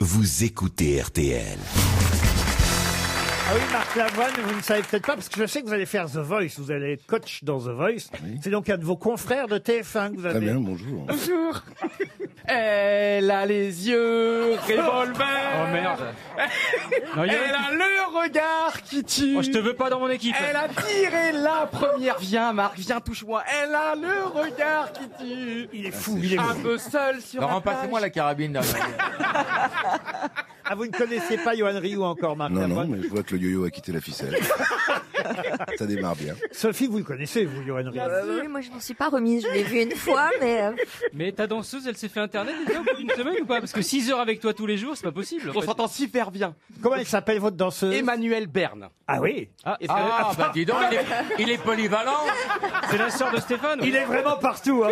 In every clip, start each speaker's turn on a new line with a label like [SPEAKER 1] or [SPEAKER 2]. [SPEAKER 1] Vous écoutez RTL.
[SPEAKER 2] Ah oui, Marc Lavoine, vous ne savez peut-être pas, parce que je sais que vous allez faire The Voice, vous allez être coach dans The Voice. C'est donc un de vos confrères de TF1 que vous avez.
[SPEAKER 3] bien, bonjour.
[SPEAKER 4] Bonjour. Elle a les yeux revolver.
[SPEAKER 5] Oh merde. Non, il y a-
[SPEAKER 4] Elle a le regard qui tue.
[SPEAKER 5] Oh, je te veux pas dans mon équipe.
[SPEAKER 4] Elle a tiré la première. Viens, Marc, viens, touche-moi. Elle a le regard qui tue.
[SPEAKER 2] Il est fou, il est
[SPEAKER 4] Un
[SPEAKER 2] fou.
[SPEAKER 4] peu seul sur la plage.
[SPEAKER 6] la carabine.
[SPEAKER 2] Ah, vous ne connaissez pas Johan Rioux encore, Marc
[SPEAKER 3] Non, non,
[SPEAKER 2] Lavoine
[SPEAKER 3] mais je vois que le yo-yo a quitté la ficelle. Ça démarre bien.
[SPEAKER 2] Sophie, vous le connaissez, vous, Johan Rioux
[SPEAKER 7] Ah bah Oui, moi je m'en suis pas remise, je l'ai vu une fois, mais euh,
[SPEAKER 5] Mais ta danseuse, elle s'est fait internet déjà au bout d'une semaine ou pas Parce que 6 heures avec toi tous les jours, c'est pas possible. en
[SPEAKER 4] On
[SPEAKER 5] fait.
[SPEAKER 4] s'entend super bien.
[SPEAKER 2] Comment elle s'appelle, votre danseuse
[SPEAKER 4] Emmanuel Berne.
[SPEAKER 2] Ah oui
[SPEAKER 6] Ah, bah dis donc, il est, il est polyvalent.
[SPEAKER 5] C'est la sœur de Stéphane.
[SPEAKER 2] Il est vraiment partout, hein.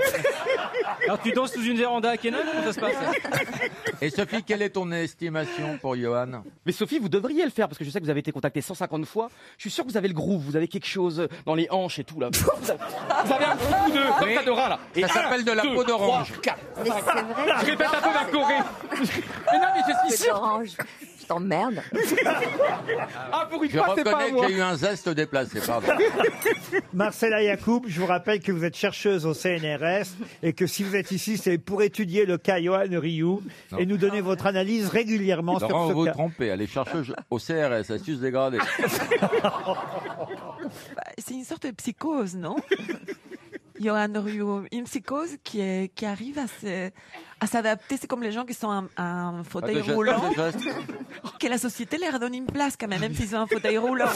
[SPEAKER 5] Alors tu danses sous une véranda à Kenan Comment ça se passe ça
[SPEAKER 6] Et Sophie, quelle est ton estimation pour Johan
[SPEAKER 4] Mais Sophie, vous devriez le faire parce que je sais que vous avez été contacté 150 fois. Je suis sûr que vous avez le groove, vous avez quelque chose dans les hanches et tout là. Vous avez- vous avez un coup de comme ça de rat là. Et
[SPEAKER 6] Ça s'appelle de la
[SPEAKER 4] deux,
[SPEAKER 6] peau d'orange.
[SPEAKER 4] trois, quatre.
[SPEAKER 7] mais c'est vrai.
[SPEAKER 4] Je répète un peu ma choré. Mais non, mais je suis
[SPEAKER 7] C'est
[SPEAKER 4] sûr.
[SPEAKER 7] orange. Je t'emmerde.
[SPEAKER 4] Ah, pour une
[SPEAKER 6] Je
[SPEAKER 4] fois, c'est pas à
[SPEAKER 6] reconnais
[SPEAKER 4] moi.
[SPEAKER 6] que j'ai eu un zeste déplacé, pardon.
[SPEAKER 2] Marcella Yacoub, je vous rappelle que vous êtes chercheuse au CNRS et que si vous êtes ici, c'est pour étudier le cas Johan Rioux et nous
[SPEAKER 4] Ah
[SPEAKER 2] donner votre analyse régulièrement
[SPEAKER 6] Laurent, vous
[SPEAKER 2] sur
[SPEAKER 6] vous
[SPEAKER 2] ce cas.
[SPEAKER 6] trompez. Elle est chercheuse au CRS, astuce dégradée.
[SPEAKER 8] Bah, c'est une sorte de psychose, non Johan Ryu, une psychose qui, est, qui arrive à, se- à s'adapter. C'est comme les gens qui sont un, un
[SPEAKER 6] Pas
[SPEAKER 8] fauteuil
[SPEAKER 6] de geste,
[SPEAKER 8] roulant,
[SPEAKER 6] pas de geste.
[SPEAKER 8] que la société leur donne une place quand même, même s'ils ont un fauteuil roulant.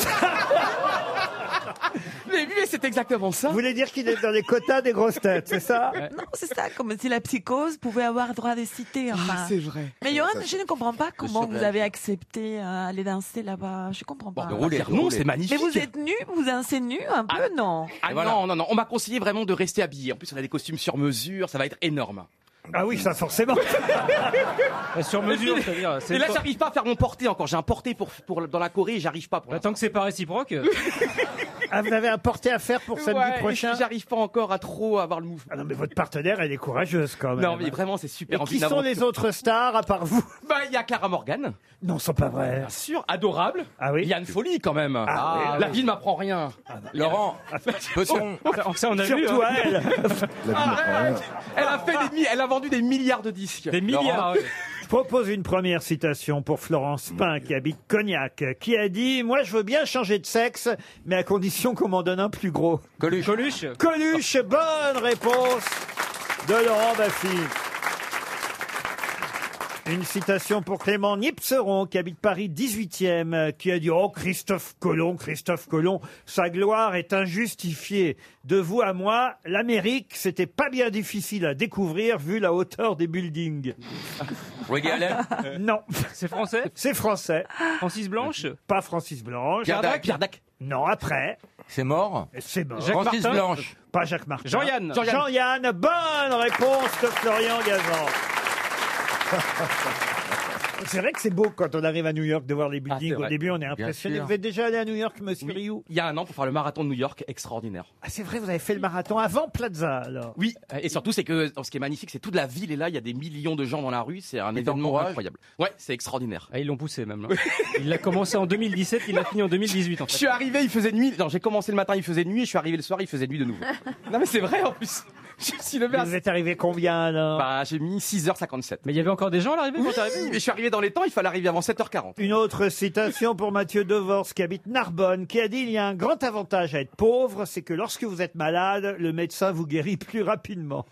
[SPEAKER 4] Mais oui, mais c'est exactement ça.
[SPEAKER 2] Vous voulez dire qu'il est dans les quotas des grosses têtes, c'est ça
[SPEAKER 8] Non, c'est ça, comme si la psychose pouvait avoir droit de citer. Enfin.
[SPEAKER 4] Ah, c'est vrai.
[SPEAKER 8] Mais Johan, je ne comprends pas comment vous
[SPEAKER 6] surréalisme.
[SPEAKER 8] avez accepté euh, aller danser là-bas. Je comprends pas.
[SPEAKER 6] de rouler, de
[SPEAKER 4] Bah, Non,
[SPEAKER 6] rouler.
[SPEAKER 4] c'est
[SPEAKER 8] Mais
[SPEAKER 4] magnifique.
[SPEAKER 8] vous êtes nu, vous dansez nu un peu, non
[SPEAKER 4] Ah
[SPEAKER 6] Et voilà.
[SPEAKER 4] non, non, non, on m'a conseillé vraiment de rester habillé. En plus, on a des costumes sur mesure, ça va être énorme.
[SPEAKER 2] Ah oui, ça forcément.
[SPEAKER 5] Sur mesure, c'est-à-dire. c'est
[SPEAKER 4] Et là,
[SPEAKER 5] pas-
[SPEAKER 4] j'arrive pas à faire mon porté encore. J'ai un porté pour, pour, dans la Corée et j'arrive pas pour
[SPEAKER 5] Bah, tant que c'est pas réciproque.
[SPEAKER 2] Ah, vous avez un porté à faire pour samedi
[SPEAKER 4] Ouais, et
[SPEAKER 2] prochain
[SPEAKER 4] si J'arrive pas encore à trop avoir le mouvement.
[SPEAKER 2] Ah non, mais votre partenaire, elle est courageuse quand même.
[SPEAKER 4] Non, mais vraiment, c'est super.
[SPEAKER 2] Et
[SPEAKER 4] envie
[SPEAKER 2] qui sont
[SPEAKER 4] d'avoir-
[SPEAKER 2] les autres stars à part vous
[SPEAKER 4] Bah, il y a Clara Morgan,
[SPEAKER 2] Non, c'est pas vrai.
[SPEAKER 4] bien sûr, adorable.
[SPEAKER 2] Ah oui
[SPEAKER 4] Il y a une folie quand même.
[SPEAKER 2] Ah
[SPEAKER 4] la vie ne m'apprend rien.
[SPEAKER 6] Laurent, peut-on
[SPEAKER 5] Ça, ça, on a vu.
[SPEAKER 2] bah, Surtout
[SPEAKER 5] hein.
[SPEAKER 2] à elle.
[SPEAKER 3] La vie ne prend rien.
[SPEAKER 4] Elle a fait des mi- elle a vendu des milliards de disques.
[SPEAKER 5] Des milliards. ouais.
[SPEAKER 2] Je propose une première citation pour Florence Pain, qui habite Cognac, qui a dit Moi, je veux bien changer de sexe, mais à condition qu'on m'en donne un plus gros.
[SPEAKER 6] Coluche,
[SPEAKER 5] Coluche.
[SPEAKER 2] Coluche, bonne réponse de Laurent Baffy. Une citation pour Clément Nipseron, qui habite Paris 18e, euh, qui a dit Oh, Christophe Colomb, Christophe Colomb, sa gloire est injustifiée. De vous à moi, l'Amérique, c'était pas bien difficile à découvrir vu la hauteur des buildings.
[SPEAKER 6] Woody Allen,
[SPEAKER 2] Non,
[SPEAKER 5] euh, C'est français.
[SPEAKER 2] c'est français,
[SPEAKER 5] Francis Blanche.
[SPEAKER 2] pas Francis Blanche. Ah, bah,
[SPEAKER 6] Pierre Dac,
[SPEAKER 4] Pierre Dac.
[SPEAKER 2] Non, après,
[SPEAKER 6] c'est mort.
[SPEAKER 2] c'est bon.
[SPEAKER 5] Jacques
[SPEAKER 6] Francis
[SPEAKER 5] Martin.
[SPEAKER 6] Blanche,
[SPEAKER 2] Pas Jacques Martin.
[SPEAKER 5] Jean-Yann.
[SPEAKER 2] Jean-Yann, bonne réponse de Florian Gazan. C'est vrai que c'est beau quand on arrive à New York de voir les buildings.
[SPEAKER 4] Ah, c'est
[SPEAKER 2] Au
[SPEAKER 4] vrai.
[SPEAKER 2] début, on est impressionné.
[SPEAKER 6] sûr.
[SPEAKER 2] Vous êtes déjà allé à New York, monsieur Rioux
[SPEAKER 4] Il y a un an pour faire le marathon de New York, extraordinaire.
[SPEAKER 2] Ah, c'est vrai, vous avez fait le marathon avant Plaza, alors.
[SPEAKER 4] Oui, et surtout, c'est que oh, ce qui est magnifique, c'est toute la ville est là, il y a des millions de gens dans la rue, c'est un
[SPEAKER 6] Et
[SPEAKER 4] événement
[SPEAKER 6] t'encourages
[SPEAKER 4] incroyable. Ouais, c'est extraordinaire.
[SPEAKER 5] Ah, ils l'ont poussé même. là. Il l'a commencé en 2017, il l'a fini en 2018 en
[SPEAKER 4] Je
[SPEAKER 5] fait.
[SPEAKER 4] suis arrivé, il faisait nuit. Non, j'ai commencé le matin, il faisait nuit, et je suis arrivé le soir, il faisait nuit de nouveau. non, mais c'est vrai en plus. Je me suis levé à...
[SPEAKER 2] Vous êtes arrivé combien, alors
[SPEAKER 4] Bah, j'ai mis 6h57.
[SPEAKER 5] Mais il y avait encore des gens à l'arrivée quand
[SPEAKER 4] Oui,
[SPEAKER 5] t'es arrivé
[SPEAKER 4] mais je suis arrivé dans les temps, il fallait arriver avant 7h40.
[SPEAKER 2] Une autre citation pour Mathieu Devors, qui habite Narbonne, qui a dit Il y a un grand avantage à être pauvre, c'est que lorsque vous êtes malade, le médecin vous guérit plus rapidement.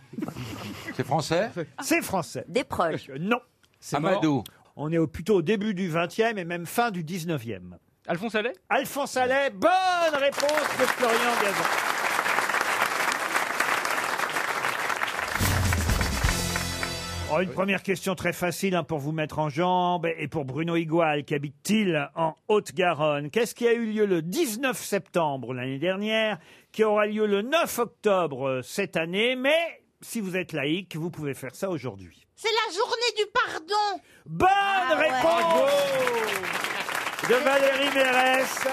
[SPEAKER 6] c'est français.
[SPEAKER 2] C'est français.
[SPEAKER 7] Des proches.
[SPEAKER 2] Euh, Non.
[SPEAKER 5] C'est mort.
[SPEAKER 6] Amadou,
[SPEAKER 2] On est au- plutôt au début du 20e et même fin du 19e.
[SPEAKER 5] Alphonse Allais
[SPEAKER 2] Alphonse Allais, bonne réponse de Florian Gazan. Oh, une première question très facile hein, pour vous mettre en jambes et pour Bruno Igual qui habite-t-il en Haute-Garonne. Qu'est-ce qui a eu lieu le 19 septembre l'année dernière, qui aura lieu le 9 octobre euh, cette année, mais si vous êtes laïque, vous pouvez faire ça aujourd'hui.
[SPEAKER 9] C'est la journée du pardon. Ah
[SPEAKER 2] Bonne
[SPEAKER 7] ouais.
[SPEAKER 2] réponse de Valérie Mérès.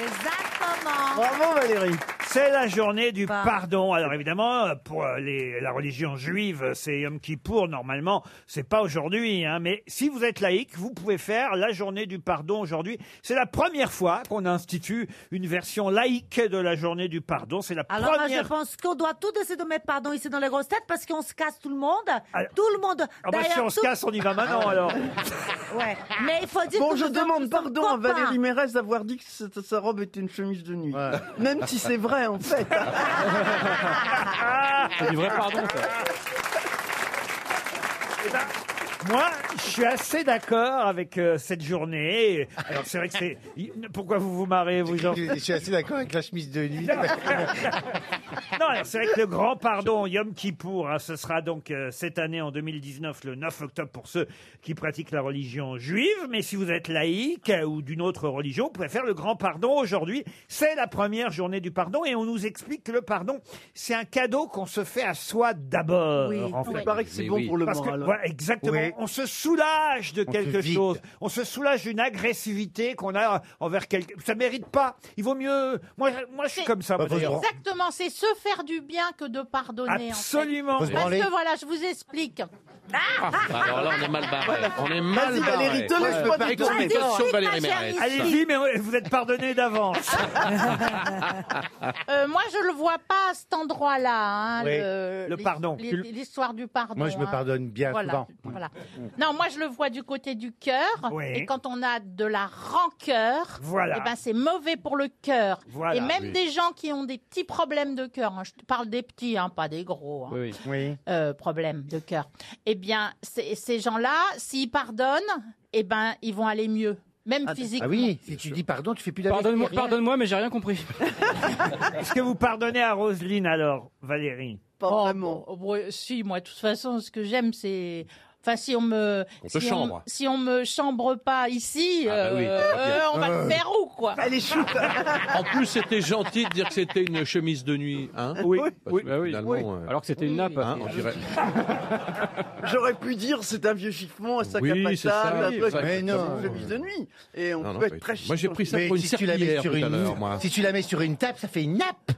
[SPEAKER 9] Exactement.
[SPEAKER 2] Bravo Valérie. C'est la journée du
[SPEAKER 10] Pardon.
[SPEAKER 2] pardon. Alors évidemment, euh, pour euh, les- la religion juive, euh, c'est Yom Kippour normalement. C'est pas aujourd'hui, hein, mais si vous êtes laïque, vous pouvez faire la journée du pardon aujourd'hui. C'est la première fois qu'on institue une version laïque de la journée du pardon. C'est la
[SPEAKER 11] Alors moi,
[SPEAKER 2] première.
[SPEAKER 11] je pense qu'on doit tout essayer de mettre pardon ici dans les grosses têtes parce qu'on se casse tout le monde.
[SPEAKER 2] Alors-
[SPEAKER 11] Tout le monde.
[SPEAKER 2] Ah bah, si on se
[SPEAKER 11] tout- Ah.
[SPEAKER 2] casse, on y va maintenant alors.
[SPEAKER 11] Ouais. Mais il faut dire
[SPEAKER 12] Bon,
[SPEAKER 11] que
[SPEAKER 12] je
[SPEAKER 11] nous autres, nous
[SPEAKER 12] demande
[SPEAKER 11] sommes
[SPEAKER 12] pardon
[SPEAKER 11] copains.
[SPEAKER 12] à Valérie Mérès d'avoir dit que cette- sa robe était une chemise de nuit. Même si c'est vrai, en fait.
[SPEAKER 4] C'est du vrai pardon, ça.
[SPEAKER 2] Moi, je suis assez d'accord avec euh, cette journée. Alors c'est vrai que c'est. Pourquoi vous vous marrez, vous, Jean
[SPEAKER 13] Je suis assez d'accord avec la chemise de nuit.
[SPEAKER 2] Non, alors, c'est vrai que le grand pardon, Yom Kippour, hein, ce sera donc euh, cette année en 2019, le 9 octobre, pour ceux qui pratiquent la religion juive. Mais si vous êtes laïque euh, ou d'une autre religion, vous pouvez faire le grand pardon aujourd'hui. C'est la première journée du pardon et on nous explique que le pardon, c'est un cadeau qu'on se fait à soi d'abord.
[SPEAKER 12] Oui.
[SPEAKER 2] en fait.
[SPEAKER 12] Il paraît que c'est
[SPEAKER 13] Mais
[SPEAKER 12] bon
[SPEAKER 13] oui.
[SPEAKER 12] pour le
[SPEAKER 2] Parce que,
[SPEAKER 12] moral.
[SPEAKER 2] voilà, exactement.
[SPEAKER 13] Oui.
[SPEAKER 2] On se soulage de
[SPEAKER 13] On se
[SPEAKER 2] quelque
[SPEAKER 13] vide.
[SPEAKER 2] chose. On se soulage d'une agressivité qu'on a envers quelqu'un. Ça mérite pas. Il vaut mieux. Moi, moi je suis
[SPEAKER 11] C'est-
[SPEAKER 2] comme ça.
[SPEAKER 13] Bah,
[SPEAKER 2] moi,
[SPEAKER 13] faut se
[SPEAKER 2] d'ailleurs.
[SPEAKER 13] branler.
[SPEAKER 11] Exactement, c'est se faire du bien que de pardonner. en fait.
[SPEAKER 2] Absolument. Ah.
[SPEAKER 13] Faut se
[SPEAKER 11] Parce
[SPEAKER 13] branler.
[SPEAKER 11] que voilà, je vous explique. Ah
[SPEAKER 14] Bah, Alors là, on est mal barré. On est mal
[SPEAKER 12] Vas-y,
[SPEAKER 14] barré.
[SPEAKER 12] Valérie, te lèche pas du
[SPEAKER 14] Réponse
[SPEAKER 12] tout.
[SPEAKER 14] question
[SPEAKER 11] Vas-y,
[SPEAKER 14] Valérie
[SPEAKER 11] ma
[SPEAKER 14] Mérès.
[SPEAKER 11] chérie.
[SPEAKER 2] Allez-y, mais vous êtes pardonné d'avance.
[SPEAKER 11] Euh, moi, je le vois pas à cet endroit-là. hein,
[SPEAKER 13] Oui.
[SPEAKER 11] le,
[SPEAKER 2] Le pardon.
[SPEAKER 11] l'hi- L'histoire du pardon.
[SPEAKER 13] Moi, je me
[SPEAKER 11] hein.
[SPEAKER 13] pardonne bien
[SPEAKER 11] Voilà,
[SPEAKER 13] souvent.
[SPEAKER 11] voilà. Non, moi je le vois du côté du cœur.
[SPEAKER 2] Oui.
[SPEAKER 11] Et quand on a de la rancœur,
[SPEAKER 2] Voilà.
[SPEAKER 11] eh ben, c'est mauvais pour le cœur.
[SPEAKER 2] Voilà,
[SPEAKER 11] et même
[SPEAKER 13] oui.
[SPEAKER 11] des gens qui ont des petits problèmes de cœur, hein, je te parle des petits, hein, pas des gros, hein,
[SPEAKER 4] Oui,
[SPEAKER 13] Oui.
[SPEAKER 11] euh, problèmes de cœur. Eh bien, c'est- ces gens-là, s'ils pardonnent, eh ben, ils vont aller mieux, même physiquement.
[SPEAKER 13] Ah oui, si tu dis pardon, tu fais plus la
[SPEAKER 7] Pardonne-moi,
[SPEAKER 13] veste, rien.
[SPEAKER 7] pardonne-moi, mais j'ai rien compris.
[SPEAKER 2] Est-ce que vous pardonnez à Roselyne alors, Valérie
[SPEAKER 12] Pas
[SPEAKER 11] Oh,
[SPEAKER 12] vraiment.
[SPEAKER 11] bon, bon, si, moi, de toute façon, ce que j'aime, c'est. Enfin, si on me.
[SPEAKER 14] Qu'on te
[SPEAKER 11] si, on,
[SPEAKER 14] chambre.
[SPEAKER 11] si on me chambre pas ici,
[SPEAKER 14] Ah bah oui,
[SPEAKER 11] euh,
[SPEAKER 14] très bien.
[SPEAKER 11] euh, on va le faire où, quoi
[SPEAKER 12] Elle est chouette.
[SPEAKER 14] En plus, c'était gentil de dire que c'était une chemise de nuit. Hein
[SPEAKER 2] Oui.
[SPEAKER 14] Parce que finalement, euh,
[SPEAKER 4] Alors que c'était une nappe.
[SPEAKER 14] hein, on dirait-
[SPEAKER 12] J'aurais pu dire c'est un vieux chiffon, un sac
[SPEAKER 14] Oui,
[SPEAKER 12] à
[SPEAKER 14] c'est
[SPEAKER 12] patates,
[SPEAKER 14] ça,
[SPEAKER 12] un
[SPEAKER 14] oui,
[SPEAKER 12] truc,
[SPEAKER 14] ça,
[SPEAKER 12] c'est
[SPEAKER 13] non.
[SPEAKER 12] une chemise de nuit. Et on
[SPEAKER 14] Non, non,
[SPEAKER 12] peut
[SPEAKER 14] pas
[SPEAKER 12] être très
[SPEAKER 14] du tout. Moi, j'ai pris ça
[SPEAKER 13] Mais
[SPEAKER 14] pour une
[SPEAKER 13] si tu la mets
[SPEAKER 14] serpillière
[SPEAKER 13] sur
[SPEAKER 14] tout à
[SPEAKER 13] une-
[SPEAKER 14] l'heure, moi.
[SPEAKER 13] Si tu la mets sur une table, ça fait une nappe.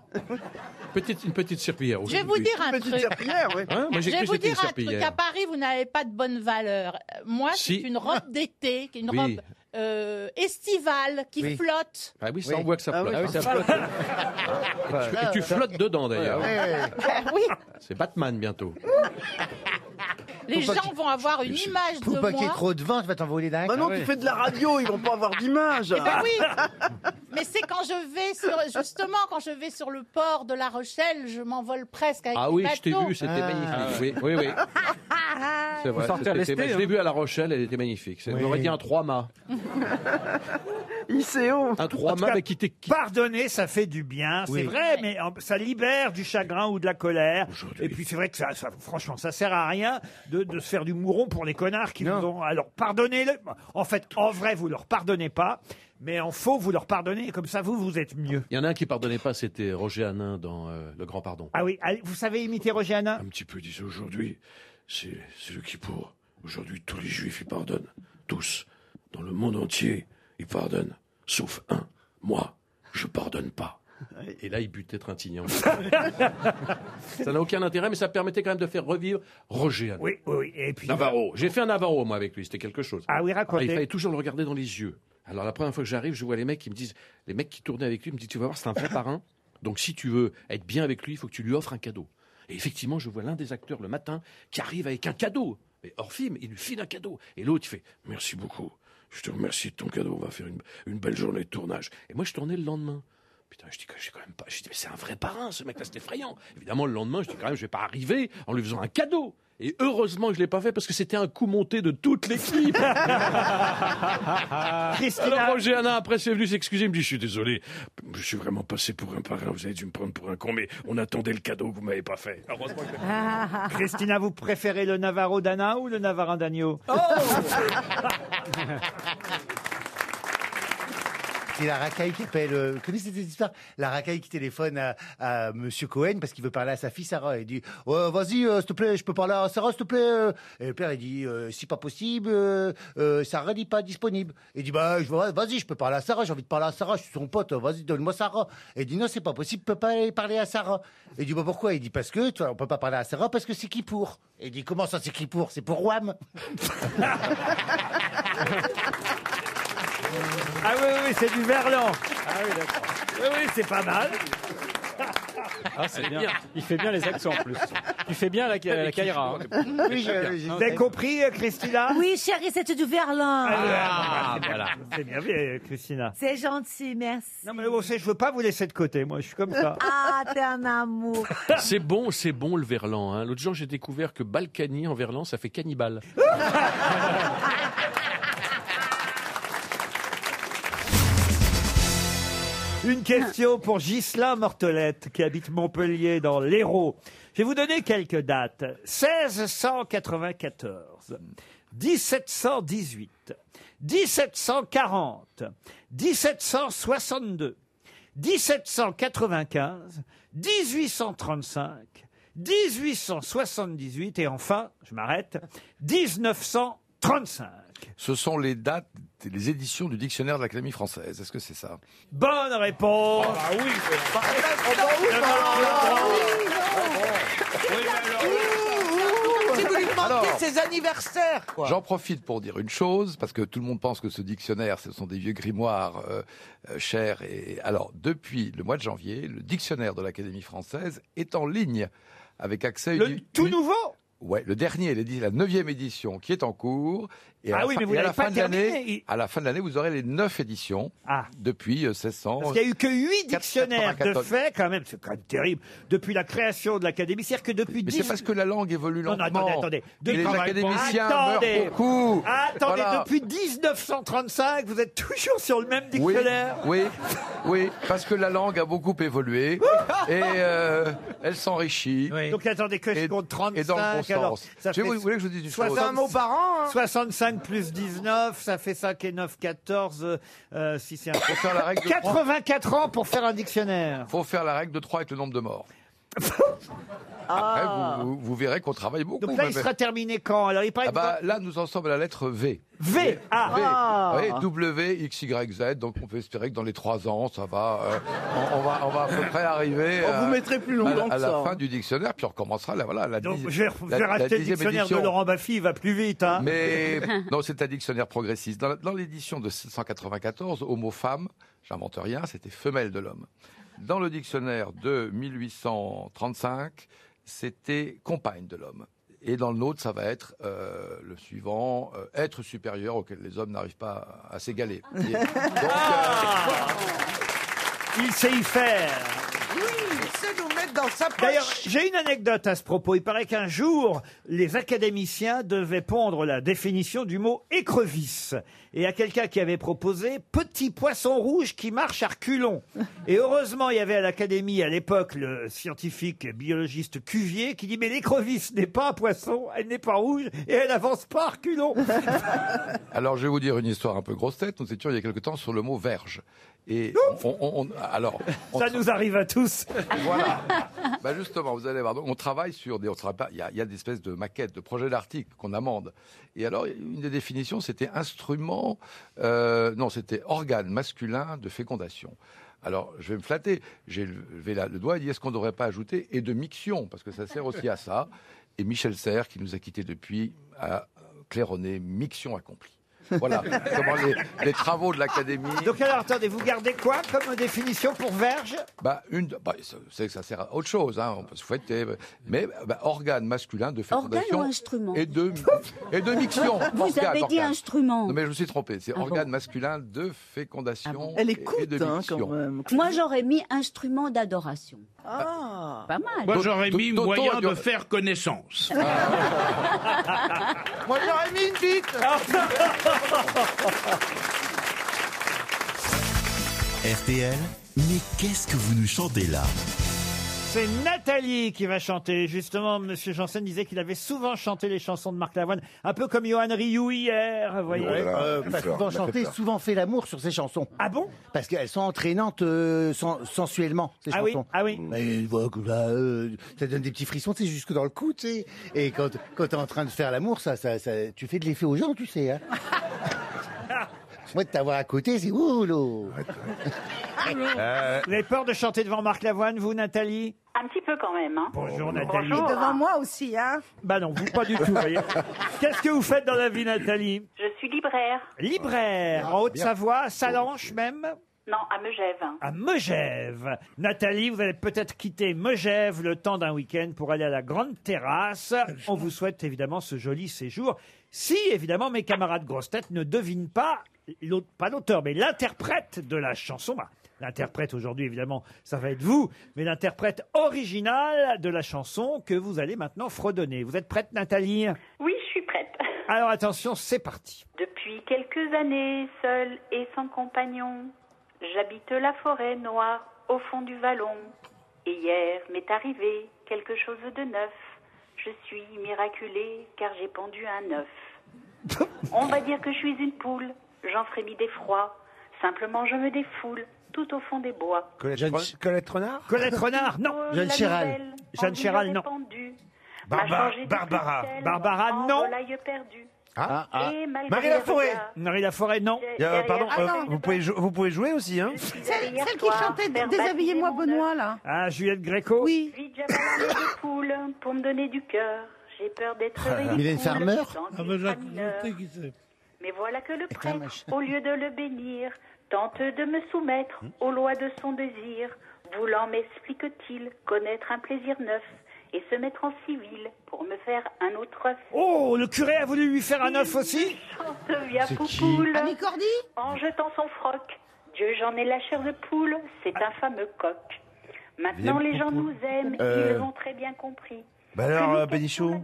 [SPEAKER 14] Petite, une petite serpillière.
[SPEAKER 11] Je vais vous
[SPEAKER 14] aujourd'hui.
[SPEAKER 11] dire un
[SPEAKER 12] petite
[SPEAKER 11] truc.
[SPEAKER 12] serpillière, oui.
[SPEAKER 14] Hein
[SPEAKER 11] Je
[SPEAKER 14] Moi, j'ai
[SPEAKER 11] vais
[SPEAKER 14] cru que
[SPEAKER 11] vous
[SPEAKER 14] c'était une
[SPEAKER 11] dire un truc. À
[SPEAKER 14] serpillière.
[SPEAKER 11] Paris, vous n'avez pas de bonne valeur. Euh, Moi,
[SPEAKER 14] Si.
[SPEAKER 11] c'est une robe d'été, qui est une
[SPEAKER 14] Oui.
[SPEAKER 11] robe euh, estivale qui
[SPEAKER 13] Oui.
[SPEAKER 11] flotte.
[SPEAKER 14] Ah oui, ça,
[SPEAKER 13] Oui.
[SPEAKER 14] on voit que ça
[SPEAKER 12] Ah
[SPEAKER 14] flotte. hein.
[SPEAKER 12] oui,
[SPEAKER 14] Et tu- Et tu flottes dedans, d'ailleurs.
[SPEAKER 11] oui,
[SPEAKER 14] C'est Batman, bientôt.
[SPEAKER 11] les
[SPEAKER 13] Faut pas
[SPEAKER 11] gens vont avoir une image
[SPEAKER 13] Faut
[SPEAKER 11] de
[SPEAKER 13] pas qu'il y ait
[SPEAKER 11] moi.
[SPEAKER 13] trop de vent, tu vas t'envoler d'un.
[SPEAKER 12] Maintenant, tu fais de la radio, ils vont pas avoir d'image.
[SPEAKER 11] Eh ben oui. Mais c'est quand je vais sur justement quand je vais sur le port de La Rochelle, je m'envole presque avec
[SPEAKER 14] Ah
[SPEAKER 11] les
[SPEAKER 14] oui, je t'ai
[SPEAKER 11] bateaux.
[SPEAKER 14] vu, c'était
[SPEAKER 13] Ah.
[SPEAKER 14] magnifique. Oui, oui, oui. C'est vrai.
[SPEAKER 4] sortez à
[SPEAKER 14] c'était-
[SPEAKER 4] l'Estée,
[SPEAKER 14] Je
[SPEAKER 4] hein.
[SPEAKER 14] l'ai vu à La Rochelle, elle était magnifique. C'est- On
[SPEAKER 13] Oui.
[SPEAKER 14] aurait dit un trois-mâts.
[SPEAKER 12] ICO.
[SPEAKER 14] Un trois-mâts, mais qui t'est qui-
[SPEAKER 2] Pardonner, ça fait du bien, c'est
[SPEAKER 13] Oui.
[SPEAKER 2] vrai, mais en- ça libère du chagrin ou de la colère.
[SPEAKER 13] Aujourd'hui.
[SPEAKER 2] Et puis c'est vrai que ça, ça- franchement, ça sert à rien de, de se faire du mouron pour les connards qui
[SPEAKER 13] Non.
[SPEAKER 2] vous ont. Alors pardonnez-le. En fait, en vrai, vous leur pardonnez pas, mais en faux, vous leur pardonnez. et Comme ça, vous, vous êtes mieux.
[SPEAKER 14] Il y en a un qui pardonnait pas, c'était Roger Hanin dans euh, Le Grand Pardon.
[SPEAKER 2] Ah oui, allez, vous savez imiter Roger Hanin
[SPEAKER 13] Un petit peu, disons, aujourd'hui, c'est le qui pour. Aujourd'hui, tous les juifs, ils pardonnent. Tous. Dans le monde entier, ils pardonnent. Sauf un. Moi, je pardonne pas.
[SPEAKER 14] Et là, il butait Trintignant. ça n'a aucun intérêt, mais ça permettait quand même de faire revivre Roger Hanin.
[SPEAKER 2] Oui, oui, oui. Et puis.
[SPEAKER 14] Navarro. J'ai fait un Navarro, moi, avec lui. C'était quelque chose.
[SPEAKER 2] Ah oui,
[SPEAKER 14] Ah, il
[SPEAKER 2] racontez.
[SPEAKER 14] fallait toujours le regarder dans les yeux. Alors la première fois que j'arrive, je vois les mecs qui me disent, les mecs qui tournaient avec lui me disent, tu vas voir, c'est un vrai parrain. Donc si tu veux être bien avec lui, il faut que tu lui offres un cadeau. Et effectivement, je vois l'un des acteurs le matin qui arrive avec un cadeau. Mais hors film, il lui file un cadeau. Et l'autre il fait, merci beaucoup. Je te remercie de ton cadeau. On va faire une, une belle journée de tournage. Et moi, je tournais le lendemain. Putain, je dis que j'ai quand même pas. Je dis, mais c'est un vrai parrain, ce mec-là, c'est effrayant. Évidemment, le lendemain, je dis quand même, je vais pas arriver en lui faisant un cadeau. Et heureusement que je l'ai pas fait parce que c'était un coup monté de toute l'équipe.
[SPEAKER 2] Christina,
[SPEAKER 14] Alors Roger Hanin, après, c'est venu s'excuser, il me dit, je suis désolé, je suis vraiment passé pour un parrain, vous avez dû me prendre pour un con, mais on attendait le cadeau que vous m'avez pas fait. Heureusement que-
[SPEAKER 2] Ah. Christina, vous préférez le Navarro d'Hanin ou le Navarin
[SPEAKER 9] Oh,
[SPEAKER 2] d'Agneau
[SPEAKER 1] C'est la racaille qui appelle. euh, Vous connaissez cette histoire La racaille qui téléphone à, à Monsieur Cohen parce qu'il veut parler à sa fille Sarah. Il dit Ouais, Vas-y, euh, s'il te plaît, je peux parler à Sarah, s'il te plaît. euh. Et le père, il dit Euh, Si pas possible, euh, euh, Sarah n'est pas disponible. Il dit bah, je- Vas-y, je peux parler à Sarah, j'ai envie de parler à Sarah, je suis son pote, vas-y, donne-moi Sarah. Et il dit Non, c'est pas possible, je peux pas aller parler à Sarah. Et il dit bah, Pourquoi Il dit Parce que, tu vois, on peut pas parler à Sarah parce que c'est qui pour Et il dit Comment ça, c'est qui pour C'est pour Wam.
[SPEAKER 2] Ah oui, oui, oui, c'est du verlan. Ah oui, d'accord. Oui, oui, c'est pas mal.
[SPEAKER 5] Ah, c'est bien. Il fait bien les accents en plus. Il fait bien la, la, la Kaira. hein.
[SPEAKER 2] Oui,
[SPEAKER 5] j'ai- j'ai-
[SPEAKER 2] Vous avez compris, euh, Christina
[SPEAKER 15] Oui, chérie, c'était du verlan.
[SPEAKER 2] Ah, voilà. C'est bien, vu, Christina.
[SPEAKER 15] C'est gentil, merci.
[SPEAKER 2] Non, mais vous savez, je veux pas vous laisser de côté, moi, je suis comme ça.
[SPEAKER 15] Ah, t'es un amour.
[SPEAKER 14] C'est bon, c'est bon le verlan. hein. L'autre jour, j'ai découvert que Balkany en verlan, ça fait cannibale.
[SPEAKER 2] Une question pour Gisela Mortelette, qui habite Montpellier dans l'Hérault. Je vais vous donner quelques dates. 1694, 1718, 1740, 1762, 1795, 1835, 1878 et enfin, je m'arrête, 1935.
[SPEAKER 16] Ce sont les dates, les éditions du dictionnaire de l'Académie française. Est-ce que c'est ça
[SPEAKER 2] Bonne réponse.
[SPEAKER 13] oui,
[SPEAKER 2] Ah bah
[SPEAKER 12] Si vous lui demandiez
[SPEAKER 16] Alors.
[SPEAKER 12] ses anniversaires, quoi.
[SPEAKER 16] J'en profite pour dire une chose, parce que tout le monde pense que ce dictionnaire, ce sont des vieux grimoires euh, euh, chers. Et... Alors, depuis le mois de janvier, le dictionnaire de l'Académie française est en ligne, avec accès...
[SPEAKER 2] Le tout nouveau
[SPEAKER 16] Ouais, le dernier, l'édi- la neuvième édition qui est en cours. Et à
[SPEAKER 2] Ah
[SPEAKER 16] la
[SPEAKER 2] oui,
[SPEAKER 16] fin-
[SPEAKER 2] mais vous
[SPEAKER 16] et à la
[SPEAKER 2] l'avez pas
[SPEAKER 16] fin de l'année,
[SPEAKER 2] terminé. Ah.
[SPEAKER 16] à la fin de l'année, vous aurez les neuf éditions depuis euh, 1600.
[SPEAKER 2] Parce qu'il n'y a eu que huit
[SPEAKER 16] Quatre-
[SPEAKER 2] dictionnaires de
[SPEAKER 16] 94.
[SPEAKER 2] fait, quand même, c'est quand même terrible, depuis la création de l'Académie. C'est-à-dire que depuis
[SPEAKER 16] Mais c'est parce que la langue évolue
[SPEAKER 2] Non, non,
[SPEAKER 16] lentement.
[SPEAKER 2] attendez, attendez.
[SPEAKER 16] Et les
[SPEAKER 2] Depuis-
[SPEAKER 16] académiciens
[SPEAKER 2] Attendez.
[SPEAKER 16] meurent beaucoup.
[SPEAKER 2] Attendez,
[SPEAKER 16] Voilà.
[SPEAKER 2] depuis 1935, vous êtes toujours sur le même
[SPEAKER 16] Oui,
[SPEAKER 2] dictionnaire
[SPEAKER 16] oui, oui, parce que la langue a beaucoup évolué et euh, elle s'enrichit.
[SPEAKER 2] Donc attendez que je compte 35.
[SPEAKER 16] Et dans le bon
[SPEAKER 2] alors,
[SPEAKER 16] sens.
[SPEAKER 2] ça
[SPEAKER 16] Tu
[SPEAKER 2] fait
[SPEAKER 16] veux- vous voulez que je vous dise une
[SPEAKER 2] 60
[SPEAKER 16] chose
[SPEAKER 2] 65 plus 19, ça fait 5 et 9, 14. euh, euh, si c'est un...
[SPEAKER 16] Faut faire la règle de
[SPEAKER 2] 84 ans pour faire un dictionnaire.
[SPEAKER 16] Faut faire la règle de 3 avec le nombre de morts.
[SPEAKER 2] Ah.
[SPEAKER 16] Après, vous, vous- vous verrez qu'on travaille beaucoup.
[SPEAKER 2] Donc là, il
[SPEAKER 16] mais-
[SPEAKER 2] sera terminé quand Alors, il paraît
[SPEAKER 16] Ah
[SPEAKER 2] que
[SPEAKER 16] bah, là, nous en sommes à la lettre V.
[SPEAKER 2] V. Ah.
[SPEAKER 16] V.
[SPEAKER 2] Ah.
[SPEAKER 16] Oui, W, X, Y, Z. Donc, on peut espérer que dans les trois ans, ça va. euh, on, on va on va à peu près arriver.
[SPEAKER 12] On
[SPEAKER 16] à-
[SPEAKER 12] Oh, vous mettrait plus
[SPEAKER 16] à la-
[SPEAKER 12] longtemps
[SPEAKER 16] à,
[SPEAKER 12] que
[SPEAKER 16] la
[SPEAKER 12] ça,
[SPEAKER 16] fin
[SPEAKER 12] hein.
[SPEAKER 16] du dictionnaire, puis on recommencera. Là, voilà, la
[SPEAKER 2] Donc,
[SPEAKER 16] dix-
[SPEAKER 2] je vais, je vais
[SPEAKER 16] la- la
[SPEAKER 2] racheter le
[SPEAKER 16] dixième
[SPEAKER 2] dictionnaire
[SPEAKER 16] édition.
[SPEAKER 2] de Laurent Baffy, il va plus vite. Hein.
[SPEAKER 16] Mais non, c'est un dictionnaire progressiste. Dans la- Dans l'édition de 794, homo femme, j'invente rien, c'était femelle de l'homme. Dans le dictionnaire de 1835, c'était compagne de l'homme. Et dans le nôtre, ça va être euh, le suivant, euh, être supérieur auquel les hommes n'arrivent pas à s'égaler.
[SPEAKER 2] Ah.
[SPEAKER 16] euh, Et-
[SPEAKER 2] Il sait y faire.
[SPEAKER 12] Oui, il sait nous mettre dans sa
[SPEAKER 2] D'ailleurs,
[SPEAKER 12] poche.
[SPEAKER 2] j'ai une anecdote à ce propos. Il paraît qu'un jour, les académiciens devaient pondre la définition du mot écrevisse. Et à quelqu'un qui avait proposé petit poisson rouge qui marche à reculons. Et heureusement, il y avait à l'académie à l'époque le scientifique biologiste Cuvier qui dit mais l'écrevisse n'est pas un poisson, elle n'est pas rouge et elle avance pas à reculons.
[SPEAKER 16] Alors, je vais vous dire une histoire un peu grosse tête. Nous étions il y a quelque temps sur le mot verge. Et on, on- on- alors, on
[SPEAKER 2] Ça nous arrive à tous.
[SPEAKER 16] Voilà. Bah justement, vous allez voir. Donc, on travaille sur des. On travaille pas- il y a, il y a des espèces de maquettes, de projets d'articles qu'on amende. Et alors, une des définitions, c'était instrument. euh, non, c'était organe masculin de fécondation. Alors, je vais me flatter. J'ai levé la- le doigt et dit est-ce qu'on ne devrait pas ajouter et de miction Parce que ça sert aussi à ça. Et Michel Serres, qui nous a quittés depuis, a claironné miction accomplie. Voilà comment les, les travaux de l'Académie.
[SPEAKER 2] Donc alors attendez, vous gardez quoi comme définition pour verge
[SPEAKER 16] Bah, une, bah, ça- c'est que ça sert à autre chose, hein, on peut se fouetter, mais bah, organe masculin de fécondation.
[SPEAKER 17] Organe ou instrument
[SPEAKER 16] Et de, et de miction.
[SPEAKER 17] Vous
[SPEAKER 16] Organe,
[SPEAKER 17] avez dit
[SPEAKER 16] organe.
[SPEAKER 17] instrument.
[SPEAKER 16] Non, mais je me suis trompé, c'est
[SPEAKER 17] Ah bon Ah
[SPEAKER 16] organe masculin de fécondation.
[SPEAKER 17] Elle
[SPEAKER 16] et- et de
[SPEAKER 17] écoute, hein,
[SPEAKER 16] miction.
[SPEAKER 17] quand Moi, j'aurais mis instrument d'adoration.
[SPEAKER 8] Ah.
[SPEAKER 17] Pas mal.
[SPEAKER 18] Moi, j'aurais
[SPEAKER 16] Do-
[SPEAKER 18] mis
[SPEAKER 16] Dodo a
[SPEAKER 18] moyen
[SPEAKER 16] dû-
[SPEAKER 18] de faire connaissance.
[SPEAKER 19] Ah.
[SPEAKER 12] Moi, j'aurais mis une bite.
[SPEAKER 20] RTL, mais qu'est-ce que vous nous chantez là
[SPEAKER 2] C'est Nathalie qui va chanter. Justement, Monsieur Janssen disait qu'il avait souvent chanté les chansons de Marc Lavoine, un peu comme Johan Rioux hier, vous voyez.
[SPEAKER 1] Euh, pas souvent chanté, souvent fait l'amour sur ces chansons.
[SPEAKER 2] Ah bon
[SPEAKER 1] Parce qu'elles sont entraînantes euh, sen- sensuellement, ces
[SPEAKER 2] Ah oui,
[SPEAKER 1] chansons. Mmh.
[SPEAKER 2] ah oui.
[SPEAKER 1] Mais je vois que là, euh, ça donne des petits frissons, tu sais, jusque dans le cou, tu sais. Et quand, quand t'es en train de faire l'amour, ça, ça, ça- tu fais de l'effet aux gens, tu sais. hein. Moi, de t'avoir à côté, c'est ouh, l'eau.
[SPEAKER 2] Vous avez peur de chanter devant Marc Lavoine, vous, Nathalie
[SPEAKER 18] Un petit peu quand même. Hein.
[SPEAKER 2] Bonjour, Nathalie.
[SPEAKER 18] Bonjour. Et devant
[SPEAKER 2] moi aussi, hein Bah non, vous pas du tout, vous voyez. Qu'est-ce que vous faites dans la vie, Nathalie
[SPEAKER 18] Je suis libraire.
[SPEAKER 2] Libraire, en Haute-Savoie, Salanches même
[SPEAKER 18] Non, à Megève.
[SPEAKER 2] à Megève. Nathalie, vous allez peut-être quitter Megève le temps d'un week-end pour aller à la grande terrasse. On vous souhaite évidemment ce joli séjour. Si évidemment mes camarades grosses têtes ne devinent pas, l'aute- pas l'auteur, mais l'interprète de la chanson. Bah, l'interprète aujourd'hui évidemment, ça va être vous, mais l'interprète originale de la chanson que vous allez maintenant fredonner. Vous êtes prête Nathalie
[SPEAKER 18] Oui, je suis prête.
[SPEAKER 2] Alors attention, c'est parti.
[SPEAKER 18] Depuis quelques années, seule et sans compagnon, j'habite la forêt noire au fond du vallon. Et hier m'est arrivé quelque chose de neuf. Je suis miraculée car j'ai pendu un œuf. On va dire que je suis une poule, j'en frémis d'effroi. Simplement, je me défoule tout au fond des bois.
[SPEAKER 2] Colette Renard Colette Renard, non. Oh,
[SPEAKER 18] Oh, la nouvelle,
[SPEAKER 2] Jeune
[SPEAKER 18] on
[SPEAKER 2] Chéral,
[SPEAKER 18] vous
[SPEAKER 2] non.
[SPEAKER 18] avait pendu.
[SPEAKER 2] Barbara-
[SPEAKER 18] M'a changé de
[SPEAKER 2] Barbara.
[SPEAKER 18] ficelle,
[SPEAKER 2] Barbara,
[SPEAKER 18] en
[SPEAKER 2] non.
[SPEAKER 18] volaille perdue.
[SPEAKER 2] Ah,
[SPEAKER 18] ah. Et malgré Marie les Laforêt. regards.
[SPEAKER 2] Marie Laforêt, non.
[SPEAKER 18] Euh, pardon, Ah, euh, non. vous
[SPEAKER 2] pouvez vous pouvez jouer aussi, hein
[SPEAKER 18] Celle,
[SPEAKER 15] celle qui chantait Déshabillez-moi,
[SPEAKER 18] Benoît, là.
[SPEAKER 2] Ah, Juliette Gréco
[SPEAKER 18] Oui. Vite, j'avale un lait de poule pour me donner du cœur. J'ai peur d'être ridicule
[SPEAKER 1] Mylène Farmer
[SPEAKER 18] dans une femme mineure. Mais voilà que le prêtre, au lieu de le bénir, tente de me soumettre aux lois de son désir, voulant, m'explique-t-il, connaître un plaisir neuf et se mettre en civil pour me faire un autre œuf.
[SPEAKER 2] Oh, le curé a voulu lui faire un œuf aussi
[SPEAKER 18] Chante via
[SPEAKER 2] C'est qui
[SPEAKER 18] Poupoule, en jetant son froc. Dieu, j'en ai la chair de poule, c'est un fameux coq. Maintenant,
[SPEAKER 9] Via
[SPEAKER 18] les gens nous
[SPEAKER 9] Poupoule.
[SPEAKER 18] aiment, ils
[SPEAKER 9] Euh.
[SPEAKER 18] l'ont très bien compris.
[SPEAKER 9] Bah alors, euh,
[SPEAKER 18] Bénichou,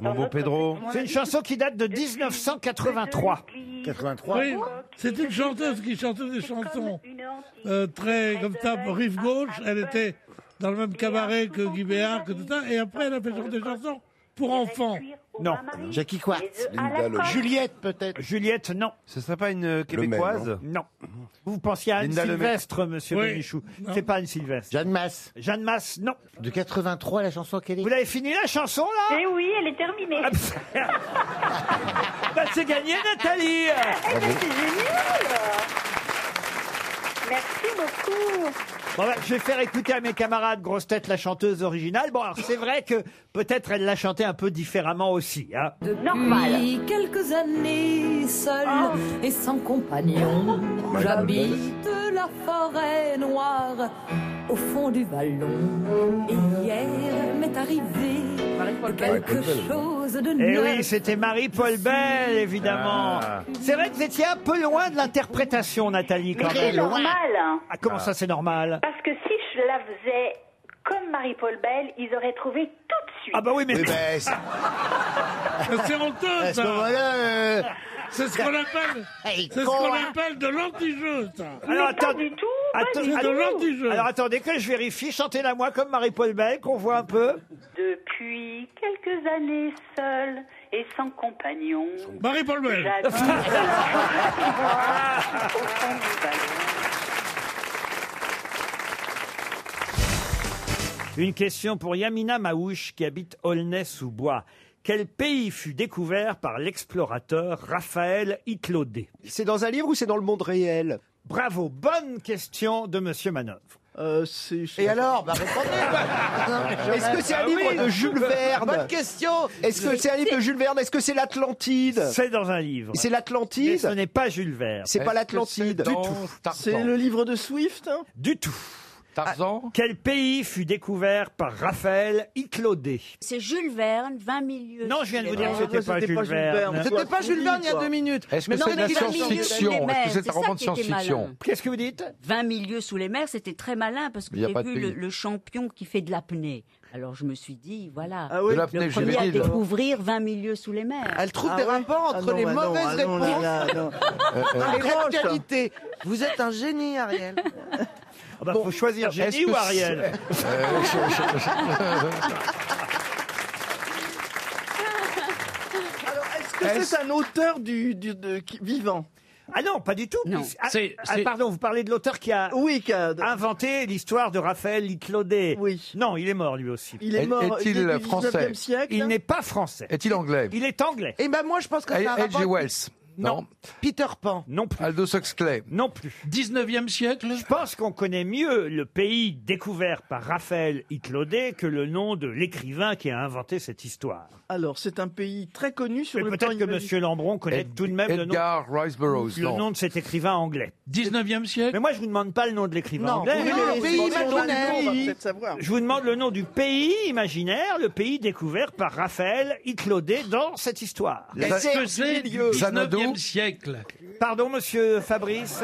[SPEAKER 9] mon beau Pedro.
[SPEAKER 2] C'est une chanson qui date de 1983.
[SPEAKER 1] 83.
[SPEAKER 19] Oui, c'est une chanteuse qui chantait des chansons euh, très comme ça, rive gauche. Elle était dans le même cabaret que Guy Béard, que tout ça. Et après, elle a fait chanter des chansons pour enfants.
[SPEAKER 2] Non.
[SPEAKER 1] Jackie Quartz.
[SPEAKER 19] Linda à la Logic. coque.
[SPEAKER 1] Juliette, peut-être.
[SPEAKER 2] Juliette, non.
[SPEAKER 9] Ce serait pas une euh, québécoise
[SPEAKER 2] Non. Vous pensiez à Anne
[SPEAKER 9] Linda Lemay.
[SPEAKER 2] Sylvestre, monsieur
[SPEAKER 9] Oui.
[SPEAKER 2] Bénichou.
[SPEAKER 9] Non.
[SPEAKER 2] C'est pas Anne Sylvestre.
[SPEAKER 1] Jeanne Masse.
[SPEAKER 2] Jeanne Masse, non.
[SPEAKER 1] De 83, la chanson qu'elle est. Vous
[SPEAKER 2] l'avez fini, la chanson, là
[SPEAKER 18] Eh oui, elle est terminée.
[SPEAKER 2] Bah, c'est gagné, Nathalie
[SPEAKER 18] Eh ben, C'est génial Merci beaucoup.
[SPEAKER 2] Bon, bah, je vais faire écouter à mes camarades Grosse Tête la chanteuse originale. Bon, alors c'est vrai que peut-être elle l'a chantée un peu différemment aussi. Hein.
[SPEAKER 21] Depuis quelques années, seul
[SPEAKER 10] Oh.
[SPEAKER 21] et sans compagnon,
[SPEAKER 2] Madame
[SPEAKER 21] j'habite la forêt noire au fond du vallon. Et hier m'est arrivé quelque chose de
[SPEAKER 2] Eh
[SPEAKER 21] neuf.
[SPEAKER 2] oui, c'était Marie-Paul Bell, évidemment.
[SPEAKER 21] Ah.
[SPEAKER 2] C'est vrai que vous étiez un peu loin de l'interprétation, Nathalie,
[SPEAKER 18] Mais
[SPEAKER 2] quand
[SPEAKER 18] c'est
[SPEAKER 2] même.
[SPEAKER 18] normal. hein.
[SPEAKER 2] Ah, comment ça, c'est normal
[SPEAKER 18] Parce que si je la faisais comme Marie-Paul Bell, ils auraient trouvé tout de suite.
[SPEAKER 2] Ah bah oui, mais...
[SPEAKER 19] C'est honteux,
[SPEAKER 18] À ce
[SPEAKER 19] ça.
[SPEAKER 18] moment-là, euh,
[SPEAKER 19] C'est ce qu'on appelle, c'est ce
[SPEAKER 18] con,
[SPEAKER 19] qu'on
[SPEAKER 18] hein.
[SPEAKER 19] appelle de l'anti-jeu, ça.
[SPEAKER 2] atten-
[SPEAKER 19] C'est de
[SPEAKER 2] atten-
[SPEAKER 19] l'anti-jeu.
[SPEAKER 2] alors attendez que je vérifie, chantez-la moi comme Marie-Paul Bell, qu'on voit un peu.
[SPEAKER 18] Depuis quelques années, seule et sans compagnon.
[SPEAKER 19] Marie-Paul Bell.
[SPEAKER 18] j'habite la forêt noire au fond du vallon.
[SPEAKER 2] Une question pour Yamina Maouche qui habite Aulnay-sous-Bois. Quel pays fut découvert par l'explorateur Raphaël Iclaudet C'est dans un livre ou c'est dans le monde réel Bravo, bonne question de Monsieur Manœuvre. Euh,
[SPEAKER 12] Et alors
[SPEAKER 2] bah,
[SPEAKER 22] Est-ce que c'est un livre de Jules Verne
[SPEAKER 12] Bonne question
[SPEAKER 22] Est-ce que c'est un livre de Jules Verne Est-ce que c'est l'Atlantide
[SPEAKER 2] C'est dans un livre.
[SPEAKER 22] C'est l'Atlantide
[SPEAKER 2] Mais ce n'est pas Jules Verne.
[SPEAKER 22] C'est pas Est-ce l'Atlantide. que c'est
[SPEAKER 2] Du
[SPEAKER 22] dans
[SPEAKER 2] tout.
[SPEAKER 22] Tarzan C'est
[SPEAKER 12] le livre de Swift
[SPEAKER 22] Hein
[SPEAKER 2] Du tout. Tarzan Ah, Quel pays fut découvert par Raphaël Iclaudet
[SPEAKER 17] C'est Jules Verne, 20 milieux.
[SPEAKER 2] Non, je viens de vous dire que c'était pas Jules Verne.
[SPEAKER 12] C'était pas Jules Verne il y a deux minutes.
[SPEAKER 2] Est-ce que
[SPEAKER 12] Mais non,
[SPEAKER 2] c'est de la
[SPEAKER 12] il a mis-
[SPEAKER 2] science-fiction
[SPEAKER 17] Sous les mers,
[SPEAKER 2] Est-ce que c'est un
[SPEAKER 17] ça
[SPEAKER 2] roman
[SPEAKER 17] qui
[SPEAKER 2] de
[SPEAKER 17] était
[SPEAKER 2] science-fiction
[SPEAKER 17] malin.
[SPEAKER 2] Qu'est-ce que vous dites
[SPEAKER 17] 20 milieux sous les mers, c'était très malin parce que
[SPEAKER 2] Il y a
[SPEAKER 17] j'ai
[SPEAKER 2] pas de
[SPEAKER 17] vu
[SPEAKER 2] pays.
[SPEAKER 17] le, le champion qui fait de l'apnée. Alors je me suis dit, voilà,
[SPEAKER 12] Ah oui. De l'apnée
[SPEAKER 17] le premier à
[SPEAKER 12] juvénile.
[SPEAKER 17] découvrir 20 milieux sous les mers.
[SPEAKER 12] Elle trouve des rapports entre les mauvaises réponses et
[SPEAKER 17] Euh, euh.
[SPEAKER 12] la qualité. Vous êtes un génie, Ariel.
[SPEAKER 2] Ah bah, faut choisir Jenny
[SPEAKER 16] Est-ce que
[SPEAKER 2] ou Ariel.
[SPEAKER 16] c'est-
[SPEAKER 23] Euh,
[SPEAKER 16] Euh,
[SPEAKER 23] Est-ce que c'est un auteur du, du- de- qui- vivant
[SPEAKER 2] Ah non, pas du tout. puisque- ah,
[SPEAKER 23] C'est-
[SPEAKER 2] ah,
[SPEAKER 23] c'est-
[SPEAKER 2] pardon, vous parlez de l'auteur qui a, inventé l'histoire de Raphaël Liclaudet. Oui. Non, il est mort lui aussi.
[SPEAKER 23] Il est Est- mort, il est
[SPEAKER 16] est-il du 19e français siècle
[SPEAKER 2] Il n'est pas français.
[SPEAKER 16] Est-il anglais
[SPEAKER 2] Il est anglais.
[SPEAKER 12] Et ben moi, je pense que c'est un rapport
[SPEAKER 16] H.G.
[SPEAKER 12] avec-
[SPEAKER 16] Wells. Non.
[SPEAKER 12] Peter Pan.
[SPEAKER 2] Non plus.
[SPEAKER 16] Aldous Huxley.
[SPEAKER 2] Non plus. 19e siècle Je pense qu'on connaît mieux le pays découvert par Raphaël Iclaudet que le nom de l'écrivain qui a inventé cette histoire.
[SPEAKER 23] Alors, c'est un pays très connu sur
[SPEAKER 2] Mais
[SPEAKER 23] le
[SPEAKER 2] peut-être
[SPEAKER 23] temps
[SPEAKER 2] que Monsieur Lambron connaît tout de même le nom-
[SPEAKER 16] Edgar Rice Burroughs.
[SPEAKER 2] Le
[SPEAKER 16] non.
[SPEAKER 2] nom de cet écrivain anglais. 19e siècle Mais moi, je vous demande pas le nom de l'écrivain
[SPEAKER 23] Non,
[SPEAKER 2] anglais.
[SPEAKER 23] oui, mais Non, le pays si on demande le imaginaire. nom, on va
[SPEAKER 2] Pays.
[SPEAKER 23] peut-être savoir.
[SPEAKER 2] Je vous demande le nom du pays imaginaire, le pays découvert par Raphaël Iclaudet dans cette histoire.
[SPEAKER 19] Est-ce que c'est du 19e siècle
[SPEAKER 2] Pardon, monsieur Fabrice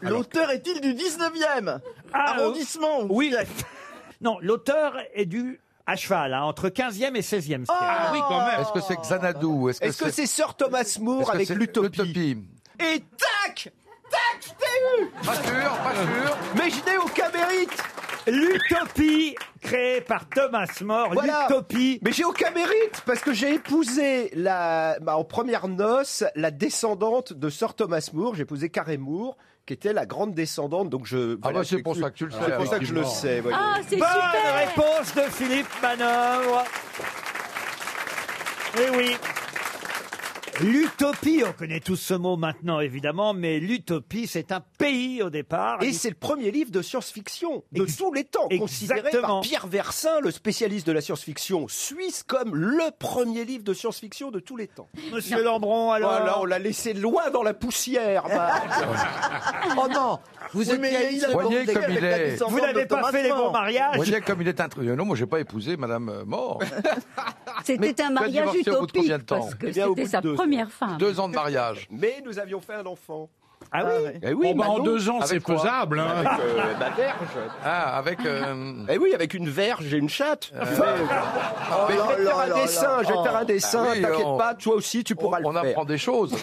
[SPEAKER 23] L'auteur est-il du 19e
[SPEAKER 2] arrondissement Ah, euh, Oui. Non, l'auteur est du à cheval, hein, entre 15e et 16e siècle.
[SPEAKER 16] Ah oui, quand même. Est-ce que c'est Xanadu Est-ce que Est-ce que c'est- c'est
[SPEAKER 2] Sir Thomas
[SPEAKER 16] Est-ce que c'est l'utopie
[SPEAKER 12] Et tac Tac, je t'ai eu
[SPEAKER 16] Pas sûr, pas sûr.
[SPEAKER 12] Mais je n'ai aucun mérite
[SPEAKER 2] L'utopie créée par Thomas More,
[SPEAKER 12] Voilà.
[SPEAKER 2] l'utopie.
[SPEAKER 12] Mais j'ai aucun mérite parce que j'ai épousé la, bah, en première noce la descendante de Sir Thomas Moore. J'ai épousé Carré Moore, qui était la grande descendante. Donc je.
[SPEAKER 16] bah, c'est pour ça que tu le sais,
[SPEAKER 12] Ah, C'est pour ça que je le
[SPEAKER 16] effectivement.
[SPEAKER 12] sais. voyez.
[SPEAKER 2] Ah, c'est Bonne super réponse de Philippe Manœuvre. Eh oui. L'utopie, on connaît tous ce mot maintenant évidemment, mais l'utopie c'est un pays au départ.
[SPEAKER 12] Et c'est le premier livre de science-fiction de tous les temps, considéré
[SPEAKER 2] Exactement.
[SPEAKER 12] par Pierre Versin, le spécialiste de la science-fiction suisse, comme le premier livre de science-fiction de tous les temps.
[SPEAKER 2] Monsieur Lambron, alors
[SPEAKER 12] Voilà, on l'a laissé loin dans la poussière. bah.
[SPEAKER 23] Oh non
[SPEAKER 12] Vous
[SPEAKER 23] Oui, mais il a
[SPEAKER 16] Voyez
[SPEAKER 23] commencé
[SPEAKER 16] comme
[SPEAKER 23] avec
[SPEAKER 16] il
[SPEAKER 23] la
[SPEAKER 16] est.
[SPEAKER 23] descendante de Thomas Mann.
[SPEAKER 16] Voyez comme il est intrus. Non, moi, j'ai pas épousé Madame euh, Mort.
[SPEAKER 22] C'était un
[SPEAKER 16] Tu as
[SPEAKER 22] mariage
[SPEAKER 16] divorcé au bout de
[SPEAKER 22] utopique
[SPEAKER 16] combien de temps
[SPEAKER 22] parce que
[SPEAKER 16] Eh bien, au
[SPEAKER 22] c'était
[SPEAKER 16] bout de
[SPEAKER 22] sa
[SPEAKER 16] deux.
[SPEAKER 22] première
[SPEAKER 17] Ah.
[SPEAKER 22] femme.
[SPEAKER 16] Deux ans de mariage.
[SPEAKER 12] Mais nous avions fait un enfant.
[SPEAKER 2] Ah
[SPEAKER 12] oui,
[SPEAKER 16] Eh oui,
[SPEAKER 12] bah
[SPEAKER 16] Manon.
[SPEAKER 12] non. Avec quoi
[SPEAKER 2] hein.
[SPEAKER 12] Avec euh, ma verge.
[SPEAKER 16] hein. Ah, avec. Euh,
[SPEAKER 12] Eh oui, avec une verge et une chatte. Mais- euh,
[SPEAKER 16] Oh,
[SPEAKER 12] Mais je vais te faire un dessin, je vais te
[SPEAKER 16] Ah,
[SPEAKER 12] faire un dessin, t'inquiète pas.
[SPEAKER 16] toi aussi, tu pourras bah on, le faire. On apprend des choses.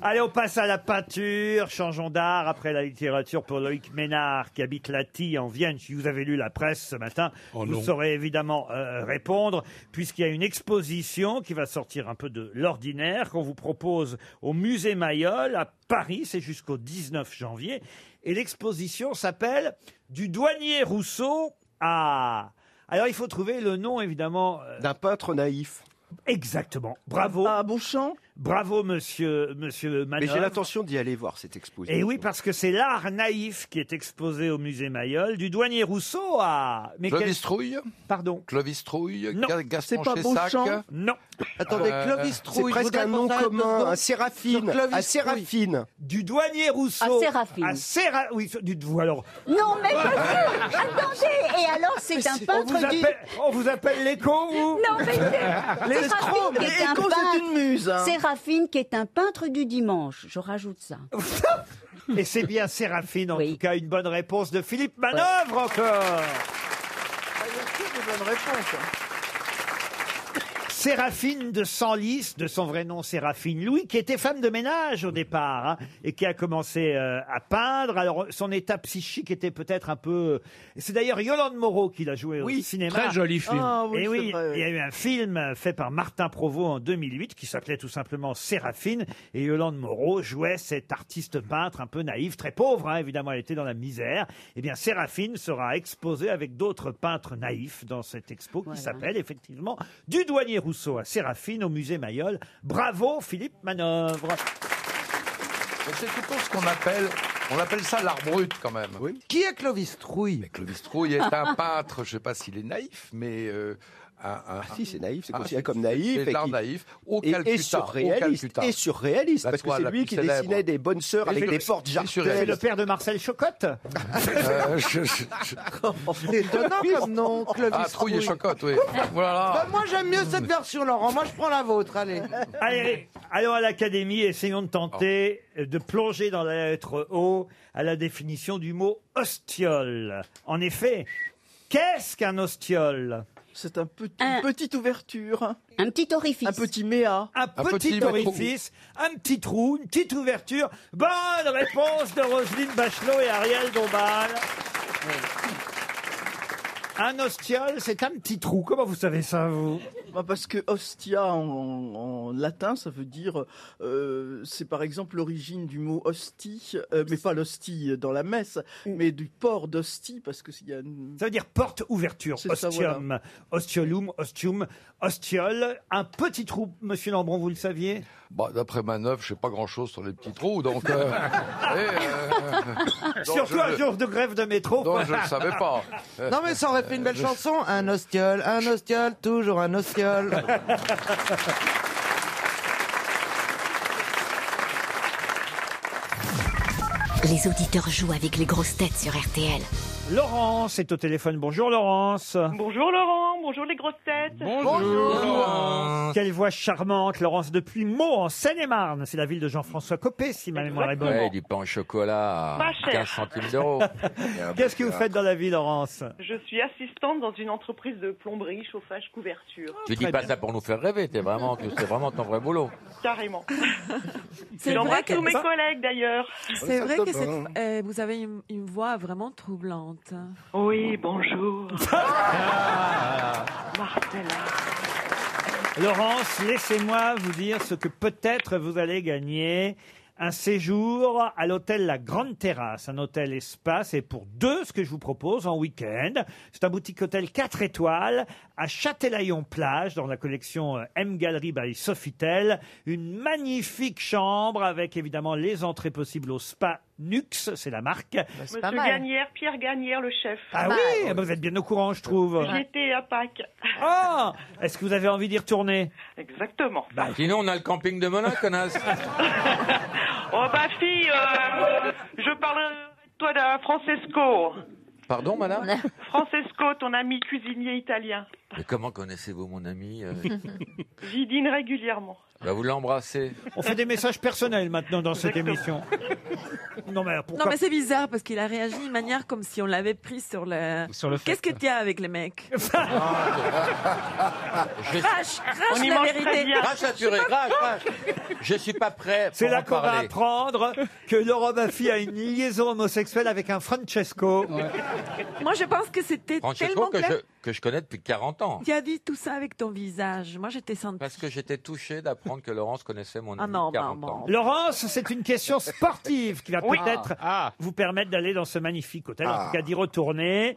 [SPEAKER 2] Allez, on passe à la peinture. Changeons d'art après la littérature pour Loïc Ménard qui habite la Tille en Vienne. Si vous avez lu la presse ce matin,
[SPEAKER 12] Oh
[SPEAKER 2] vous
[SPEAKER 19] non.
[SPEAKER 2] saurez évidemment euh, répondre puisqu'il y a une exposition qui va sortir un peu de l'ordinaire qu'on vous propose au musée Mayol à Paris. C'est jusqu'au 19 janvier. Et l'exposition s'appelle Du douanier Rousseau à... Alors il faut trouver le nom évidemment... euh,
[SPEAKER 12] D'un peintre naïf.
[SPEAKER 2] Exactement. Bravo.
[SPEAKER 23] Ah, Beauchamp
[SPEAKER 2] Bravo monsieur, monsieur
[SPEAKER 12] Mais j'ai
[SPEAKER 2] Manœuvre.
[SPEAKER 12] l'intention d'y aller voir cette exposition.
[SPEAKER 2] Et Eh oui, parce que c'est l'art naïf qui est exposé au musée Mayol, du douanier Rousseau à. Mais
[SPEAKER 16] Clovis
[SPEAKER 2] quel-
[SPEAKER 16] Trouille
[SPEAKER 2] Pardon.
[SPEAKER 16] Clovis Trouille
[SPEAKER 2] Non.
[SPEAKER 16] Ga- Gaston
[SPEAKER 2] C'est pas
[SPEAKER 16] Chessac
[SPEAKER 2] Beauchamp Non.
[SPEAKER 12] Attendez, Clovis Trouille, C'est presque je voudrais un nom qu'on s'arrête deux commun, secondes. un Séraphine, Sur Clovis un Séraphine. Trouille.
[SPEAKER 2] Du douanier Rousseau.
[SPEAKER 22] À Séraphine.
[SPEAKER 2] À Séra- Oui, sur- du. ou Alors.
[SPEAKER 22] Non, mais pas sûr. Attendez, et alors c'est un
[SPEAKER 2] On vous
[SPEAKER 22] peintre du...
[SPEAKER 2] appelle, on vous appelle les cons, vous
[SPEAKER 22] Non, mais c'est-
[SPEAKER 2] Les
[SPEAKER 22] Séraphine
[SPEAKER 2] escrocs,
[SPEAKER 22] qui
[SPEAKER 2] mais
[SPEAKER 22] est un
[SPEAKER 2] Eco, c'est
[SPEAKER 22] peintre-
[SPEAKER 2] une muse, hein.
[SPEAKER 22] Séraphine qui est un peintre du dimanche, je rajoute ça.
[SPEAKER 2] Et c'est bien Séraphine, en tout cas, une bonne réponse de Philippe Manœuvre encore. hein. Séraphine de Senlis, de son vrai nom Séraphine Louis, qui était femme de ménage au départ hein, et qui a commencé euh, à peindre. Alors son état psychique était peut-être un peu. C'est d'ailleurs Yolande Moreau qui l'a joué au
[SPEAKER 19] Oui,
[SPEAKER 2] cinéma.
[SPEAKER 19] très joli film. Ah oui,
[SPEAKER 2] et
[SPEAKER 19] c'est
[SPEAKER 2] oui,
[SPEAKER 19] vrai, oui.
[SPEAKER 2] il y a eu un film fait par Martin Provost en 2008 qui s'appelait tout simplement Séraphine et Yolande Moreau jouait cet artiste peintre un peu naïf, très pauvre hein, évidemment, elle était dans la misère. Eh bien Séraphine sera exposée avec d'autres peintres naïfs dans cette expo qui s'appelle effectivement Du douanier Rousseau à Séraphine au musée Mayol. Bravo Philippe Manœuvre.
[SPEAKER 16] Mais C'est plutôt ce qu'on appelle. On appelle ça l'art brut quand même.
[SPEAKER 12] Qui est Clovis Trouille
[SPEAKER 16] Clovis Trouille est un peintre, je ne sais pas s'il est naïf, mais. euh, un, un-
[SPEAKER 12] Ah si, c'est naïf, c'est
[SPEAKER 16] Ah,
[SPEAKER 12] considéré
[SPEAKER 16] c'est-
[SPEAKER 12] comme naïf.
[SPEAKER 16] c'est de l'art
[SPEAKER 12] qui-
[SPEAKER 16] naïf au
[SPEAKER 12] et- et
[SPEAKER 16] Calcutta, au
[SPEAKER 12] surréaliste,
[SPEAKER 16] Calcutta.
[SPEAKER 12] Et surréaliste,
[SPEAKER 16] La
[SPEAKER 12] parce que
[SPEAKER 16] toile
[SPEAKER 12] c'est
[SPEAKER 16] la
[SPEAKER 12] lui
[SPEAKER 16] plus
[SPEAKER 12] qui
[SPEAKER 16] célèbre.
[SPEAKER 12] dessinait des bonnes sœurs
[SPEAKER 16] Et
[SPEAKER 12] avec
[SPEAKER 16] c'est-
[SPEAKER 12] des portes
[SPEAKER 16] c'est
[SPEAKER 2] C'est le
[SPEAKER 12] jartelles.
[SPEAKER 2] père de Marcel Chocotte
[SPEAKER 16] Euh, je- je- je-
[SPEAKER 12] C'est étonnant
[SPEAKER 19] comme nom, Clovis
[SPEAKER 16] Ah, Trouille et
[SPEAKER 19] Trouille.
[SPEAKER 16] Chocotte, oui.
[SPEAKER 19] Bah,
[SPEAKER 16] Voilà.
[SPEAKER 19] moi j'aime mieux cette version, Laurent. Moi je prends la vôtre, allez.
[SPEAKER 2] Allez, allons à l'académie, essayons de tenter euh, de plonger dans la lettre O à la définition du mot ostiole. En effet, qu'est-ce qu'un ostiole
[SPEAKER 12] C'est un petit- une petite ouverture.
[SPEAKER 17] Un petit orifice.
[SPEAKER 12] Un petit méa.
[SPEAKER 2] Un petit, orifice, un petit trou, une petite ouverture. Bonne réponse de Roselyne Bachelot et Ariel Dombal. Un ostiole, c'est un petit trou. Comment vous savez ça, vous
[SPEAKER 12] Bah, Parce que hostia en, en latin, ça veut dire. euh, c'est par exemple l'origine du mot hostie, euh, mais pas l'hostie dans la messe, mais du port d'hostie, parce que s'il y a une.
[SPEAKER 2] Ça veut dire porte ouverture,
[SPEAKER 12] C'est ça,
[SPEAKER 2] ostium,
[SPEAKER 12] voilà.
[SPEAKER 2] ostiolum, ostium, ostiole, un petit trou. Monsieur Lambron, vous le saviez
[SPEAKER 16] Bah, D'après Manœuvre, je sais pas grand-chose sur les petits trous, donc... euh, donc
[SPEAKER 2] Surtout
[SPEAKER 16] je
[SPEAKER 2] un
[SPEAKER 16] le-
[SPEAKER 2] jour de grève de métro.
[SPEAKER 16] Donc je ne savais pas.
[SPEAKER 24] Non mais ça aurait fait une belle chanson. Un ostiole, un ostiole, toujours un ostiole.
[SPEAKER 25] Les auditeurs jouent avec les grosses têtes sur RTL.
[SPEAKER 2] Laurence est au téléphone. Bonjour Laurence.
[SPEAKER 10] Bonjour Laurent, bonjour les grosses têtes.
[SPEAKER 2] Quelle voix charmante, Laurence, depuis Meaux, en Seine-et-Marne. C'est la ville de Jean-François Copé, si ma mémoire est bonne.
[SPEAKER 6] Ouais, du pain au chocolat à
[SPEAKER 10] Pas cher.
[SPEAKER 6] 15 centimes d'euros.
[SPEAKER 2] Qu'est-ce que vous faites dans la vie, Laurence
[SPEAKER 10] Je suis assistante dans une entreprise de plomberie, chauffage, couverture.
[SPEAKER 6] Tu dis
[SPEAKER 2] Très
[SPEAKER 6] pas
[SPEAKER 2] bien.
[SPEAKER 6] ça pour nous faire rêver, t'es vraiment, c'est vraiment ton vrai boulot.
[SPEAKER 10] Carrément.
[SPEAKER 8] C'est vrai
[SPEAKER 2] Bah,
[SPEAKER 10] J'embrasse
[SPEAKER 8] que-
[SPEAKER 10] tous mes collègues d'ailleurs.
[SPEAKER 8] C'est vrai que c'est-
[SPEAKER 2] hein.
[SPEAKER 8] euh, vous avez une, une voix vraiment troublante.
[SPEAKER 10] Oui, bonjour.
[SPEAKER 8] Ah.
[SPEAKER 2] Laurence, laissez-moi vous dire ce que peut-être vous allez gagner. Un séjour à l'hôtel La Grande Terrasse, un hôtel espace, et pour deux, ce que je vous propose en week-end. C'est un boutique hôtel 4 étoiles à Châtelaillon-Plage, dans la collection euh, M Gallery by Sofitel. Une magnifique chambre avec évidemment les entrées possibles au spa Nux, c'est la marque.
[SPEAKER 8] Bah,
[SPEAKER 10] Monsieur Gagnère, Pierre Gagnère, le chef.
[SPEAKER 2] Ah oui, ah bah vous êtes bien au courant, je trouve.
[SPEAKER 10] J'étais à Pâques.
[SPEAKER 2] Ah Est-ce que vous avez envie d'y retourner
[SPEAKER 10] Exactement.
[SPEAKER 6] Sinon, on a le camping de Monaco, connasse.
[SPEAKER 2] Ah.
[SPEAKER 10] Oh bah fille, euh, je parlerai de toi de Francesco.
[SPEAKER 6] Pardon, madame
[SPEAKER 10] Francesco, ton ami cuisinier italien.
[SPEAKER 6] Mais comment connaissez-vous mon ami euh
[SPEAKER 10] J'y dîne régulièrement.
[SPEAKER 6] Bah, Vous l'embrassez.
[SPEAKER 2] On fait des messages personnels maintenant dans cette émission. Non mais alors, pourquoi
[SPEAKER 8] Non mais c'est bizarre parce qu'il a réagi d'une manière comme si on l'avait pris sur le.
[SPEAKER 2] Sur le fait.
[SPEAKER 8] Qu'est-ce que t'as avec les mecs Crash,
[SPEAKER 6] On
[SPEAKER 8] crash
[SPEAKER 6] y
[SPEAKER 8] la
[SPEAKER 6] mange très
[SPEAKER 8] vérité.
[SPEAKER 6] bien. Crache la purée,
[SPEAKER 8] Je sais pas-
[SPEAKER 6] crache, Je suis pas prêt.
[SPEAKER 2] C'est
[SPEAKER 6] pour
[SPEAKER 2] là
[SPEAKER 6] en
[SPEAKER 2] qu'on va
[SPEAKER 6] parler.
[SPEAKER 2] apprendre que Laurent Baffy a une liaison homosexuelle avec un Francesco.
[SPEAKER 8] Moi je pense que c'était
[SPEAKER 6] Francesco,
[SPEAKER 8] tellement
[SPEAKER 6] que
[SPEAKER 8] clair.
[SPEAKER 6] je, que je connais depuis 40 ans.
[SPEAKER 8] Tu as dit tout ça avec ton visage. Moi j'étais sentie.
[SPEAKER 6] Parce que j'étais touché d'apprendre que Laurence connaissait mon
[SPEAKER 8] Ah
[SPEAKER 6] ami
[SPEAKER 8] non,
[SPEAKER 6] de 40
[SPEAKER 8] maman.
[SPEAKER 6] ans.
[SPEAKER 2] Laurence, Ah. c'est une question sportive qui va
[SPEAKER 6] Oui.
[SPEAKER 2] peut-être vous permettre d'aller dans ce magnifique hôtel, en
[SPEAKER 6] Ah.
[SPEAKER 2] tout cas d'y retourner.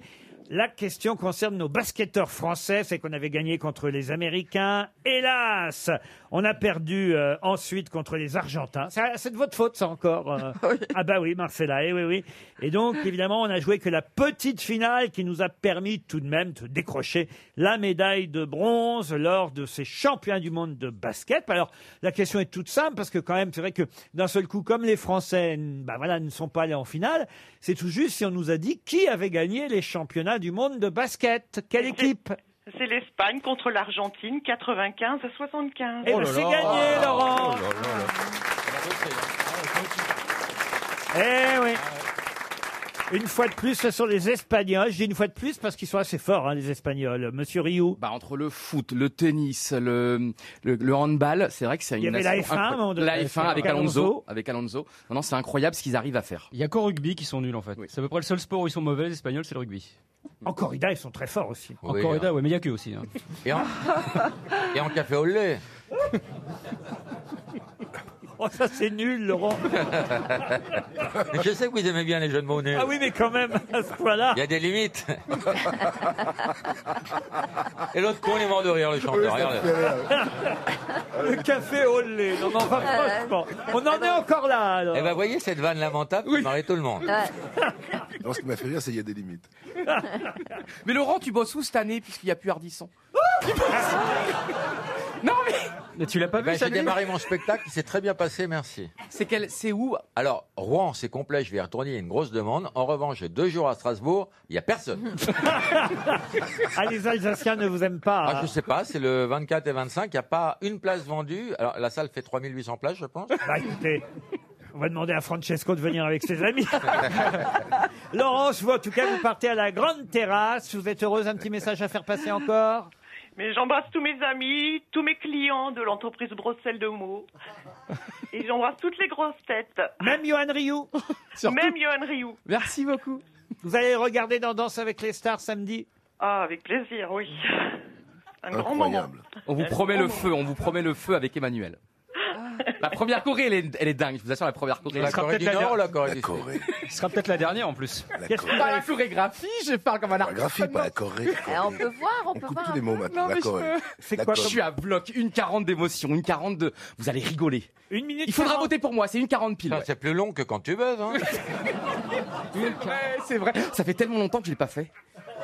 [SPEAKER 2] La question concerne nos basketteurs français, c'est qu'on avait gagné contre les Américains. Hélas, on a perdu euh, ensuite contre les Argentins. Ça, C'est de votre faute, ça encore. euh. ah bah oui, Marcella, eh oui, oui. Et donc, évidemment, on a joué que la petite finale qui nous a permis tout de même de décrocher la médaille de bronze lors de ces champions du monde de basket. Alors, la question est toute simple parce que quand même, c'est vrai que d'un seul coup, comme les Français, bah voilà, ne sont pas allés en finale, c'est tout juste si on nous a dit qui avait gagné les championnats du monde de basket. Quelle équipe
[SPEAKER 10] C'est l'Espagne contre l'Argentine, 95 à 75.
[SPEAKER 2] Eh ben, c'est gagné, Laurent Eh oui une fois de plus, ce sont les Espagnols. Je dis une fois de plus parce qu'ils sont assez forts, hein, les Espagnols. Monsieur Rioux.
[SPEAKER 4] Bah, entre le foot, le tennis, le, le, le handball, c'est vrai que c'est
[SPEAKER 2] Il y
[SPEAKER 4] une
[SPEAKER 2] avait la
[SPEAKER 4] nation
[SPEAKER 2] F1 à un
[SPEAKER 4] incroyable.
[SPEAKER 2] moment donné.
[SPEAKER 4] La F1 avec
[SPEAKER 5] Avec Alonso.
[SPEAKER 4] Alonso. Avec Alonso. Non, non, c'est incroyable ce qu'ils arrivent à faire.
[SPEAKER 5] Il y a qu'au rugby qui sont nuls en fait. C'est à peu près le seul sport où ils sont mauvais, les Espagnols, c'est le rugby.
[SPEAKER 2] En corrida, ils sont très forts aussi.
[SPEAKER 5] En corrida, ouais, mais il y a que aussi. hein.
[SPEAKER 6] Et en, et en café au lait.
[SPEAKER 2] Oh, ça c'est nul, Laurent.
[SPEAKER 6] Mais je sais que vous aimez bien les jeunes mots nuls.
[SPEAKER 2] Ah oui, mais quand même, à ce point-là.
[SPEAKER 6] Il y a des limites. Et l'autre con, il est mort de rire, le chanteur. Regardez.
[SPEAKER 2] Le café au lait. Non, mais enfin,
[SPEAKER 6] Euh,
[SPEAKER 2] franchement, on en est encore là. Alors.
[SPEAKER 6] Eh ben, voyez cette vanne lamentable qui marrait tout le monde.
[SPEAKER 3] Non, ce qui m'a fait rire, c'est qu'il y a des limites.
[SPEAKER 4] Mais Laurent, tu bosses où cette année puisqu'il n'y a plus Ardisson Non mais
[SPEAKER 6] Mais tu l'as pas
[SPEAKER 4] vu, ça,
[SPEAKER 6] Eh ben, J'ai
[SPEAKER 4] lui
[SPEAKER 6] démarré mon spectacle, il s'est très bien passé, merci.
[SPEAKER 4] c'est quel, c'est où
[SPEAKER 6] Alors, Rouen, c'est complet, je vais y retourner, il y a une grosse demande. En revanche, j'ai deux jours à Strasbourg, il n'y a personne.
[SPEAKER 2] Ah, les Alsaciens ne vous aiment pas. hein.
[SPEAKER 6] Ah, je sais pas, c'est le 24 et 25, il n'y a pas une place vendue. Alors, la salle fait 3800 places, je pense.
[SPEAKER 2] Bah, écoutez, On va demander à Francesco de venir avec ses amis. Laurence, vous, en tout cas, vous partez à la grande terrasse. Vous êtes heureuse, un petit message à faire passer encore
[SPEAKER 10] Mais j'embrasse tous mes amis, tous mes clients de l'entreprise Bruxelles de Meaux. Et j'embrasse toutes les grosses têtes.
[SPEAKER 2] Même Johan Rioux
[SPEAKER 10] Même Johan Rioux.
[SPEAKER 2] Merci beaucoup. Vous allez regarder dans Danse avec les stars samedi
[SPEAKER 10] Ah, avec plaisir, oui. Un grand moment.
[SPEAKER 20] Incroyable. On vous promet le feu, on vous promet le feu avec Emmanuel. La première Corée, elle est, elle est dingue, je vous assure, la première Corée.
[SPEAKER 5] La Corée du Nord ou la Corée
[SPEAKER 20] du
[SPEAKER 5] Ce sera peut-être la dernière en plus.
[SPEAKER 20] Qu'est-ce que-
[SPEAKER 5] Pas la chorégraphie, je parle comme un
[SPEAKER 20] La graphie,
[SPEAKER 5] artiste.
[SPEAKER 20] pas la Corée.
[SPEAKER 7] Eh, on peut voir, on, peut voir.
[SPEAKER 20] tous les mots maintenant, la Corée.
[SPEAKER 7] C'est quoi
[SPEAKER 20] Je suis à bloc, une 40 d'émotion, une 40 de... Vous allez rigoler.
[SPEAKER 2] Une minute
[SPEAKER 20] Il faudra voter pour moi, c'est une 40 pile. C'est plus long que quand tu hein. baises. c'est vrai, ça fait tellement longtemps que je l'ai pas fait.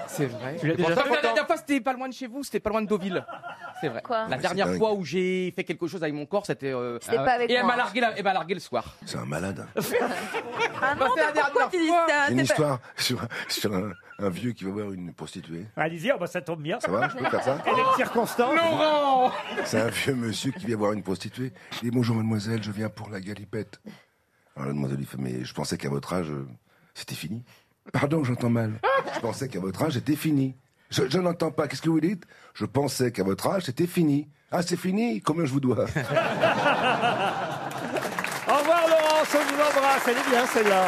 [SPEAKER 20] C'est vrai.
[SPEAKER 4] Tu l'as déjà
[SPEAKER 20] Enfin,
[SPEAKER 4] fait
[SPEAKER 20] La dernière fois, c'était pas loin de chez vous, c'était pas loin de Deauville. Ah, C'est vrai.
[SPEAKER 7] Quoi
[SPEAKER 20] la
[SPEAKER 7] Ouais,
[SPEAKER 20] dernière
[SPEAKER 7] c'est dingue.
[SPEAKER 20] fois où j'ai fait quelque chose avec mon corps, c'était. euh,
[SPEAKER 7] C'était
[SPEAKER 20] ah
[SPEAKER 7] pas
[SPEAKER 20] ouais.
[SPEAKER 7] avec
[SPEAKER 20] Et elle
[SPEAKER 7] moi.
[SPEAKER 20] m'a largué, la- elle m'a largué le soir. C'est un malade.
[SPEAKER 7] Ah non, mais pourquoi tu dis ça
[SPEAKER 3] J'ai une
[SPEAKER 7] Ah, C'est pas-
[SPEAKER 3] histoire sur, sur un, un vieux qui va voir une prostituée.
[SPEAKER 2] Allez-y, oh, bah, ça tombe bien.
[SPEAKER 3] Ça va, je peux faire ça
[SPEAKER 2] Et les circonstances
[SPEAKER 20] Laurent
[SPEAKER 3] C'est un vieux monsieur qui vient voir une prostituée. Il dit Bonjour mademoiselle, je viens pour la galipette. Alors la demoiselle lui fait Mais je pensais qu'à votre âge, euh, c'était fini. Pardon, j'entends mal. Je pensais qu'à votre âge, c'était fini. Je, je n'entends pas. Qu'est-ce que vous dites Je pensais qu'à votre âge, c'était fini. Ah, c'est fini Combien je vous dois
[SPEAKER 2] Au revoir Laurence, on vous embrasse, elle est bien celle-là.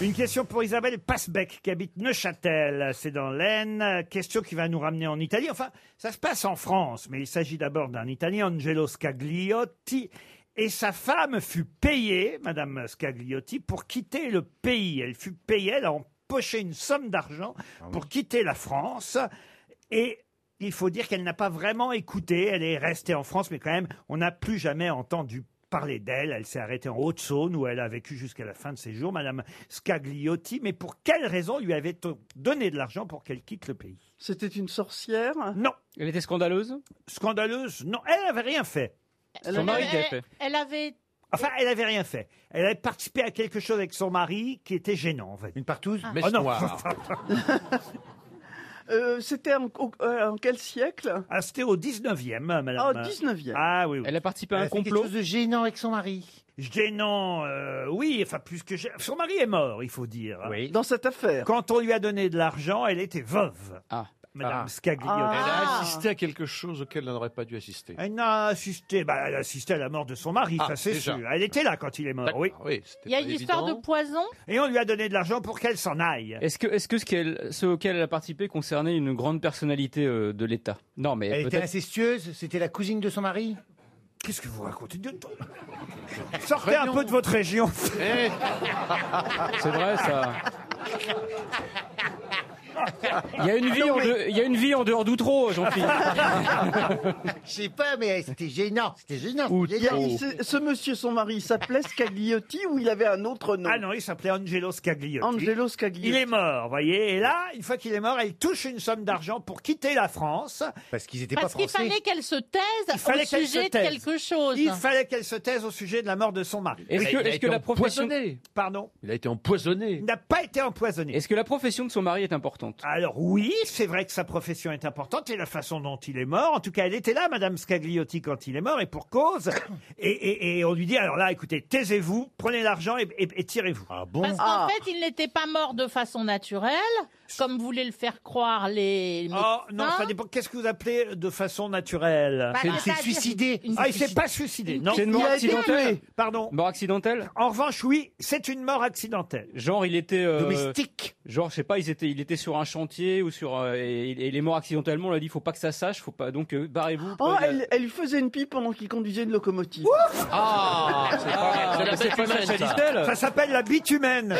[SPEAKER 2] Une question pour Isabelle Passbeck qui habite Neuchâtel, c'est dans l'Aisne. Question qui va nous ramener en Italie. Enfin, ça se passe en France, mais il s'agit d'abord d'un Italien, Angelo Scagliotti. Et sa femme fut payée, Madame Scagliotti, pour quitter le pays. Elle fut payée, elle a empoché une somme d'argent pour quitter la France. Et il faut dire qu'elle n'a pas vraiment écouté. Elle est restée en France, mais quand même, on n'a plus jamais entendu parler d'elle. Elle s'est arrêtée en Haute-Saône où elle a vécu jusqu'à la fin de ses jours, Madame Scagliotti. Mais pour quelle raison lui avait-on donné de l'argent pour qu'elle quitte le pays
[SPEAKER 12] C'était une sorcière
[SPEAKER 2] Non.
[SPEAKER 5] Elle était scandaleuse
[SPEAKER 2] Scandaleuse Non, elle n'avait rien fait.
[SPEAKER 5] Son mari qui a fait.
[SPEAKER 11] Elle avait.
[SPEAKER 2] Enfin, elle n'avait rien fait. Elle avait participé à quelque chose avec son mari qui était gênant, en fait. Oh, Une partouze
[SPEAKER 12] Mèche noire. Euh, C'était en, au- euh, en quel siècle
[SPEAKER 2] Ah, c'était au 19e, madame.
[SPEAKER 12] Ah, au 19e.
[SPEAKER 2] Ah oui, oui.
[SPEAKER 12] Elle a participé à
[SPEAKER 2] Elle
[SPEAKER 1] Euh,
[SPEAKER 12] un
[SPEAKER 2] fait quelque
[SPEAKER 12] complot
[SPEAKER 2] chose de gênant avec son mari. Gênant, euh, oui, enfin, plus que gê- Son mari est mort, il faut dire.
[SPEAKER 12] Dans cette affaire.
[SPEAKER 2] Quand on lui a donné de l'argent, elle était veuve.
[SPEAKER 14] Ah.
[SPEAKER 2] Madame Scagliotti.
[SPEAKER 12] Ah.
[SPEAKER 13] Elle a assisté à quelque chose auquel elle n'aurait pas dû assister.
[SPEAKER 2] Elle n'a assisté, bah, elle a assisté à la mort de son mari,
[SPEAKER 13] Ah,
[SPEAKER 2] ça c'est
[SPEAKER 13] déjà.
[SPEAKER 2] sûr. Elle était là quand il est mort, oui.
[SPEAKER 11] Il y a une histoire de poison.
[SPEAKER 2] Et on lui a donné de l'argent pour qu'elle s'en aille.
[SPEAKER 5] Est-ce que, est-ce que ce, qu'elle- ce auquel elle a participé concernait une grande personnalité euh, de l'État Non, mais
[SPEAKER 1] Elle était
[SPEAKER 5] peut-être-
[SPEAKER 1] incestueuse, c'était la cousine de son mari
[SPEAKER 2] Qu'est-ce que vous racontez de Sortez un peu de votre région.
[SPEAKER 5] Eh, C'est vrai, ça. Il y a une vie, en, de- il y a une vie en dehors d'Outreau, Jean-Philippe.
[SPEAKER 1] Je sais pas, mais c'était gênant. C'était gênant.
[SPEAKER 12] Il y a- il- ce, ce monsieur, son mari, il s'appelait Scagliotti ou il avait un autre nom
[SPEAKER 2] Ah non, il s'appelait Angelo Scagliotti.
[SPEAKER 12] Angelo Scagliotti.
[SPEAKER 2] Il est mort, voyez. Et là, une fois qu'il est mort, elle touche une somme d'argent pour quitter la France.
[SPEAKER 1] Parce qu'ils étaient
[SPEAKER 11] Parce qu'il fallait qu'elle se taise
[SPEAKER 2] Il fallait
[SPEAKER 11] au
[SPEAKER 2] qu'elle se
[SPEAKER 11] sujet de
[SPEAKER 2] taise.
[SPEAKER 11] quelque chose.
[SPEAKER 2] Il fallait qu'elle se taise au sujet de la mort de son mari.
[SPEAKER 5] Est-ce que, est-ce que la profession.
[SPEAKER 2] Pardon
[SPEAKER 5] Il a été empoisonné. Il
[SPEAKER 2] n'a pas été empoisonné.
[SPEAKER 5] Est-ce que la profession de son mari est importante
[SPEAKER 2] Alors oui, c'est vrai que sa profession est importante et la façon dont il est mort. En tout cas, elle était là, Madame Scagliotti, quand il est mort, et pour cause. Et, et- et on lui dit, alors là, écoutez, taisez-vous, prenez l'argent et, et- et tirez-vous. Ah bon
[SPEAKER 11] Parce qu'en fait, il n'était pas mort de façon naturelle, comme voulaient le faire croire les médecins.
[SPEAKER 2] Oh non, ça dépend. Qu'est-ce que vous appelez de façon naturelle
[SPEAKER 11] Hein Bah, C'est- c'est c'est-à-dire suicidé. une-
[SPEAKER 2] Ah, il s'est pas suicidé. Non,
[SPEAKER 5] C'est une mort
[SPEAKER 2] Il a été
[SPEAKER 5] accidentelle
[SPEAKER 2] tué. Pardon.
[SPEAKER 5] Mort accidentelle
[SPEAKER 2] En revanche, oui, c'est une mort accidentelle.
[SPEAKER 5] Genre, il était. euh,
[SPEAKER 2] Domestique.
[SPEAKER 5] Genre, je sais pas, il était, il était sur un chantier ou sur. euh, et, et il est mort accidentellement, on l'a dit, faut pas que ça sache, faut pas. Donc, euh, barrez-vous.
[SPEAKER 12] Oh,
[SPEAKER 5] prenez la-
[SPEAKER 12] elle, elle lui faisait une pipe pendant qu'il conduisait une locomotive.
[SPEAKER 5] Ah, c'est pas- Ah, c'est la c'est bête pas humaine, ça, ça. Christelle
[SPEAKER 2] Ça s'appelle la bitumen.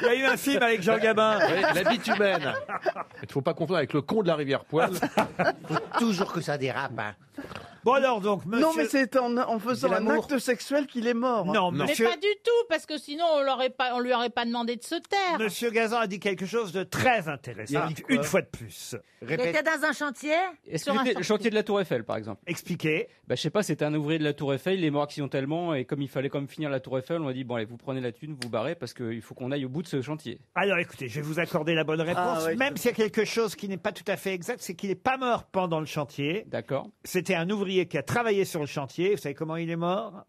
[SPEAKER 2] Il y a eu un film avec Jean Gabin.
[SPEAKER 13] Oui, la bitumen. Il ne faut pas confondre avec le con de la rivière Poil.
[SPEAKER 1] Toujours que ça dérape. hein.
[SPEAKER 2] Bon alors donc, monsieur...
[SPEAKER 12] Non, mais c'est en, en faisant
[SPEAKER 2] De
[SPEAKER 12] un
[SPEAKER 2] l'amour.
[SPEAKER 12] acte sexuel qu'il est mort.
[SPEAKER 2] Non,
[SPEAKER 11] Mais
[SPEAKER 2] monsieur-
[SPEAKER 11] pas du tout, parce que sinon on l'aurait pas, on lui aurait pas demandé de se taire.
[SPEAKER 2] Monsieur Gazan a dit quelque chose de très intéressant.
[SPEAKER 5] Il a dit quoi
[SPEAKER 2] Une fois de plus.
[SPEAKER 14] Il était dans un chantier
[SPEAKER 5] Est-ce que c'était le chantier de la Tour Eiffel, par exemple
[SPEAKER 2] Expliquez.
[SPEAKER 5] Bah, je sais pas, c'était un ouvrier de la Tour Eiffel, il est mort accidentellement, et comme il fallait comme finir la Tour Eiffel, on a dit, bon allez, vous prenez la thune, vous barrez, parce qu'il faut qu'on aille au bout de ce chantier.
[SPEAKER 2] Alors écoutez, je vais vous accorder la bonne réponse,
[SPEAKER 5] Ah, ouais.
[SPEAKER 2] même s'il y a quelque chose qui n'est pas tout à fait exact, c'est qu'il n'est pas mort pendant le chantier.
[SPEAKER 5] D'accord.
[SPEAKER 2] C'était un ouvrier qui a travaillé sur le chantier. Vous savez comment il est mort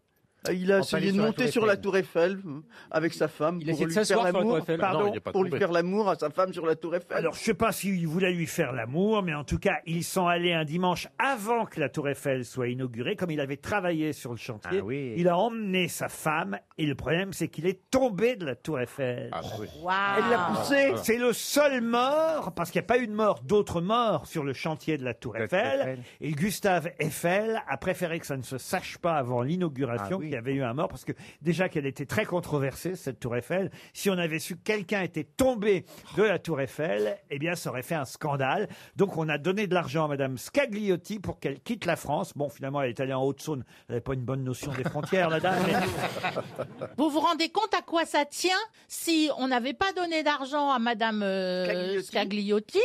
[SPEAKER 12] Ah, Il a essayé de monter sur la Tour Eiffel euh, avec sa femme
[SPEAKER 2] a
[SPEAKER 12] pour
[SPEAKER 2] essayé de
[SPEAKER 12] lui
[SPEAKER 2] s'asseoir
[SPEAKER 12] faire
[SPEAKER 2] sur la Tour
[SPEAKER 12] l'amour.
[SPEAKER 2] Eiffel.
[SPEAKER 12] Pardon,
[SPEAKER 2] Non, il a pas
[SPEAKER 12] pour lui
[SPEAKER 2] tombé.
[SPEAKER 12] faire l'amour à sa femme sur la Tour Eiffel.
[SPEAKER 2] Alors, je sais pas s'il voulait lui faire l'amour, mais en tout cas, ils sont allés un dimanche avant que la Tour Eiffel soit inaugurée, comme il avait travaillé sur le
[SPEAKER 5] Ah
[SPEAKER 2] chantier. Il a emmené sa femme, et le problème, c'est qu'il est tombé de la Tour Eiffel.
[SPEAKER 5] Ah,
[SPEAKER 12] Elle l'a poussé.
[SPEAKER 2] C'est le seul mort, parce qu'il n'y a pas eu de mort, d'autres morts sur le chantier de la Tour Eiffel. Et Gustave Eiffel a préféré que ça ne se sache pas avant l'inauguration qu'il y avait eu un mort, parce que déjà qu'elle était très controversée, cette Tour Eiffel. Si on avait su que quelqu'un était tombé de la Tour Eiffel, eh bien, ça aurait fait un scandale. Donc, on a donné de l'argent à Madame Scagliotti pour qu'elle quitte la France. Bon, finalement, elle est allée en Haute-Saône. Elle n'avait pas une bonne notion des frontières, la dame. mais-
[SPEAKER 11] Vous vous rendez compte à quoi ça tient si on n'avait pas donné d'argent à Madame euh, Scagliotti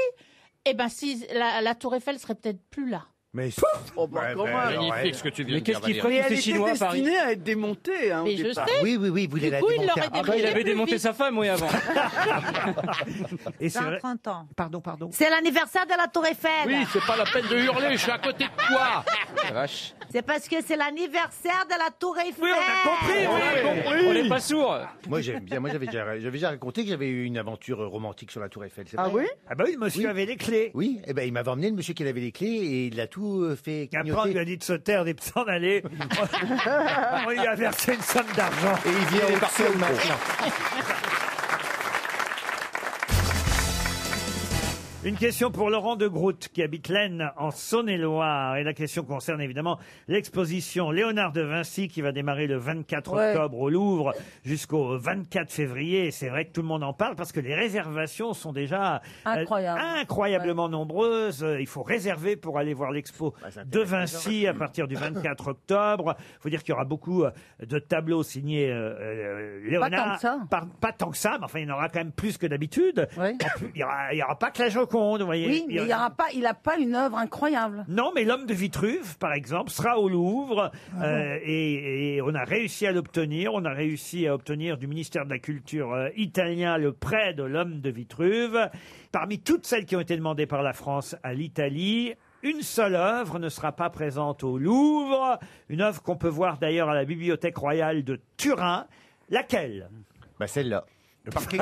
[SPEAKER 11] Eh ben, si la, la Tour Eiffel serait peut-être plus là.
[SPEAKER 1] Mais
[SPEAKER 12] oh, bah,
[SPEAKER 1] Ouais,
[SPEAKER 12] comment
[SPEAKER 1] bah,
[SPEAKER 12] alors,
[SPEAKER 1] magnifique
[SPEAKER 12] ouais.
[SPEAKER 1] ce que tu viens Mais de dire, qu'est-ce qu'il ferait
[SPEAKER 12] Mais
[SPEAKER 1] tous
[SPEAKER 12] elle
[SPEAKER 1] ces
[SPEAKER 12] était
[SPEAKER 1] Chinois à Paris
[SPEAKER 12] destinée à être démontée. Hein, au
[SPEAKER 1] Mais je
[SPEAKER 12] départ.
[SPEAKER 1] sais. Oui, oui, oui, vous Du l'avez coup, il démontée l'aurait avant.
[SPEAKER 5] Après, il avait démonté sa femme, oui, avant.
[SPEAKER 2] Et
[SPEAKER 14] Dans 30 ans.
[SPEAKER 2] Pardon, pardon.
[SPEAKER 14] C'est l'anniversaire de la Tour Eiffel.
[SPEAKER 13] Oui, c'est pas la peine de hurler, je suis à côté de toi. Vache.
[SPEAKER 14] C'est parce que c'est l'anniversaire de la Tour Eiffel. Oui,
[SPEAKER 13] on a compris, oui.
[SPEAKER 5] On n'est pas sourds.
[SPEAKER 1] Moi, j'aime bien. Moi, j'avais déjà, j'avais déjà raconté que j'avais eu une aventure romantique sur la Tour Eiffel. c'est
[SPEAKER 2] Ah
[SPEAKER 1] vrai
[SPEAKER 2] oui
[SPEAKER 1] Ah
[SPEAKER 2] bah oui, monsieur avait les clés.
[SPEAKER 1] Oui, et ben il m'avait emmené le monsieur qui avait les clés et il a tout euh, fait
[SPEAKER 2] Et après, on lui a
[SPEAKER 1] clignoter.
[SPEAKER 2] dit de se taire et de s'en aller. on lui a versé une somme d'argent.
[SPEAKER 1] Et il vient au sol maintenant.
[SPEAKER 2] Une question pour Laurent de Groot, qui habite l'Aisne, en Saône-et-Loire. Et la question concerne évidemment l'exposition Léonard de Vinci, qui va démarrer le 24
[SPEAKER 15] Ouais.
[SPEAKER 2] octobre au Louvre jusqu'au 24 février. Et C'est vrai que tout le monde en parle parce que les réservations sont déjà euh, incroyablement nombreuses. Euh, Il faut réserver pour aller voir l'expo
[SPEAKER 1] Bah,
[SPEAKER 2] de Vinci à partir du 24 octobre. Il faut dire qu'il y aura beaucoup euh, de tableaux signés euh, euh, Léonard.
[SPEAKER 9] tant que ça.
[SPEAKER 2] Par- pas tant que ça, mais enfin, il y en aura quand même plus que d'habitude. En plus, Il n'y aura, il y aura pas que la Joconde, vous voyez.
[SPEAKER 9] Oui, mais il y aura pas, il a pas une œuvre incroyable.
[SPEAKER 2] Non, mais l'homme de Vitruve, par exemple, sera au Louvre euh, et, et on a réussi à l'obtenir. On a réussi à obtenir du ministère de la Culture euh, italien le prêt de l'homme de Vitruve. Parmi toutes celles qui ont été demandées par la France à l'Italie, une seule œuvre ne sera pas présente au Louvre, une œuvre qu'on peut voir d'ailleurs à la Bibliothèque royale de Turin. Laquelle
[SPEAKER 1] Bah celle-là. Le parking.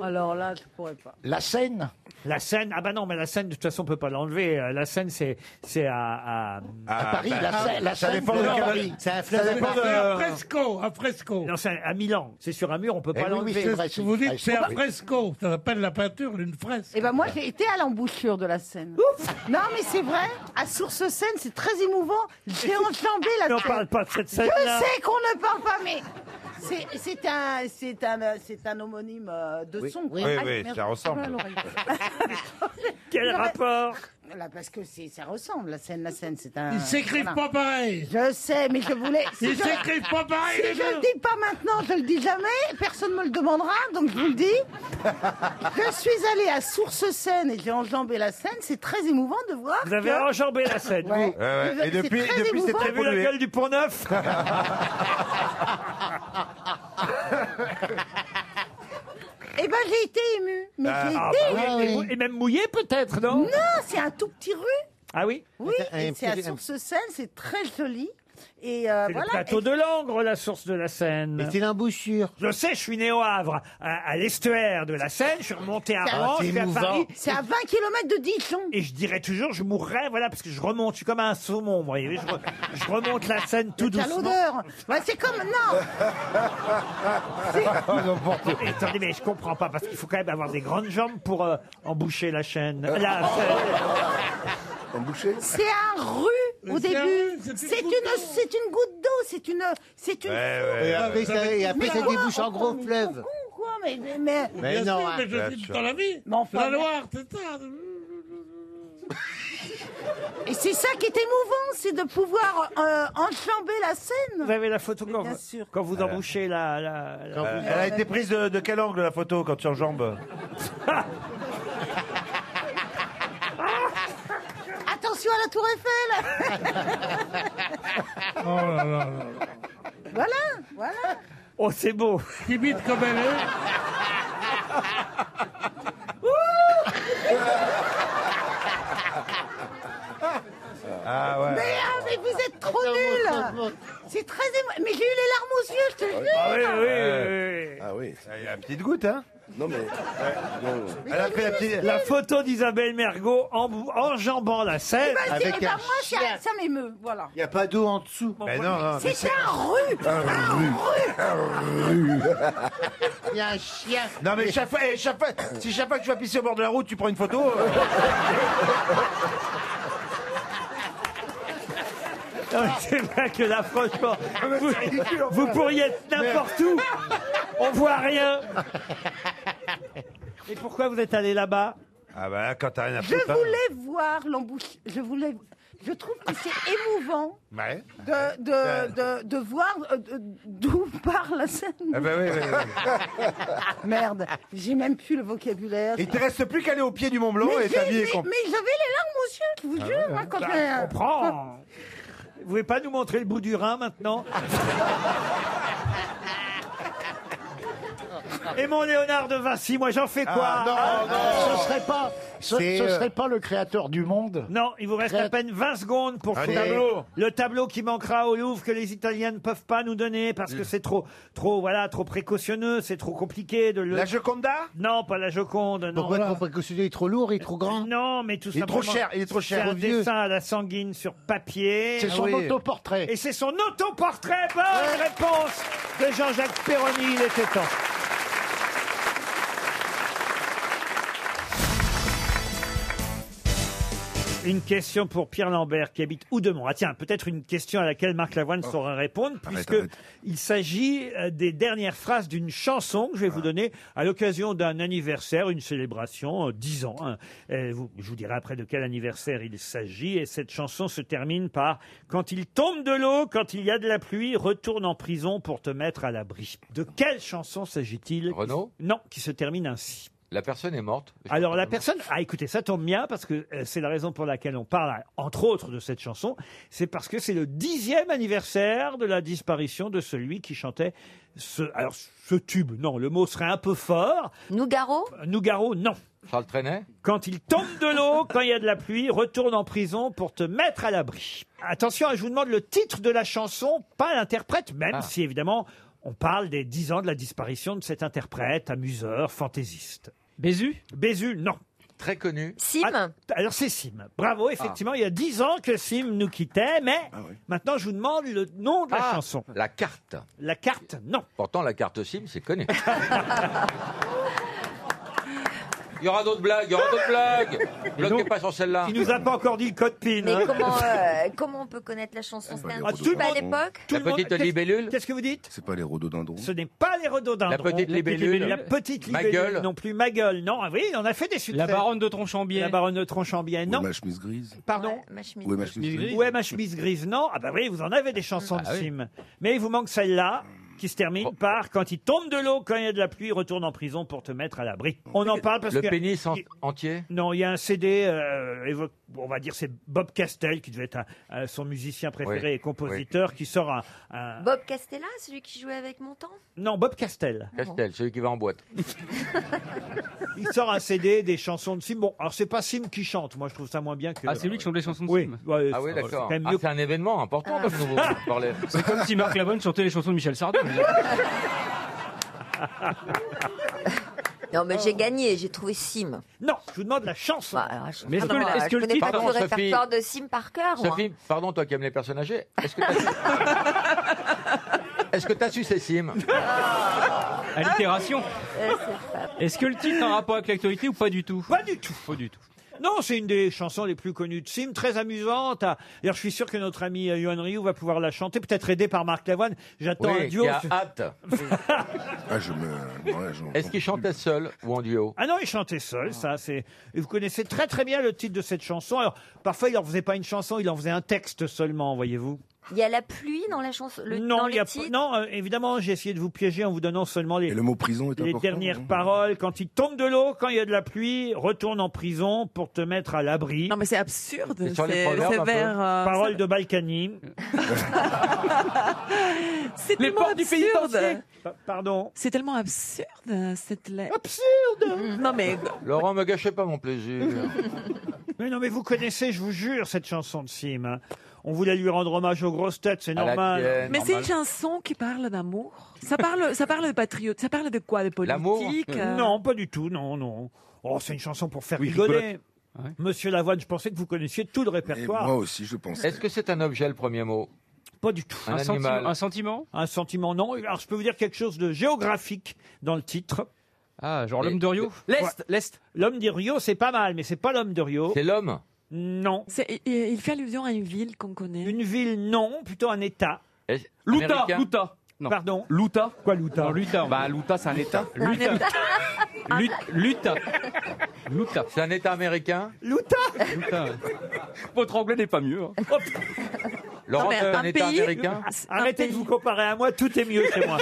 [SPEAKER 9] Alors là, je pourrais pas.
[SPEAKER 2] La Seine La Seine, ah bah non, mais la Seine, de toute façon, on peut pas l'enlever. Euh, La Seine, c'est c'est à, à...
[SPEAKER 9] Ah,
[SPEAKER 1] À Paris,
[SPEAKER 2] ben,
[SPEAKER 9] bah,
[SPEAKER 1] la
[SPEAKER 2] ah,
[SPEAKER 1] Seine- la Seine, c'est à Paris. C'est un fleuve à Paris.
[SPEAKER 2] un fresco, un fresco. Non, c'est à Milan. C'est sur un mur, on peut
[SPEAKER 1] Eh
[SPEAKER 2] pas
[SPEAKER 1] oui,
[SPEAKER 2] l'enlever.
[SPEAKER 1] oui, c'est vrai, c'est une Vous dites, fresco. c'est un
[SPEAKER 2] fresco. Ça s'appelle la peinture d'une fresque.
[SPEAKER 9] Eh ben moi, j'ai été à l'embouchure de la Seine. non, mais c'est vrai. À Source Seine, c'est très émouvant. J'ai enjambé la
[SPEAKER 2] Mais on
[SPEAKER 9] Seine.
[SPEAKER 2] parle pas de cette Seine-là.
[SPEAKER 9] Je sais qu'on ne parle pas, mais c'est- c'est un, c'est un, euh, c'est un homonyme euh, de
[SPEAKER 2] Oui.
[SPEAKER 9] son.
[SPEAKER 2] Oui,
[SPEAKER 9] Aïe,
[SPEAKER 2] oui,
[SPEAKER 9] merde.
[SPEAKER 2] ça ressemble.
[SPEAKER 9] Ah, l'oreille.
[SPEAKER 2] Quel
[SPEAKER 9] Non, mais-
[SPEAKER 2] rapport
[SPEAKER 9] Ah, Là, parce que c'est- ça ressemble, la scène, la scène, c'est un...
[SPEAKER 19] Ils s'écrivent pas
[SPEAKER 9] pareil Euh, Je sais, mais je voulais... si
[SPEAKER 19] Ils
[SPEAKER 9] je-
[SPEAKER 19] s'écrivent pas pareil, les
[SPEAKER 9] Si je
[SPEAKER 19] deux.
[SPEAKER 9] le dis pas maintenant, je le dis jamais, personne me le demandera, donc je vous le dis. je suis allée à Source-Seine et j'ai enjambé la Seine, c'est très émouvant de voir
[SPEAKER 2] Vous avez
[SPEAKER 9] que-
[SPEAKER 2] enjambé la Seine,
[SPEAKER 9] Ouais.
[SPEAKER 2] vous.
[SPEAKER 9] ouais. Et C'est depuis- très depuis, c'est émouvant. très
[SPEAKER 2] Vous avez vu la
[SPEAKER 9] pollué. Ah,
[SPEAKER 2] gueule du Pont Neuf
[SPEAKER 9] Eh ben, j'ai été émue, mais
[SPEAKER 2] Ah,
[SPEAKER 9] j'ai
[SPEAKER 2] bah
[SPEAKER 9] été
[SPEAKER 2] oui,
[SPEAKER 9] émue.
[SPEAKER 2] et mou- Et même mouillé, peut-être, non
[SPEAKER 9] Non, c'est un tout petit rue
[SPEAKER 2] Ah oui
[SPEAKER 9] Oui, et c'est à Source-Seine, c'est très joli. Et euh,
[SPEAKER 2] C'est
[SPEAKER 9] voilà.
[SPEAKER 2] le plateau
[SPEAKER 9] Et-
[SPEAKER 2] de Langres, la source de la Seine.
[SPEAKER 1] Mais c'est
[SPEAKER 2] l'embouchure. Je sais, je suis né au Havre, à, à l'estuaire de la Seine, je suis remonté à
[SPEAKER 9] C'est à-
[SPEAKER 2] Rouen,
[SPEAKER 9] Ah,
[SPEAKER 2] je
[SPEAKER 9] c'est
[SPEAKER 2] suis à
[SPEAKER 9] émouvant.
[SPEAKER 2] Paris.
[SPEAKER 9] C'est à 20 km de Dijon.
[SPEAKER 2] Et je dirais toujours, je mourrais, voilà, parce que je remonte, je suis comme un saumon, vous voyez, je, re- je remonte la Seine tout
[SPEAKER 9] T'as
[SPEAKER 2] doucement.
[SPEAKER 9] l'odeur. Ouais, c'est comme non.
[SPEAKER 15] Ah,
[SPEAKER 2] Non, mais attendez, mais je comprends pas, parce qu'il faut quand même avoir des grandes jambes pour euh, emboucher la chaîne.
[SPEAKER 15] Euh, ah,
[SPEAKER 2] La Seine.
[SPEAKER 9] C'est un rue au
[SPEAKER 2] C'est un
[SPEAKER 9] début. C'est une, c'est une goutte d'eau. C'est une, c'est une.
[SPEAKER 1] Ouais, ouais. Et après, ça- et après, ça débouche en gros fleuve.
[SPEAKER 9] Quoi, mais, mais,
[SPEAKER 1] Mais Bien non, sûr, hein. mais je
[SPEAKER 9] mais
[SPEAKER 1] vis dans la vie.
[SPEAKER 9] Mais enfin,
[SPEAKER 19] la
[SPEAKER 9] mais-
[SPEAKER 19] Loire, c'est ça.
[SPEAKER 9] Et c'est ça qui est émouvant, c'est de pouvoir euh, enjamber la scène.
[SPEAKER 2] Vous avez la photo quand,
[SPEAKER 9] bien
[SPEAKER 2] vous-
[SPEAKER 9] sûr.
[SPEAKER 2] quand vous embouchez la. la- la-
[SPEAKER 15] Euh. Elle a été prise de, de quel angle la photo quand tu enjambes
[SPEAKER 9] Attention à la Tour Eiffel Voilà, voilà.
[SPEAKER 2] Oh, c'est beau.
[SPEAKER 18] Timide comme elle est.
[SPEAKER 15] Ah ouais.
[SPEAKER 9] Mais, ah, mais vous êtes trop nuls C'est très émouvant. Mais j'ai eu les larmes aux yeux, je te jure Eh
[SPEAKER 15] Ah oui. La petite goutte, hein Non mais.
[SPEAKER 2] Elle a fait la, la photo d'Isabelle Mergot enjambant la scène.
[SPEAKER 9] Eh ben, c'est- eh ben, moi, ça, ça m'émeut, voilà.
[SPEAKER 2] n'y a pas d'eau en dessous.
[SPEAKER 15] Bah
[SPEAKER 9] C'est un rue
[SPEAKER 18] Il y a un chien.
[SPEAKER 15] Non mais chaque fois, eh, chaque fois- si chaque fois que tu vas pisser au bord de la route, tu prends une photo. euh,
[SPEAKER 2] Non, mais C'est vrai que là, franchement,
[SPEAKER 9] Ah,
[SPEAKER 2] vous, vous pourriez être n'importe où. On voit rien. Et pourquoi vous êtes allé là-bas
[SPEAKER 15] Ah bah là, quand t'as rien à foutre.
[SPEAKER 9] Je voulais voir l'embouche. Je voulais. Je trouve que c'est émouvant
[SPEAKER 15] hein. Ouais.
[SPEAKER 9] de, de, de, de voir euh, de- d'où part la scène.
[SPEAKER 15] Ah bah oui, oui, oui.
[SPEAKER 9] Merde, j'ai même plus le vocabulaire.
[SPEAKER 15] Il te reste plus qu'à aller au pied du Mont Blanc
[SPEAKER 9] mais
[SPEAKER 15] et
[SPEAKER 9] j'ai-
[SPEAKER 15] ta vie
[SPEAKER 9] mais,
[SPEAKER 15] est complète.
[SPEAKER 9] mais j'avais les larmes aux yeux, je vous
[SPEAKER 15] Ah
[SPEAKER 9] jure.
[SPEAKER 15] ouais,
[SPEAKER 9] hein, quand
[SPEAKER 2] Bah,
[SPEAKER 9] j'ai-
[SPEAKER 2] je comprends. Vous pouvez pas nous montrer le bout du rein maintenant Et mon Léonard de Vinci, moi j'en fais quoi
[SPEAKER 18] Ah, non,
[SPEAKER 2] Ah,
[SPEAKER 18] non. Ce serait pas- ce- C'est, ce euh, serait
[SPEAKER 2] pas le créateur du monde Non, il vous reste à peine 20 secondes pour
[SPEAKER 18] Un
[SPEAKER 2] faire
[SPEAKER 18] tableau.
[SPEAKER 2] le tableau qui manquera au Louvre que les Italiens ne peuvent pas nous donner parce
[SPEAKER 1] Mm.
[SPEAKER 2] que c'est trop, trop, voilà, trop précautionneux, c'est trop compliqué de le.
[SPEAKER 1] La
[SPEAKER 15] Joconda
[SPEAKER 2] Non, pas la Joconde. Non.
[SPEAKER 1] Pourquoi trop précautionneux Il est trop lourd, il est trop grand
[SPEAKER 2] Non, mais tout
[SPEAKER 1] Il est trop
[SPEAKER 2] simplement,
[SPEAKER 1] cher, il est trop cher.
[SPEAKER 2] C'est un
[SPEAKER 1] Trop vieux.
[SPEAKER 2] dessin à la sanguine sur papier.
[SPEAKER 1] C'est Ah son oui.
[SPEAKER 2] autoportrait. Et c'est son autoportrait. Bonne réponse de Jean-Jacques Perroni. Il était temps. Une question pour Pierre Lambert qui habite Oudemont. Ah tiens, peut-être une question à laquelle Marc Lavoine saura répondre puisque il s'agit euh, des dernières phrases d'une chanson que je vais vous donner à l'occasion d'un anniversaire, une célébration, euh, 10 ans. hein. Euh, vous- je vous dirai après de quel anniversaire il s'agit et cette chanson se termine par quand il tombe de l'eau, quand il y a de la pluie, retourne en prison pour te mettre à l'abri. De quelle chanson s'agit-il Renaud Non, qui se termine ainsi.
[SPEAKER 6] La personne est morte.
[SPEAKER 2] Alors la personne, ah écoutez, ça tombe bien parce que euh, c'est la raison pour laquelle on parle, entre autres, de cette chanson. C'est parce que c'est le dixième anniversaire de la disparition de celui qui chantait ce, alors ce tube. Non, le mot serait un peu fort. Nougaro. Nougaro, non. Charles Trenet. Quand il tombe de l'eau, quand il y a de la pluie, retourne en prison pour te mettre à l'abri. Attention, hein, je vous demande le titre de la chanson, pas l'interprète,
[SPEAKER 6] Ah.
[SPEAKER 2] même si évidemment on parle des dix ans de la disparition de cet interprète, amuseur, fantaisiste. Bézu Bézu, non. Très connu. Sim Alors c'est Sim.
[SPEAKER 6] Ah.
[SPEAKER 2] Bravo, effectivement, il y a dix ans que Sim nous quittait, mais maintenant je vous demande le nom de
[SPEAKER 6] Ah.
[SPEAKER 2] la chanson.
[SPEAKER 6] La carte.
[SPEAKER 2] La carte, non.
[SPEAKER 6] Pourtant, la carte SIM, c'est connu. Il y aura d'autres blagues, il y aura d'autres blagues. Bloquez pas sur celle-là.
[SPEAKER 2] Il nous a pas encore dit le code PIN.
[SPEAKER 7] Mais
[SPEAKER 2] hein.
[SPEAKER 7] comment, euh, comment on peut connaître la chanson C'était un
[SPEAKER 6] Ah,
[SPEAKER 7] tube
[SPEAKER 6] tout le
[SPEAKER 7] à
[SPEAKER 6] monde-
[SPEAKER 7] l'époque
[SPEAKER 6] La petite libellule.
[SPEAKER 2] Qu'est-ce que vous dites
[SPEAKER 6] C'est pas les rhododendrons.
[SPEAKER 2] Ce n'est pas les rhododendrons.
[SPEAKER 6] La petite libellule.
[SPEAKER 2] La petite
[SPEAKER 6] Ma
[SPEAKER 2] libellule
[SPEAKER 6] gueule.
[SPEAKER 2] non plus. Ma gueule, non. Ah oui, on a fait des succès.
[SPEAKER 5] La baronne de Tronchambier.
[SPEAKER 2] La baronne de Tronchambier, non.
[SPEAKER 3] Ma chemise grise.
[SPEAKER 2] Pardon
[SPEAKER 7] Ma chemise.
[SPEAKER 3] Ouais, ma chemise grise.
[SPEAKER 2] Ouais, ma chemise grise, non. Ah bah oui, vous en avez des chansons de
[SPEAKER 3] Ah oui.
[SPEAKER 2] Sim. Mais il vous manque celle-là qui se
[SPEAKER 6] Oh.
[SPEAKER 2] termine par quand il tombe de l'eau, quand il y a de la pluie, retourne en prison pour te mettre à l'abri. On en parle parce
[SPEAKER 6] Le
[SPEAKER 2] que
[SPEAKER 6] pénis en- entier
[SPEAKER 2] non, il y a un CD, euh, évoque- on va dire c'est Bob Castel qui devait être un- un- son musicien préféré
[SPEAKER 6] Oui,
[SPEAKER 2] et compositeur qui sort un, un-
[SPEAKER 7] Bob Castella, celui qui jouait avec mon temps
[SPEAKER 2] non Bob Castel.
[SPEAKER 6] Castel, celui qui va en boîte.
[SPEAKER 2] Il sort un CD des chansons de Sim. Bon, alors c'est pas Sim qui chante. Moi, je trouve ça moins bien que.
[SPEAKER 5] Ah, c'est lui qui chante les chansons de
[SPEAKER 2] Oui.
[SPEAKER 5] Sim.
[SPEAKER 2] Ouais,
[SPEAKER 6] Ah oui,
[SPEAKER 2] c'est-
[SPEAKER 6] d'accord.
[SPEAKER 2] c'est quand même
[SPEAKER 6] Ah,
[SPEAKER 2] mieux.
[SPEAKER 6] c'est un événement important parce que vous
[SPEAKER 5] Ah.
[SPEAKER 6] parlez.
[SPEAKER 5] C'est comme si Marc Lavoine chantait les chansons de Michel Sardou.
[SPEAKER 7] Non, mais j'ai gagné, j'ai trouvé Sim.
[SPEAKER 2] Non, je vous demande la chanson.
[SPEAKER 7] Mais
[SPEAKER 6] est-ce
[SPEAKER 7] est-ce
[SPEAKER 6] que- est-ce que
[SPEAKER 7] je
[SPEAKER 6] le
[SPEAKER 7] connais
[SPEAKER 6] titre-
[SPEAKER 7] pas tout le
[SPEAKER 6] Pardon, Sophie.
[SPEAKER 7] répertoire de Sim par cœur, moi.
[SPEAKER 5] hein.
[SPEAKER 6] Sophie, pardon, toi qui aimes les personnes âgées, est-ce que t'as Est-ce que t'as su ces cimes
[SPEAKER 5] Allitération.
[SPEAKER 7] Euh, c'est pas-
[SPEAKER 5] Est-ce que le titre a un rapport avec l'actualité ou pas du tout
[SPEAKER 2] Pas du tout.
[SPEAKER 5] Pas du tout.
[SPEAKER 2] Non, c'est une des chansons les plus connues de Sim, très amusante. Ah, D'ailleurs, je suis sûr que notre ami euh, Yoann Rioux va pouvoir la chanter, peut-être aidé par Marc Lavoine. J'attends
[SPEAKER 6] Oui,
[SPEAKER 2] un duo.
[SPEAKER 6] qui a hâte.
[SPEAKER 3] Ah, je me. ouais, j'en-
[SPEAKER 6] Est-ce qu'il chantait seul ou en duo
[SPEAKER 2] Ah non, il chantait seul, ça c'est. et Vous connaissez très très bien le titre de cette chanson. Alors parfois il en faisait pas une chanson, il en faisait un texte seulement, voyez-vous.
[SPEAKER 7] Il y a la pluie dans la chanson. le-
[SPEAKER 2] non,
[SPEAKER 7] dans
[SPEAKER 2] il
[SPEAKER 7] le
[SPEAKER 2] y a-
[SPEAKER 7] titre.
[SPEAKER 2] non, euh, évidemment, j'ai essayé de vous piéger en vous donnant seulement les.
[SPEAKER 3] est
[SPEAKER 2] les
[SPEAKER 3] important, hein.
[SPEAKER 2] dernières paroles. Quand il tombe de l'eau, quand il y a de la pluie, retourne en prison pour te mettre à l'abri. Non
[SPEAKER 8] mais c'est absurde.
[SPEAKER 2] Paroles
[SPEAKER 8] C'est sur les c'est- proverbes, c'est un peu. vers, euh, c'est-
[SPEAKER 2] de Balkany.
[SPEAKER 8] C'est
[SPEAKER 2] Les
[SPEAKER 8] tellement
[SPEAKER 2] portes du pays
[SPEAKER 8] absurde.
[SPEAKER 2] entier. Pa- Pardon.
[SPEAKER 8] C'est tellement absurde cette lettre.
[SPEAKER 2] Absurde.
[SPEAKER 8] Non mais
[SPEAKER 6] Laurent, me gâchez pas mon plaisir.
[SPEAKER 2] Mais non, mais vous connaissez, je vous jure, cette chanson de Sim. hein. On voulait lui rendre hommage aux grosses têtes, c'est
[SPEAKER 6] À la
[SPEAKER 2] normal.
[SPEAKER 6] tienne,
[SPEAKER 8] mais c'est une chanson qui parle d'amour. Ça parle, ça parle de patriote. Ça parle de quoi De politique. euh,
[SPEAKER 2] Oh, Non, pas du tout, non, non. Oh, c'est une chanson pour faire rigoler. Monsieur Lavoine, je pensais que vous connaissiez tout le répertoire.
[SPEAKER 6] aussi, je pense. Est-ce que c'est un objet, le premier mot
[SPEAKER 2] Pas du tout.
[SPEAKER 6] Un,
[SPEAKER 2] sentiment-
[SPEAKER 6] animal.
[SPEAKER 2] un sentiment Un sentiment, non. Alors, je peux vous dire quelque chose de géographique dans le titre. Ah, genre
[SPEAKER 5] l'homme de Rio
[SPEAKER 2] L'Est, l'Est. L'homme de Rio, c'est pas mal, mais c'est pas l'homme de Rio.
[SPEAKER 6] C'est l'homme
[SPEAKER 2] Non.
[SPEAKER 8] c'est- il- il fait allusion à une ville qu'on connaît.
[SPEAKER 2] Une ville, non, plutôt un État.
[SPEAKER 8] L'Outa, Américain
[SPEAKER 2] Louta. Pardon Louta Quoi Louta Louta.
[SPEAKER 6] Bah, l'Utah, c'est un État. L'Utah. L'Utah. C'est un État américain
[SPEAKER 2] L'Utah
[SPEAKER 6] Votre anglais n'est pas mieux. hein. Laurent, c'est un, État américain
[SPEAKER 2] Arrêtez de vous comparer à moi, tout est mieux chez moi.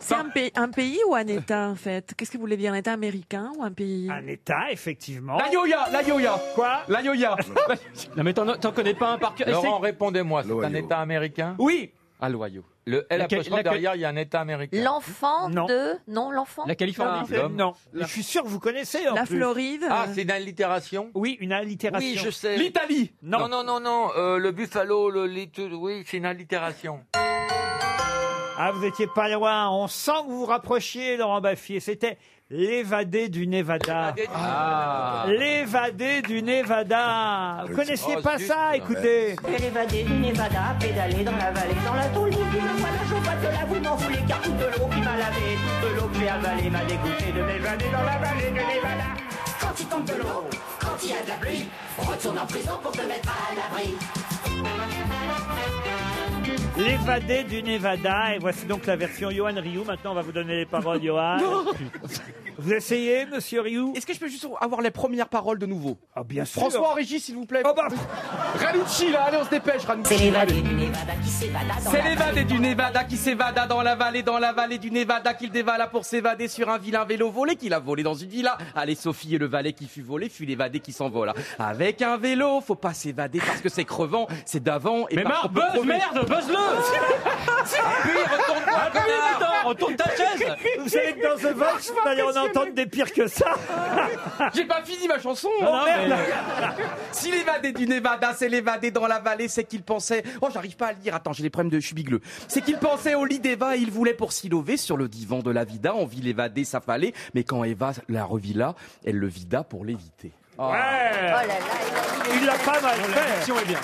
[SPEAKER 8] C'est un pays, un pays ou un État en fait Qu'est-ce que vous voulez dire Un État américain ou un pays
[SPEAKER 2] Un État, effectivement.
[SPEAKER 8] La Yoya, la Yoya.
[SPEAKER 2] Quoi
[SPEAKER 6] La Yoya
[SPEAKER 5] Non, mais t'en t'en connais pas un par cœur.
[SPEAKER 6] Laurent,
[SPEAKER 5] Essaye-
[SPEAKER 6] répondez-moi, c'est un État américain
[SPEAKER 2] Oui
[SPEAKER 6] À l'Ohio. Le L
[SPEAKER 5] La ca-
[SPEAKER 6] apostrophe
[SPEAKER 5] la ca-
[SPEAKER 6] derrière, il y a un État américain.
[SPEAKER 7] L'enfant
[SPEAKER 6] Non.
[SPEAKER 7] de. Non, l'enfant
[SPEAKER 6] Ah, l'homme.
[SPEAKER 2] Non. Je suis sûr que vous connaissez.
[SPEAKER 6] La
[SPEAKER 7] Floride. euh,
[SPEAKER 6] Ah, c'est une allitération
[SPEAKER 2] Oui, une allitération.
[SPEAKER 6] Oui, je sais.
[SPEAKER 2] L'Italie
[SPEAKER 6] Non, non, non, non. euh, le Buffalo, le litu- oui, c'est une allitération.
[SPEAKER 2] Ah, vous étiez pas loin. On sent que vous vous rapprochiez, Laurent Baffier. C'était l'évadé du Nevada.
[SPEAKER 6] Ah.
[SPEAKER 2] L'évadé du Nevada. Vous connaissiez pas ça, écoutez.
[SPEAKER 26] Évadé du Nevada, pédaler dans la vallée, dans la tour, moi la chauffe pas de la vous m'en fout les cartouches de l'eau qui m'a lavé, de l'eau que j'ai avalée m'a dégoûté de m'évader dans la vallée du Nevada. Quand il tombe de l'eau, quand il y a de la pluie, retourne en prison pour te mettre à l'abri.
[SPEAKER 2] L'évadé du Nevada. Et voici donc la version Johan Ryu. Maintenant, on va vous donner les paroles, Johan. Vous essayez, monsieur Rioux
[SPEAKER 4] Est-ce que je peux juste avoir les premières paroles de nouveau
[SPEAKER 2] Ah, bien sûr.
[SPEAKER 4] François, Régis, s'il vous plaît.
[SPEAKER 19] Oh, bah,
[SPEAKER 4] Ranucci, là, allez, on se dépêche, Ranucci.
[SPEAKER 26] C'est l'évadé du Nevada Bah, qui s'évada dans
[SPEAKER 4] C'est
[SPEAKER 26] la
[SPEAKER 4] l'évadé du Nevada qui s'évada dans la vallée, dans la vallée du Nevada qu'il dévala pour s'évader sur un vilain vélo volé qu'il a volé dans une villa. Allez, Sophie et le valet qui fut volé fut l'évadé qui s'envola. Avec un vélo, faut pas s'évader parce que c'est crevant, c'est d'avant et
[SPEAKER 5] Mais
[SPEAKER 4] par
[SPEAKER 5] marre,
[SPEAKER 4] contre,
[SPEAKER 5] buzz,
[SPEAKER 4] on promet-
[SPEAKER 5] merde, buzz-le
[SPEAKER 4] Appuie, retourne-toi,
[SPEAKER 5] Appuie,
[SPEAKER 4] connard.
[SPEAKER 5] putain, retourne ta chaise
[SPEAKER 2] Vous savez que dans The Voice, vous allez en entendre des pires que ça. Ah,
[SPEAKER 4] J'ai pas fini ma chanson.
[SPEAKER 2] Non,
[SPEAKER 4] hein,
[SPEAKER 2] merde.
[SPEAKER 4] mais- Si l'évadé du Nevada s'est l'évadé dans la vallée, c'est qu'il pensait. Oh, j'arrive pas à le lire. Attends, j'ai des problèmes de je suis bigleux. C'est qu'il pensait au lit d'Eva et il voulait pour s'y lever sur le divan de la vida. On vit l'évadé s'affaler, mais quand Eva la revila, elle le vida pour l'éviter.
[SPEAKER 3] Ah.
[SPEAKER 2] Ouais. Il l'a pas mal
[SPEAKER 5] Bon,
[SPEAKER 2] fait.
[SPEAKER 5] la diction est bien.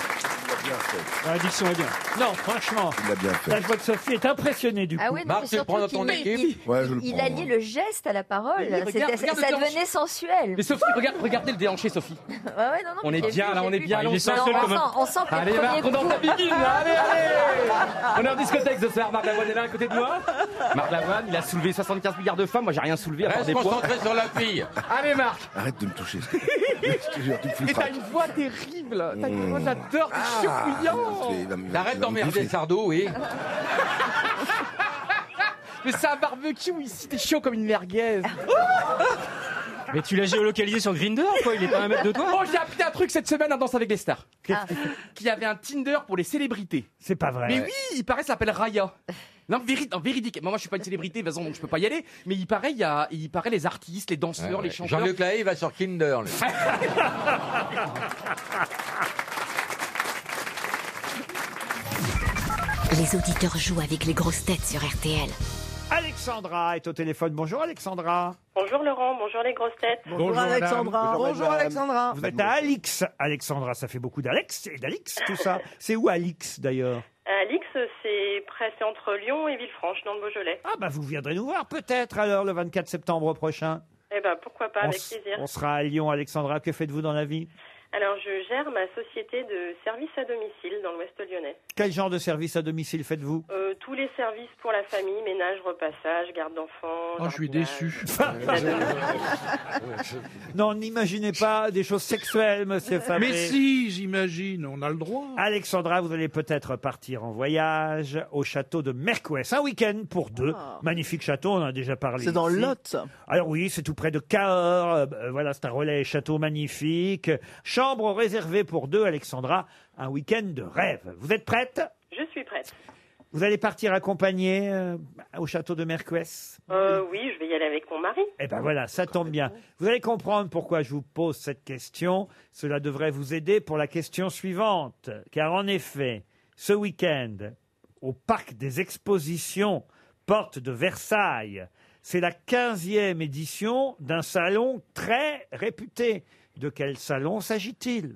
[SPEAKER 5] La diction est bien.
[SPEAKER 2] Non, franchement.
[SPEAKER 3] Il l'a bien fait.
[SPEAKER 2] Là, je vois que Sophie est impressionnée du coup.
[SPEAKER 7] Ah ouais, non, mais surtout qu'il il-
[SPEAKER 3] Ouais, je le
[SPEAKER 7] il
[SPEAKER 3] prends.
[SPEAKER 7] alliait le geste à la parole.
[SPEAKER 4] Mais oui, regarde,
[SPEAKER 7] C'était-
[SPEAKER 4] regarde
[SPEAKER 7] ça
[SPEAKER 4] le
[SPEAKER 7] devenait sensuel.
[SPEAKER 4] Mais Sophie, regarde, regardez le déhanché, Sophie.
[SPEAKER 7] Ouais, ouais, non, non,
[SPEAKER 4] On
[SPEAKER 7] mais
[SPEAKER 4] est
[SPEAKER 7] j'ai
[SPEAKER 4] bien
[SPEAKER 7] vu,
[SPEAKER 4] là,
[SPEAKER 7] j'ai
[SPEAKER 4] on est
[SPEAKER 7] vu.
[SPEAKER 4] bien. là,
[SPEAKER 7] Non,
[SPEAKER 4] on sent-
[SPEAKER 7] on sent- on sent que les
[SPEAKER 4] Allez,
[SPEAKER 7] premiers
[SPEAKER 4] Marc, on dort ta
[SPEAKER 7] coups-
[SPEAKER 4] bikini, là, allez, allez On est en discothèque ce soir, Marc Lavoine est là à côté de moi. Marc Lavoine, il a soulevé 75 milliards de femmes, moi j'ai rien soulevé à part
[SPEAKER 6] Reste
[SPEAKER 4] des poids.
[SPEAKER 6] concentré sur la fille.
[SPEAKER 4] Allez Marc
[SPEAKER 3] Arrête de me toucher. je te jure, tu me fous le
[SPEAKER 4] Et t'as
[SPEAKER 3] trac.
[SPEAKER 4] une voix terrible T'as une voix,
[SPEAKER 3] Mmh.
[SPEAKER 4] j'adore, t'es
[SPEAKER 3] Ah, il va me- il va- il
[SPEAKER 6] Arrête
[SPEAKER 3] va me
[SPEAKER 6] d'emmerder
[SPEAKER 3] bouffer.
[SPEAKER 6] Sardou, oui.
[SPEAKER 4] Mais c'est un barbecue ici, t'es chaud comme une merguez
[SPEAKER 5] Mais tu l'as géolocalisé sur Grinder, quoi Il est pas à un mètre de toi
[SPEAKER 4] Bon, Oh, j'ai appris un truc cette semaine en Danse avec les stars. Qu'il y avait un Tinder pour les célébrités.
[SPEAKER 2] C'est pas vrai.
[SPEAKER 4] Mais oui, il paraît, ça s'appelle Raya. Non, véri- non, véridique. Moi, je suis pas une célébrité, vas donc je peux pas y aller. Mais il paraît, il, y a, il paraît les artistes, les danseurs,
[SPEAKER 6] Ouais, ouais.
[SPEAKER 4] les chanteurs.
[SPEAKER 6] Jean-Luc Lahaye, il va sur Kinder. lui.
[SPEAKER 25] Les auditeurs jouent avec les grosses têtes sur RTL.
[SPEAKER 2] Alexandra est au téléphone. Bonjour Alexandra.
[SPEAKER 17] Bonjour Laurent, bonjour les grosses têtes.
[SPEAKER 2] madame. madame.
[SPEAKER 17] Alexandra.
[SPEAKER 2] Vous êtes à Alix, Alexandra. Ça fait beaucoup d'Alex et d'Alix, tout ça. C'est où Alix d'ailleurs
[SPEAKER 17] Alix, Euh, c'est presque
[SPEAKER 2] Bah,
[SPEAKER 17] entre Lyon et Villefranche, dans le Beaujolais.
[SPEAKER 2] Ah bah vous viendrez nous voir peut-être alors le 24 septembre prochain.
[SPEAKER 17] Eh ben, pourquoi pas,
[SPEAKER 2] on,
[SPEAKER 17] avec
[SPEAKER 2] s-
[SPEAKER 17] plaisir.
[SPEAKER 2] on sera à Lyon. Alexandra, que faites-vous dans la vie
[SPEAKER 17] Alors, je gère ma société de services à domicile dans l'ouest lyonnais.
[SPEAKER 2] Quel genre de service à domicile faites-vous
[SPEAKER 17] Euh, tous les services pour la famille, ménage, repassage, garde d'enfants.
[SPEAKER 2] Oh, je suis déçu. non, n'imaginez pas des choses sexuelles, monsieur Fabré.
[SPEAKER 18] Mais si, j'imagine, on a le droit.
[SPEAKER 2] Alexandra, vous allez peut-être partir en voyage au château de Mercouès. Un week-end pour deux. Magnifique château, on en a déjà parlé.
[SPEAKER 12] Ah. C'est dans
[SPEAKER 2] ici.
[SPEAKER 12] le Lot, ça.
[SPEAKER 2] Alors oui, c'est tout près de Cahors. Euh, euh, voilà, c'est un relais château magnifique. Chambre réservée pour deux, Alexandra. Un week-end de rêve. Vous êtes prête
[SPEAKER 17] Je suis prête.
[SPEAKER 2] Vous allez partir accompagnée euh, au château de Mercouès
[SPEAKER 17] Euh, oui, je vais y aller avec mon mari.
[SPEAKER 2] eh ben voilà, ça tombe bien. Vous allez comprendre pourquoi je vous pose cette question. Cela devrait vous aider pour la question suivante. Car en effet, ce week-end, au Parc des Expositions, porte de Versailles, c'est la 15e édition d'un salon très réputé. De quel salon s'agit-il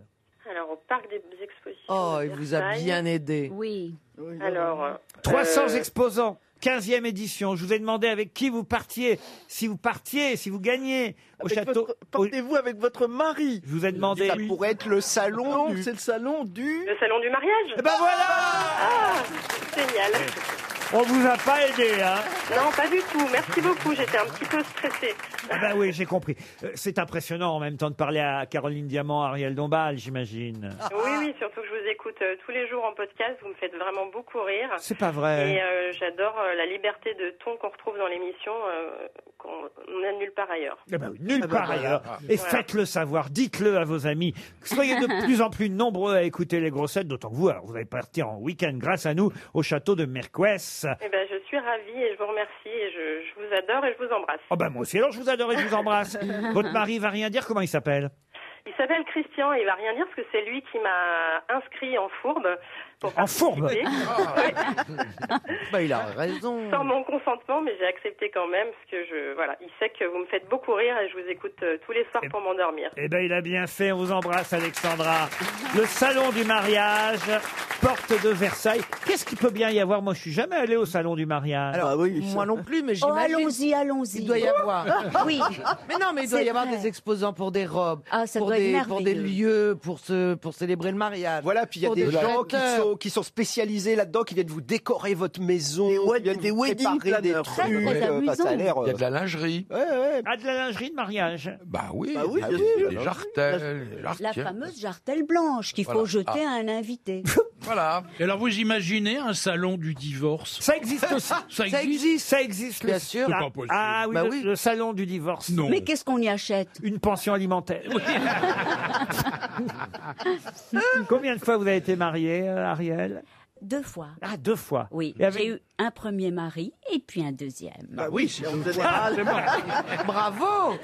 [SPEAKER 17] Alors, au parc des expositions.
[SPEAKER 16] Oh,
[SPEAKER 17] de
[SPEAKER 16] il vous a
[SPEAKER 17] Versailles.
[SPEAKER 16] bien aidé.
[SPEAKER 17] Oui. Alors. euh,
[SPEAKER 2] 300
[SPEAKER 17] euh,
[SPEAKER 2] exposants, 15e édition. Je vous ai demandé avec qui vous partiez, si vous partiez, si vous gagnez au château. Partez-vous
[SPEAKER 12] avec votre mari
[SPEAKER 2] Je vous ai demandé.
[SPEAKER 12] Ça
[SPEAKER 2] pourrait être le salon.
[SPEAKER 12] Non, c'est le salon du...
[SPEAKER 17] Le salon du mariage
[SPEAKER 2] Eh ben voilà
[SPEAKER 17] Ah, génial.
[SPEAKER 2] On vous a pas aidé, hein
[SPEAKER 17] Non, pas du tout. Merci beaucoup. J'étais un petit peu stressée.
[SPEAKER 2] Ah bah oui, j'ai compris. Euh, C'est impressionnant en même temps de parler à Caroline Diamant, Ariel Dombal, j'imagine.
[SPEAKER 17] Ah ben Oui, oui, surtout que je vous écoute euh, tous les jours en podcast. Vous me faites vraiment beaucoup rire.
[SPEAKER 2] C'est pas vrai.
[SPEAKER 17] Et euh, j'adore euh, la liberté de ton qu'on retrouve dans l'émission, euh, qu'on on a nulle part ailleurs.
[SPEAKER 2] Eh ben oui, nulle
[SPEAKER 17] Ah bah
[SPEAKER 2] part
[SPEAKER 17] voilà.
[SPEAKER 2] ailleurs. Et
[SPEAKER 17] Voilà.
[SPEAKER 2] faites-le savoir, dites-le à vos amis. Soyez de plus en plus nombreux à écouter les grossettes, d'autant que vous, alors, vous allez partir en week-end grâce à nous au château de Merquès.
[SPEAKER 17] Eh ben, je suis ravie et je vous remercie et je, je vous adore et je vous embrasse.
[SPEAKER 2] Oh bah moi aussi, alors je vous adore et je vous embrasse. Votre mari va rien dire, comment il s'appelle
[SPEAKER 17] Il s'appelle Christian et il va rien dire parce que c'est lui qui m'a inscrit en fourbe. Pour
[SPEAKER 2] En fourbe Ah.
[SPEAKER 17] participer.
[SPEAKER 16] Bah, il a raison.
[SPEAKER 17] Sans mon consentement, mais j'ai accepté quand même parce que je voilà, il sait que vous me faites beaucoup rire et je vous écoute euh, tous les soirs pour m'endormir.
[SPEAKER 2] Eh ben, il a bien fait. On vous embrasse, Alexandra. Le salon du mariage, porte de Versailles. Qu'est-ce qu'il peut bien y avoir Moi, je suis jamais allé au salon du mariage.
[SPEAKER 16] Alors, moi non plus, mais
[SPEAKER 2] Oh,
[SPEAKER 16] j'imagine.
[SPEAKER 2] allons-y,
[SPEAKER 16] Il doit y avoir.
[SPEAKER 2] Oui.
[SPEAKER 16] Mais non, mais il doit
[SPEAKER 2] C'est
[SPEAKER 16] y avoir
[SPEAKER 2] vrai.
[SPEAKER 16] des exposants pour des robes,
[SPEAKER 14] ça
[SPEAKER 16] pour,
[SPEAKER 14] doit
[SPEAKER 16] des,
[SPEAKER 14] être
[SPEAKER 16] pour des lieux, pour, ce, pour célébrer le mariage. Voilà,
[SPEAKER 19] puis il y a des gens qui sont, qui sont spécialisés là-dedans, qui viennent vous décorer votre maison. Il y a
[SPEAKER 12] des wedding
[SPEAKER 19] des
[SPEAKER 12] planners.
[SPEAKER 19] trucs.
[SPEAKER 12] Très, très
[SPEAKER 19] euh, bah, ça a l'air,
[SPEAKER 12] amusant.
[SPEAKER 19] euh,
[SPEAKER 12] Il y a de la
[SPEAKER 21] lingerie.
[SPEAKER 2] Ah, de la lingerie de mariage.
[SPEAKER 21] Bah oui,
[SPEAKER 19] Bah oui,
[SPEAKER 21] bah
[SPEAKER 19] bien
[SPEAKER 21] oui,
[SPEAKER 19] sûr.
[SPEAKER 21] des
[SPEAKER 19] La-
[SPEAKER 21] jartelles, des
[SPEAKER 16] Ah,
[SPEAKER 22] La
[SPEAKER 21] jarretières.
[SPEAKER 22] fameuse jartelle blanche qu'il faut
[SPEAKER 21] Voilà.
[SPEAKER 22] jeter
[SPEAKER 21] Ah.
[SPEAKER 22] à un invité.
[SPEAKER 21] Voilà.
[SPEAKER 18] Et alors vous imaginez un salon du divorce
[SPEAKER 2] Ça existe aussi.
[SPEAKER 18] Ça existe.
[SPEAKER 2] Ça existe.
[SPEAKER 18] Bien
[SPEAKER 2] le-
[SPEAKER 18] sûr.
[SPEAKER 2] Ah,
[SPEAKER 18] C'est pas possible.
[SPEAKER 2] ah oui,
[SPEAKER 18] Bah
[SPEAKER 2] le,
[SPEAKER 18] oui.
[SPEAKER 2] le salon du divorce.
[SPEAKER 18] Non.
[SPEAKER 22] Mais qu'est-ce qu'on y achète
[SPEAKER 2] Une pension alimentaire. Combien de fois vous avez été marié, euh, Ariel
[SPEAKER 22] Deux fois.
[SPEAKER 2] Ah, deux fois.
[SPEAKER 22] Oui,
[SPEAKER 2] Et avec-
[SPEAKER 22] j'ai eu un premier mari et puis un deuxième.
[SPEAKER 2] Bah oui,
[SPEAKER 12] c'est en général.
[SPEAKER 16] Bravo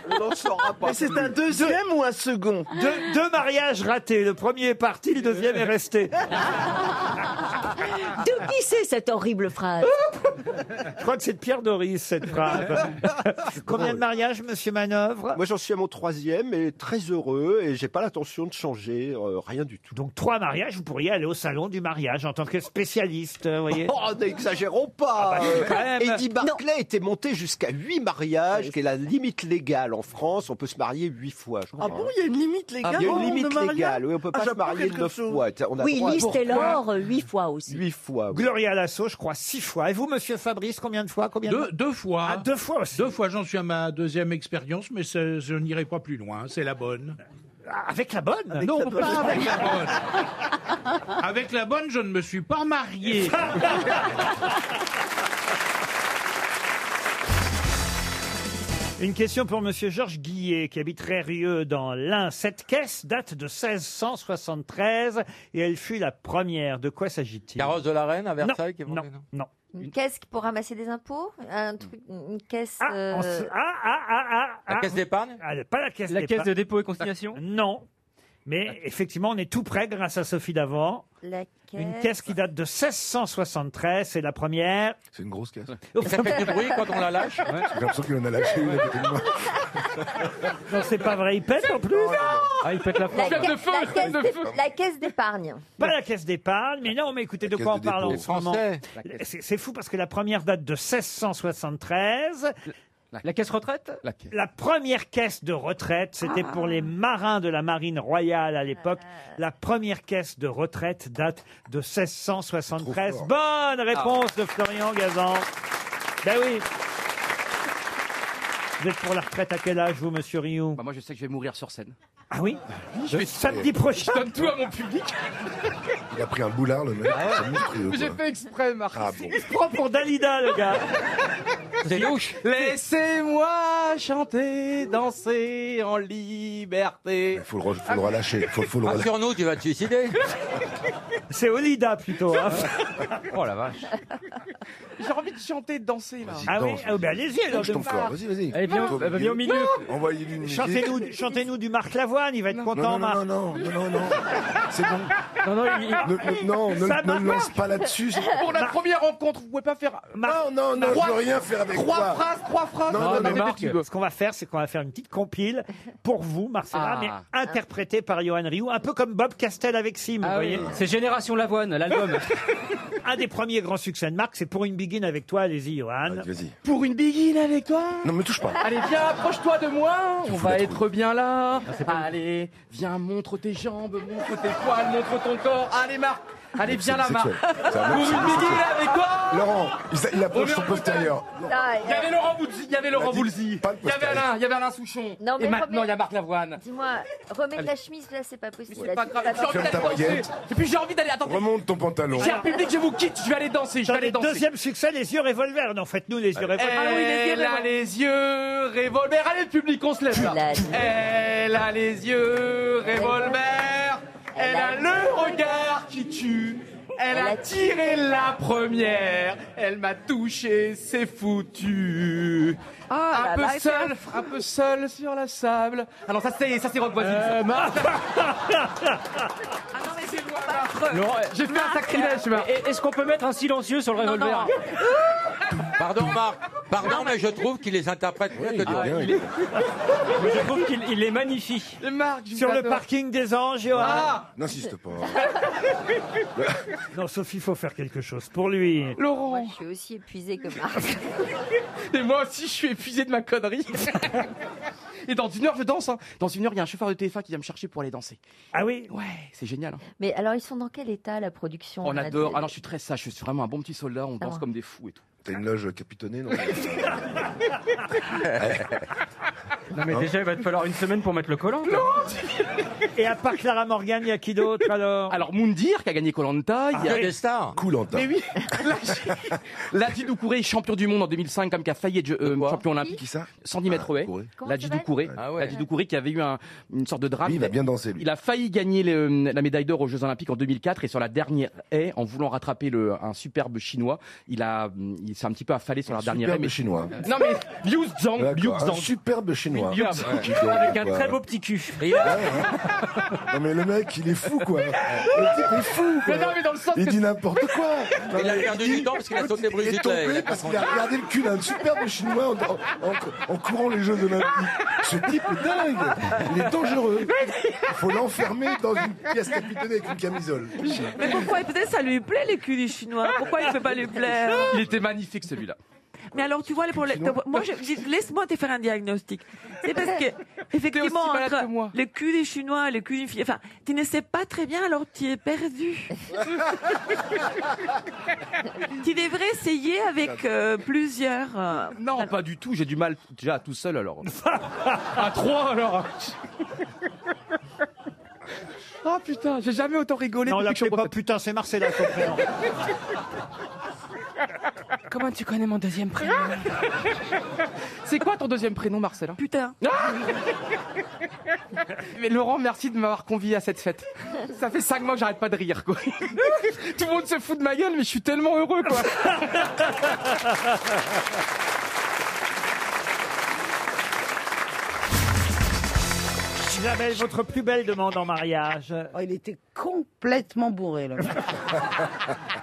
[SPEAKER 12] Mais c'est un deuxième ou un second
[SPEAKER 2] Deux, deux mariages ratés. Le premier est parti, le deuxième est resté.
[SPEAKER 22] De qui c'est cette horrible phrase
[SPEAKER 2] Ah. Je crois que c'est de Pierre Doris, cette phrase. Combien de mariages, monsieur Manœuvre
[SPEAKER 19] Moi, j'en suis à mon troisième et très heureux et j'ai pas l'intention de changer euh, rien du tout.
[SPEAKER 2] Donc, trois mariages, vous pourriez aller au salon du mariage en tant que spécialiste, vous voyez.
[SPEAKER 19] Oh, n'exagérons pas
[SPEAKER 2] Ah bah,
[SPEAKER 19] euh,
[SPEAKER 2] quand même.
[SPEAKER 19] Eddie Barclay était monté jusqu'à 8 mariages, qui est la limite légale en France. On peut se marier 8 fois, je crois.
[SPEAKER 12] Ah bon, il y a une limite légale
[SPEAKER 19] Il y a une
[SPEAKER 12] au nombre de
[SPEAKER 19] limite
[SPEAKER 12] mariages
[SPEAKER 19] légale, oui, on peut
[SPEAKER 12] Ah,
[SPEAKER 19] pas se
[SPEAKER 12] j'apprends
[SPEAKER 19] marier
[SPEAKER 12] quelque
[SPEAKER 19] 9
[SPEAKER 12] chose.
[SPEAKER 19] fois. On a
[SPEAKER 22] Oui,
[SPEAKER 19] droit à-
[SPEAKER 22] Lise
[SPEAKER 19] Pourquoi
[SPEAKER 22] Taylor, euh, huit fois aussi.
[SPEAKER 19] 8
[SPEAKER 6] Ah
[SPEAKER 19] fois. oui.
[SPEAKER 2] Gloria Lasso, je crois, six fois. Et vous, monsieur Fabrice, combien de fois combien de-
[SPEAKER 18] Deux, deux fois.
[SPEAKER 2] Ah, deux fois
[SPEAKER 18] Deux fois, j'en suis à ma deuxième expérience, mais c'est- je n'irai pas plus loin. hein. C'est la bonne.
[SPEAKER 2] Ah, Avec la bonne
[SPEAKER 18] non,
[SPEAKER 2] sa
[SPEAKER 18] pas
[SPEAKER 2] bonne.
[SPEAKER 18] avec la bonne. avec la bonne, je ne me suis pas marié.
[SPEAKER 2] Une question pour monsieur Georges Guillet, qui habite Rérieux dans l'Ain. Cette caisse date de 1673 et elle fut la première. De quoi s'agit-il
[SPEAKER 6] Carrosse de la Reine à Versailles qui est
[SPEAKER 2] Non,
[SPEAKER 6] montée, non
[SPEAKER 2] non.
[SPEAKER 7] Une caisse pour ramasser des impôts Un truc, une caisse. euh,
[SPEAKER 2] on se- Ah, ah, ah, ah, ah.
[SPEAKER 6] La caisse d'épargne
[SPEAKER 2] Ah, le- pas la caisse
[SPEAKER 5] La
[SPEAKER 2] d'épargne. Euh,
[SPEAKER 5] caisse de dépôt et consignation Ah.
[SPEAKER 2] Non. Mais effectivement, on est tout près grâce à Sophie Davant.
[SPEAKER 7] La caisse.
[SPEAKER 2] Une caisse qui date de 1673, c'est la première.
[SPEAKER 3] C'est une grosse caisse.
[SPEAKER 2] Ça
[SPEAKER 6] fait du bruit quand on la lâche
[SPEAKER 3] J'ai l'impression qu'il en a lâché une à côté de moi.
[SPEAKER 2] Non, c'est pas vrai, il pète en plus.
[SPEAKER 5] Ah, il pète la
[SPEAKER 7] La,
[SPEAKER 5] forme.
[SPEAKER 7] ca- la caisse d'ép- la caisse d'épargne.
[SPEAKER 2] Pas la caisse d'épargne, mais non, mais écoutez, de
[SPEAKER 6] caisse
[SPEAKER 2] quoi on
[SPEAKER 6] de
[SPEAKER 2] parle en
[SPEAKER 6] dépôt.
[SPEAKER 2] ce moment
[SPEAKER 6] Français.
[SPEAKER 2] C'est c'est fou parce que la première date de 1673.
[SPEAKER 5] La caisse retraite
[SPEAKER 2] La première caisse de retraite, c'était pour les marins de la marine royale à l'époque. La première caisse de retraite date de 1673.
[SPEAKER 26] Trop fort.
[SPEAKER 2] Bonne réponse de Florian Gazan. Ben oui. Vous êtes pour la retraite à quel âge, vous, monsieur Rioux
[SPEAKER 4] Bah, Moi, je sais que je vais mourir sur scène.
[SPEAKER 2] Ah oui
[SPEAKER 4] Je vais-
[SPEAKER 2] Samedi prochain
[SPEAKER 4] Je donne tout à mon public.
[SPEAKER 3] Il a pris un boulard, le mec. C'est monstrueux, quoi.
[SPEAKER 4] Ah J'ai fait exprès, Marc.
[SPEAKER 3] Ah bon.
[SPEAKER 2] Il se prend pour Dalida, le gars.
[SPEAKER 6] Ah,
[SPEAKER 4] C'est louche. Laissez-moi chanter, danser en liberté.
[SPEAKER 3] Faut le, re- faut le relâcher. Faut, faut le relâcher.
[SPEAKER 6] Rassure-nous, Ah, tu vas te suicider.
[SPEAKER 2] C'est Olida plutôt. hein.
[SPEAKER 4] Oh la vache. J'ai envie de chanter, de danser là.
[SPEAKER 2] Ah oui, ah, ben allez-y alors.
[SPEAKER 3] Bouge ton
[SPEAKER 2] de-
[SPEAKER 3] corps, vas-y, vas-y.
[SPEAKER 2] Allez, viens,
[SPEAKER 3] Au
[SPEAKER 2] bah, viens au milieu.
[SPEAKER 3] Envoyez-lui une musique.
[SPEAKER 2] Chantez-nous chantez-nous du Marc Lavoine, il va être content,
[SPEAKER 3] non, non,
[SPEAKER 2] Marc.
[SPEAKER 3] non, non, non, non, c'est bon.
[SPEAKER 2] Non, non, il-
[SPEAKER 3] Ne, ne- non, ne,
[SPEAKER 2] Ça
[SPEAKER 3] ne le
[SPEAKER 2] marche
[SPEAKER 3] lance pas là-dessus.
[SPEAKER 4] Pour la première rencontre, vous pouvez pas faire. euh,
[SPEAKER 3] Non, non, non, je veux rien faire avec
[SPEAKER 4] trois
[SPEAKER 3] toi.
[SPEAKER 4] phrases, trois phrases.
[SPEAKER 3] Non,
[SPEAKER 4] trois
[SPEAKER 3] non,
[SPEAKER 4] phrases.
[SPEAKER 3] non, non.
[SPEAKER 2] ce qu'on va faire, c'est qu'on va faire une petite compile pour vous, Marcella,
[SPEAKER 5] Ah.
[SPEAKER 2] mais interprétée par Johan Rioux, un peu comme Bob Castel avec Sim. vous
[SPEAKER 5] Ah oui,
[SPEAKER 2] voyez.
[SPEAKER 5] c'est Génération Lavoine, l'album.
[SPEAKER 2] Un des premiers grands succès de Marc, c'est pour une begin avec toi, allez-y, Johan.
[SPEAKER 4] Pour une biguine avec toi.
[SPEAKER 3] Non, me touche pas.
[SPEAKER 4] Allez, viens, approche-toi de moi. On
[SPEAKER 3] fous la
[SPEAKER 4] va
[SPEAKER 3] trouille. Ah,
[SPEAKER 4] être bien là. Allez, viens, montre tes jambes, montre tes poils, montre ton corps. Allez, Marc. Allez, viens là, Marc.
[SPEAKER 3] Sexuel. C'est un
[SPEAKER 4] Pour
[SPEAKER 3] acte
[SPEAKER 4] une biguine
[SPEAKER 3] sexuel.
[SPEAKER 4] avec toi.
[SPEAKER 3] Laurent, il, s- il approche
[SPEAKER 4] On est
[SPEAKER 3] son
[SPEAKER 4] en
[SPEAKER 3] postérieur.
[SPEAKER 4] Il y avait Laurent Boulzy, il y avait Laurent Boulzy, il y avait
[SPEAKER 3] postérieur.
[SPEAKER 4] Alain, il y avait Alain Souchon.
[SPEAKER 7] Non, mais
[SPEAKER 4] Et maintenant,
[SPEAKER 7] remets-
[SPEAKER 4] il y a Marc Lavoine.
[SPEAKER 7] Dis-moi, remettre la chemise là, c'est pas possible.
[SPEAKER 4] C'est
[SPEAKER 7] Là,
[SPEAKER 4] pas
[SPEAKER 7] tu-
[SPEAKER 4] grave,
[SPEAKER 7] t'as
[SPEAKER 4] j'ai envie
[SPEAKER 3] Ferme
[SPEAKER 4] d'aller
[SPEAKER 3] ta
[SPEAKER 4] danser.
[SPEAKER 3] baguette.
[SPEAKER 4] Et puis j'ai envie d'aller. Attends,
[SPEAKER 3] Remonte ton pantalon.
[SPEAKER 4] cher public, je vous quitte, je vais aller danser, je vais aller danser.
[SPEAKER 2] Deuxième succès, les yeux revolver. Non, faites-nous les yeux revolver.
[SPEAKER 4] Elle
[SPEAKER 12] Ah
[SPEAKER 4] a les yeux revolver. Allez, le public, on se lève là. Elle a les yeux
[SPEAKER 12] Eh,
[SPEAKER 4] revolver. Elle a le regard qui tue. Elle a tiré la première. Elle m'a touché, c'est foutu.
[SPEAKER 26] là
[SPEAKER 4] Ah, un
[SPEAKER 26] Oh là,
[SPEAKER 4] peu
[SPEAKER 26] elle fait
[SPEAKER 4] seul, un peu seul sur la sable. Ah non, ça c'est, ça c'est rock voisine. ça.
[SPEAKER 26] Ah non, mais c'est moi,
[SPEAKER 4] J'ai fait un sacrilège, Marc.
[SPEAKER 5] Est-ce qu'on peut mettre un silencieux sur le
[SPEAKER 26] euh, Non, non.
[SPEAKER 5] revolver
[SPEAKER 6] Pardon, Marc. Pardon, mais je trouve qu'il les interprète mieux que
[SPEAKER 5] Ah,
[SPEAKER 6] Durand.
[SPEAKER 5] il est- Je trouve qu'il il est magnifique.
[SPEAKER 4] Marc, je
[SPEAKER 2] Sur
[SPEAKER 4] vous
[SPEAKER 2] le
[SPEAKER 4] adore.
[SPEAKER 2] parking des anges, Johan.
[SPEAKER 4] Ah
[SPEAKER 3] N'insiste pas.
[SPEAKER 2] Non, Sophie, faut faire quelque chose pour lui.
[SPEAKER 4] Laurent.
[SPEAKER 7] Moi, je suis aussi épuisée que Marc.
[SPEAKER 4] Et moi aussi, je suis épuisé de ma connerie. Et dans une heure, je danse. hein. Dans une heure, il y a un chauffeur de TFA qui vient me chercher pour aller danser.
[SPEAKER 2] Ah oui
[SPEAKER 4] Ouais, c'est génial. hein.
[SPEAKER 7] Mais alors, ils sont dans quel état, la production
[SPEAKER 4] On
[SPEAKER 7] là,
[SPEAKER 4] adore.
[SPEAKER 7] de-
[SPEAKER 4] Ah non, je suis très sage. Je suis vraiment un bon petit soldat. On
[SPEAKER 7] Ah
[SPEAKER 4] danse
[SPEAKER 7] bon.
[SPEAKER 4] comme des fous et tout.
[SPEAKER 3] T'as une loge capitonnée, non
[SPEAKER 5] Non, mais déjà, il va te falloir une semaine pour mettre le collant. toi.
[SPEAKER 2] Et à part Clara Morgan, il y a qui d'autre alors
[SPEAKER 4] Alors, Moundir qui a gagné Colanta.
[SPEAKER 2] Ah,
[SPEAKER 4] il y a
[SPEAKER 2] oui.
[SPEAKER 6] stars.
[SPEAKER 3] Cool, Anta.
[SPEAKER 4] Mais oui, Ladi Doucouré, champion du monde en 2005, comme qui a failli être euh, champion olympique.
[SPEAKER 3] Qui ça Ah,
[SPEAKER 4] 110 mètres haies.
[SPEAKER 3] Comment
[SPEAKER 4] Ladi Doucouré. Ladi Doucouré qui avait eu un- une sorte de drame.
[SPEAKER 3] Lui, il a bien dansé, lui.
[SPEAKER 4] Il a failli gagner le- la médaille d'or aux Jeux Olympiques en 2004 et sur la dernière haie, en voulant rattraper le, un superbe chinois, il a, il s'est un petit peu affalé sur la dernière haie.
[SPEAKER 3] Superbe
[SPEAKER 4] mais-
[SPEAKER 3] chinois.
[SPEAKER 4] Non mais Liu Zhang, Liu
[SPEAKER 3] D'accord, Un
[SPEAKER 4] Zhang.
[SPEAKER 3] superbe chinois.
[SPEAKER 4] Liu
[SPEAKER 3] Ouais.
[SPEAKER 4] Zhang.
[SPEAKER 3] Dis donc,
[SPEAKER 5] Avec un
[SPEAKER 3] quoi.
[SPEAKER 5] très beau petit cul.
[SPEAKER 3] Non mais le mec, il est fou quoi. Le type est fou quoi.
[SPEAKER 4] Mais non, mais dans le sens
[SPEAKER 3] il
[SPEAKER 4] que-
[SPEAKER 3] dit n'importe quoi. Non,
[SPEAKER 6] Il a
[SPEAKER 3] mais
[SPEAKER 6] perdu
[SPEAKER 3] dit-
[SPEAKER 6] du temps parce qu'il a sauté Brigitte
[SPEAKER 3] Il est tombé
[SPEAKER 6] Lahaie.
[SPEAKER 3] parce qu'il a regardé le cul d'un superbe chinois en, en- en- en courant les Jeux Olympiques. Ce type est dingue. Il est dangereux. Il faut l'enfermer dans une pièce capitonnée avec une camisole.
[SPEAKER 8] Mais pourquoi Et Peut-être ça lui plaît les culs des Chinois. Pourquoi il ne peut pas lui plaire
[SPEAKER 4] Il était magnifique celui-là.
[SPEAKER 8] Mais alors tu vois les problèmes. Moi je dis laisse-moi te faire un diagnostic. C'est parce que effectivement
[SPEAKER 4] T'es aussi malade
[SPEAKER 8] entre
[SPEAKER 4] que moi.
[SPEAKER 8] le cul des Chinois, le cul d'une fille, enfin tu ne sais pas très bien alors tu es perdu. tu devrais essayer avec euh, plusieurs. euh,
[SPEAKER 4] Non, pas du tout. J'ai du mal déjà tout seul alors. à trois alors. Ah putain, j'ai jamais autant rigolé.
[SPEAKER 2] Non, on
[SPEAKER 4] depuis que je suis
[SPEAKER 2] l'appelait
[SPEAKER 4] en
[SPEAKER 2] pas
[SPEAKER 4] Bretagne.
[SPEAKER 2] putain, c'est Marcella, faut prénom.
[SPEAKER 8] Comment tu connais mon deuxième prénom
[SPEAKER 4] C'est quoi ton deuxième prénom, Marcelin
[SPEAKER 8] Putain.
[SPEAKER 4] Mais Laurent, merci de m'avoir convié à cette fête. Ça fait cinq mois que j'arrête pas de rire, quoi. Tout le monde se fout de ma gueule, mais je suis tellement heureux, quoi.
[SPEAKER 2] Isabelle, votre plus belle demande en mariage.
[SPEAKER 9] Oh, il était complètement bourré, le mec.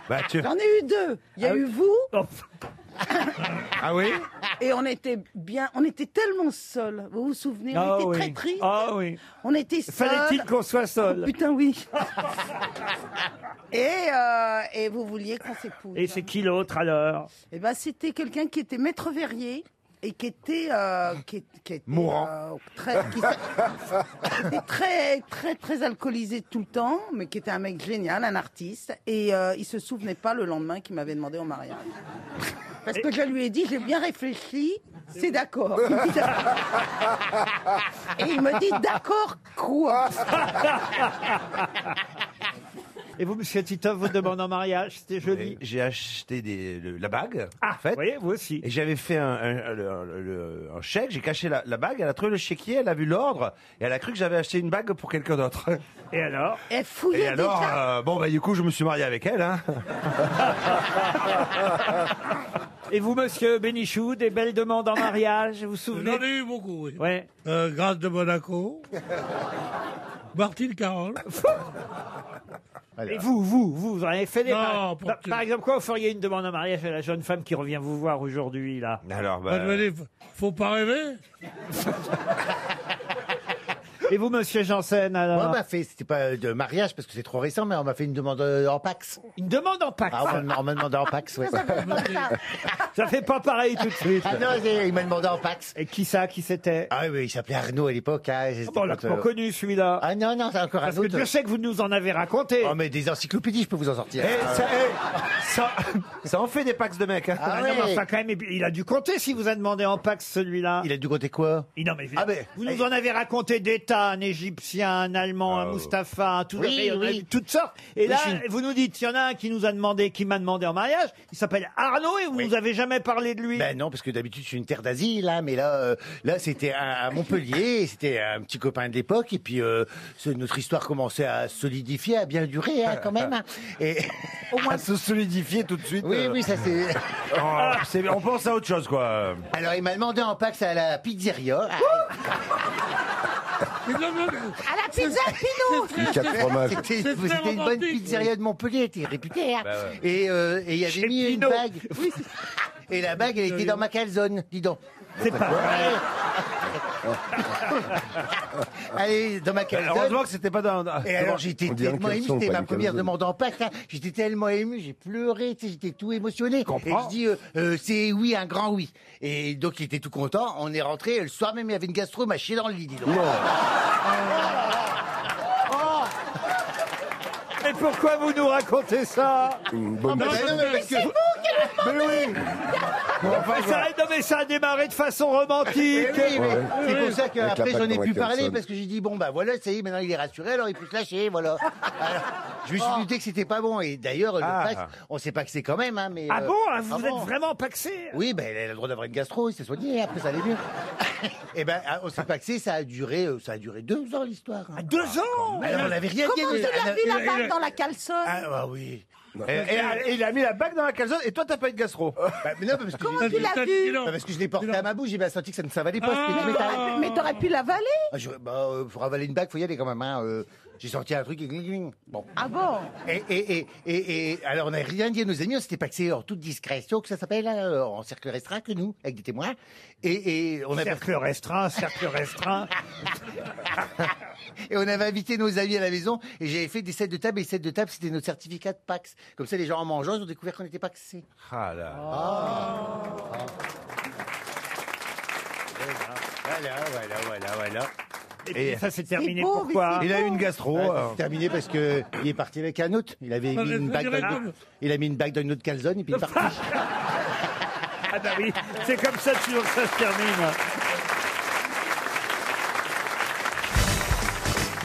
[SPEAKER 15] Bah, tu-
[SPEAKER 9] J'en ai eu deux. Il y a eu vous.
[SPEAKER 2] Oh.
[SPEAKER 15] Ah oui
[SPEAKER 9] Et on était bien, on était tellement seuls. Vous vous souvenez On
[SPEAKER 2] Ah
[SPEAKER 9] était
[SPEAKER 2] oui.
[SPEAKER 9] très tristes.
[SPEAKER 2] Ah oui.
[SPEAKER 9] On était seuls. Oh,
[SPEAKER 2] Fallait-il qu'on soit seul
[SPEAKER 9] Putain, oui. et, euh, et vous vouliez qu'on s'épouse.
[SPEAKER 2] Et c'est qui l'autre alors
[SPEAKER 9] Eh ben, c'était quelqu'un qui était maître verrier. et qui était, euh, qui, est- qui était,
[SPEAKER 15] Mourant.
[SPEAKER 9] euh, très, qui s'a- qui était très, très, très alcoolisé tout le temps, mais qui était un mec génial, un artiste, et euh, il se souvenait pas le lendemain qu'il m'avait demandé en mariage. Parce que je lui ai dit, j'ai bien réfléchi, c'est d'accord. Il me dit, Et il me dit, d'accord quoi
[SPEAKER 2] Et vous, monsieur Titov, vous demandez en mariage, c'était joli.
[SPEAKER 20] J'ai acheté des- le- la bague. en fait.
[SPEAKER 2] Ah, vous aussi.
[SPEAKER 20] Et j'avais fait un, un- le- le- le- un chèque, j'ai caché la, la bague, elle a trouvé le chéquier, elle a vu l'ordre, et elle a cru que j'avais acheté une bague pour quelqu'un d'autre.
[SPEAKER 2] Et alors
[SPEAKER 9] Elle
[SPEAKER 20] Et alors, euh, bon, bah, du coup, je me suis marié avec elle. Hein.
[SPEAKER 2] Et vous, monsieur Bénichou, des belles demandes en mariage, vous vous souvenez
[SPEAKER 18] J'en ai eu beaucoup, oui.
[SPEAKER 2] Ouais.
[SPEAKER 18] Euh, Grâce de Monaco. Martine Carole.
[SPEAKER 2] Et vous, vous, vous, vous en avez fait des
[SPEAKER 18] Non,
[SPEAKER 2] par,
[SPEAKER 18] pour
[SPEAKER 2] par-
[SPEAKER 18] que-
[SPEAKER 2] par exemple, quoi vous feriez une demande en mariage à la jeune femme qui revient vous voir aujourd'hui, là
[SPEAKER 20] Alors,
[SPEAKER 18] Bah, je me dis, faut- faut pas rêver.
[SPEAKER 2] Et vous, monsieur Janssen, alors
[SPEAKER 1] Moi, on m'a fait, c'était pas de mariage parce que c'est trop récent, mais on m'a fait une demande euh, en Pax.
[SPEAKER 2] Une demande en Pax
[SPEAKER 1] Ah, on m'a- on m'a demandé en Pax, ouais.
[SPEAKER 2] Ça fait pas pareil tout de suite.
[SPEAKER 1] Ah non, c'est- il m'a demandé en Pax.
[SPEAKER 2] Et qui ça, qui c'était Ah
[SPEAKER 1] Ah oui, il s'appelait Arnaud à l'époque. hein, c'était
[SPEAKER 2] bon, on l'a
[SPEAKER 1] quand,
[SPEAKER 2] pas
[SPEAKER 1] euh,
[SPEAKER 2] connu, celui-là.
[SPEAKER 1] Ah non, non, c'est encore
[SPEAKER 2] Parce
[SPEAKER 1] un
[SPEAKER 2] que
[SPEAKER 1] autre.
[SPEAKER 2] Dieu sait que vous nous en avez raconté.
[SPEAKER 1] Oh, mais des encyclopédies, je peux vous en sortir.
[SPEAKER 20] Eh, ça, eh, ça- ça en fait des packs de mecs. hein.
[SPEAKER 2] Ah non, mais enfin, quand même, il a dû compter si vous a demandé en Pax celui-là.
[SPEAKER 1] Il a Ah ben, dû compter quoi
[SPEAKER 2] Non, mais, vous nous en avez raconté des tas, un Égyptien, un Allemand, un Mustapha, un tout
[SPEAKER 1] Oh. Oui,
[SPEAKER 2] il y en a
[SPEAKER 1] oui.
[SPEAKER 2] eu toutes sortes. Et
[SPEAKER 1] Oui,
[SPEAKER 2] là,
[SPEAKER 1] je suis-
[SPEAKER 2] vous nous dites, il y en a un qui nous a demandé, qui m'a demandé en mariage. Il s'appelle Arnaud et vous nous avez jamais parlé de lui.
[SPEAKER 1] Ben non, parce que d'habitude, c'est une terre d'asile, hein, mais là, euh, là c'était à, à Montpellier, et c'était un petit copain de l'époque, et puis euh, ce- notre histoire commençait à se solidifier, à bien durer, hein, quand même. hein. Et... Au moins se solidifier tout de suite. Oui,
[SPEAKER 20] euh.
[SPEAKER 1] oui, ça c'est...
[SPEAKER 15] Ah,
[SPEAKER 20] Oh, c'est- on pense à autre chose, quoi.
[SPEAKER 1] Alors, il m'a demandé en Pax à la pizzeria. Ah,
[SPEAKER 9] À la pizza Pino
[SPEAKER 1] C'était c'était une bonne pizzeria de Montpellier, elle était réputée. hein.
[SPEAKER 9] Bah ouais.
[SPEAKER 1] Et euh, et il y avait mis une bague. Oui, c'est- et la bague, elle était dans ma calzone, dis donc. C'est pas Allez, dans ma calzone.
[SPEAKER 20] Heureusement que c'était pas dans.
[SPEAKER 1] Et alors j'étais
[SPEAKER 20] On dit un
[SPEAKER 1] tellement ému,
[SPEAKER 20] caleçon,
[SPEAKER 1] c'était
[SPEAKER 20] pas
[SPEAKER 1] ma
[SPEAKER 20] une
[SPEAKER 1] première
[SPEAKER 20] calzone.
[SPEAKER 1] demande en Pâques, hein. j'étais tellement ému, j'ai pleuré, tu sais, j'étais tout émotionné. Et je dis, euh, euh, c'est oui, un grand oui. Et donc il était tout content, on est rentré, le soir même il y avait une gastro, il m'a chié dans le lit, dis donc.
[SPEAKER 4] Oh,
[SPEAKER 2] Mais pourquoi vous nous racontez ça
[SPEAKER 1] mais
[SPEAKER 2] Ah,
[SPEAKER 1] non, mais c'est vous
[SPEAKER 2] mais oui Enfin, ça, non, mais ça a démarré de façon romantique
[SPEAKER 1] Oui, mais c'est pour ça
[SPEAKER 2] Avec la
[SPEAKER 1] qu'après
[SPEAKER 2] patte
[SPEAKER 1] j'en ai
[SPEAKER 2] dans
[SPEAKER 1] plus
[SPEAKER 2] laquelle
[SPEAKER 1] parlé
[SPEAKER 2] sonne.
[SPEAKER 1] parce que j'ai dit bon bah voilà ça y est maintenant il est rassuré alors il peut se lâcher voilà. Alors, je me suis douté que c'était pas bon et d'ailleurs le
[SPEAKER 2] Ah.
[SPEAKER 1] fax, on s'est paxé quand même hein mais.
[SPEAKER 2] Ah
[SPEAKER 1] euh,
[SPEAKER 2] bon hein, Vous
[SPEAKER 1] ah
[SPEAKER 2] êtes
[SPEAKER 1] bon.
[SPEAKER 2] vraiment paxé
[SPEAKER 1] Oui ben elle a le droit d'avoir une gastro il s'est soigné hein, après ça allait mieux. et ben ah, on s'est paxé ça a duré euh, ça a duré deux ans l'histoire. hein.
[SPEAKER 2] Ah, deux ans
[SPEAKER 1] Alors, on n'avait rien dit.
[SPEAKER 9] Comment tu l'as vu la bague dans la calçonne
[SPEAKER 1] Ah bah oui.
[SPEAKER 20] Et, et- et il a mis la bague dans la calzone et toi t'as pas eu de gastro.
[SPEAKER 1] Bah, mais non, parce que
[SPEAKER 9] Comment
[SPEAKER 1] j'ai-
[SPEAKER 9] tu l'as vu Ah.
[SPEAKER 1] Bah, Parce que je l'ai porté à ma bouche, j'ai bien senti que ça ne s'avalait pas. ce que tu
[SPEAKER 9] Mais
[SPEAKER 1] mettais.
[SPEAKER 9] t'aurais- Mais t'aurais pu l'avaler
[SPEAKER 1] Ah, je- bah, euh, pour avaler une bague, faut y aller quand même. hein, euh, j'ai sorti un truc et gling, gling. Bon.
[SPEAKER 9] Ah bon
[SPEAKER 1] Et, et, et, et, et- alors, on n'a rien dit à nos amis, on s'était paxé en toute discrétion, que ça s'appelle, euh, en cercle restreint que nous, avec des témoins. Et, et on avait...
[SPEAKER 2] Cercle restreint, cercle restreint.
[SPEAKER 1] et on avait invité nos amis à la maison, et j'avais fait des sets de table, et les sets de table, c'était nos certificats de pax. Comme ça, les gens en mangeant, ils ont découvert qu'on était paxés.
[SPEAKER 20] Ah là.
[SPEAKER 2] Ah.
[SPEAKER 1] Voilà, voilà, voilà, voilà.
[SPEAKER 2] Et puis ça, c'est terminé
[SPEAKER 1] beau,
[SPEAKER 2] pourquoi
[SPEAKER 1] mais c'est beau.
[SPEAKER 20] gastro.
[SPEAKER 2] euh.
[SPEAKER 1] Ouais, c'est terminé parce que il est parti avec un autre. Il avait
[SPEAKER 2] Ah,
[SPEAKER 1] mis
[SPEAKER 2] mais
[SPEAKER 1] une
[SPEAKER 2] je
[SPEAKER 1] bague
[SPEAKER 2] dirais
[SPEAKER 1] dans
[SPEAKER 2] comme-
[SPEAKER 1] une... Il a mis une bague dans une autre calzone et puis il est parti.
[SPEAKER 2] Ah bah oui, c'est comme ça toujours que ça se termine.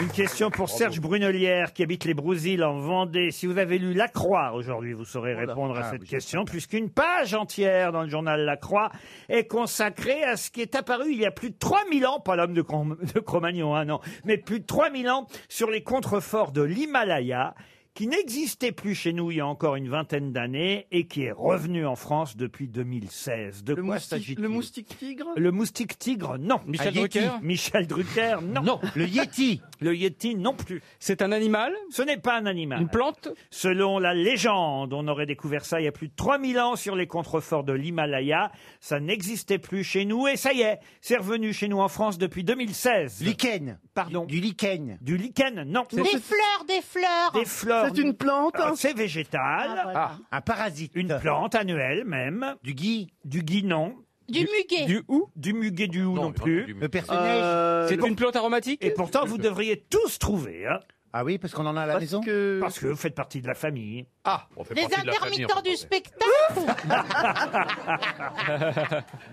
[SPEAKER 2] Une question pour Serge Brunelière qui habite les Brousilles en Vendée. Si vous avez lu La Croix aujourd'hui, vous saurez répondre à
[SPEAKER 1] Ah,
[SPEAKER 2] cette
[SPEAKER 1] oui,
[SPEAKER 2] question puisqu'une page entière dans le journal La Croix est consacrée à ce qui est apparu il y a plus de 3000 ans, pas l'homme de, Cro- de Cro-Magnon, hein, non, mais plus de 3000 ans sur les contreforts de l'Himalaya qui n'existait plus chez nous il y a encore une vingtaine d'années et qui est revenu en France depuis 2016. De quoi s'agit-il
[SPEAKER 12] Le moustique tigre
[SPEAKER 2] le moustique tigre, non.
[SPEAKER 12] Michel
[SPEAKER 2] Un yéti.
[SPEAKER 12] Drucker
[SPEAKER 2] Michel Drucker, non. Le yéti Le yéti, non plus. C'est un animal Ce n'est pas un animal. Une plante Selon la légende, on aurait découvert ça il y a plus de 3000 ans sur les contreforts de l'Himalaya. Ça n'existait plus chez nous et ça y est, c'est revenu chez nous en France depuis 2016. Lichen Pardon Du lichen Du lichen, non.
[SPEAKER 10] Des fleurs, des fleurs.
[SPEAKER 2] Des fleurs.
[SPEAKER 10] C'est une plante.
[SPEAKER 12] hein
[SPEAKER 2] Alors, C'est végétal.
[SPEAKER 10] Ah, voilà.
[SPEAKER 2] Un parasite. Une plante annuelle même. Du gui. Du gui, non. Du, muguet. Du ou Du muguet du ou non, plus.
[SPEAKER 1] Le personnage. Euh,
[SPEAKER 2] C'est
[SPEAKER 1] le-
[SPEAKER 2] une plante aromatique Et pourtant, vous devriez tous trouver. hein.
[SPEAKER 1] Ah oui, parce qu'on en a à la maison
[SPEAKER 2] Parce que vous faites partie de la famille.
[SPEAKER 1] Ah,
[SPEAKER 2] on
[SPEAKER 11] Les intermittents du spectacle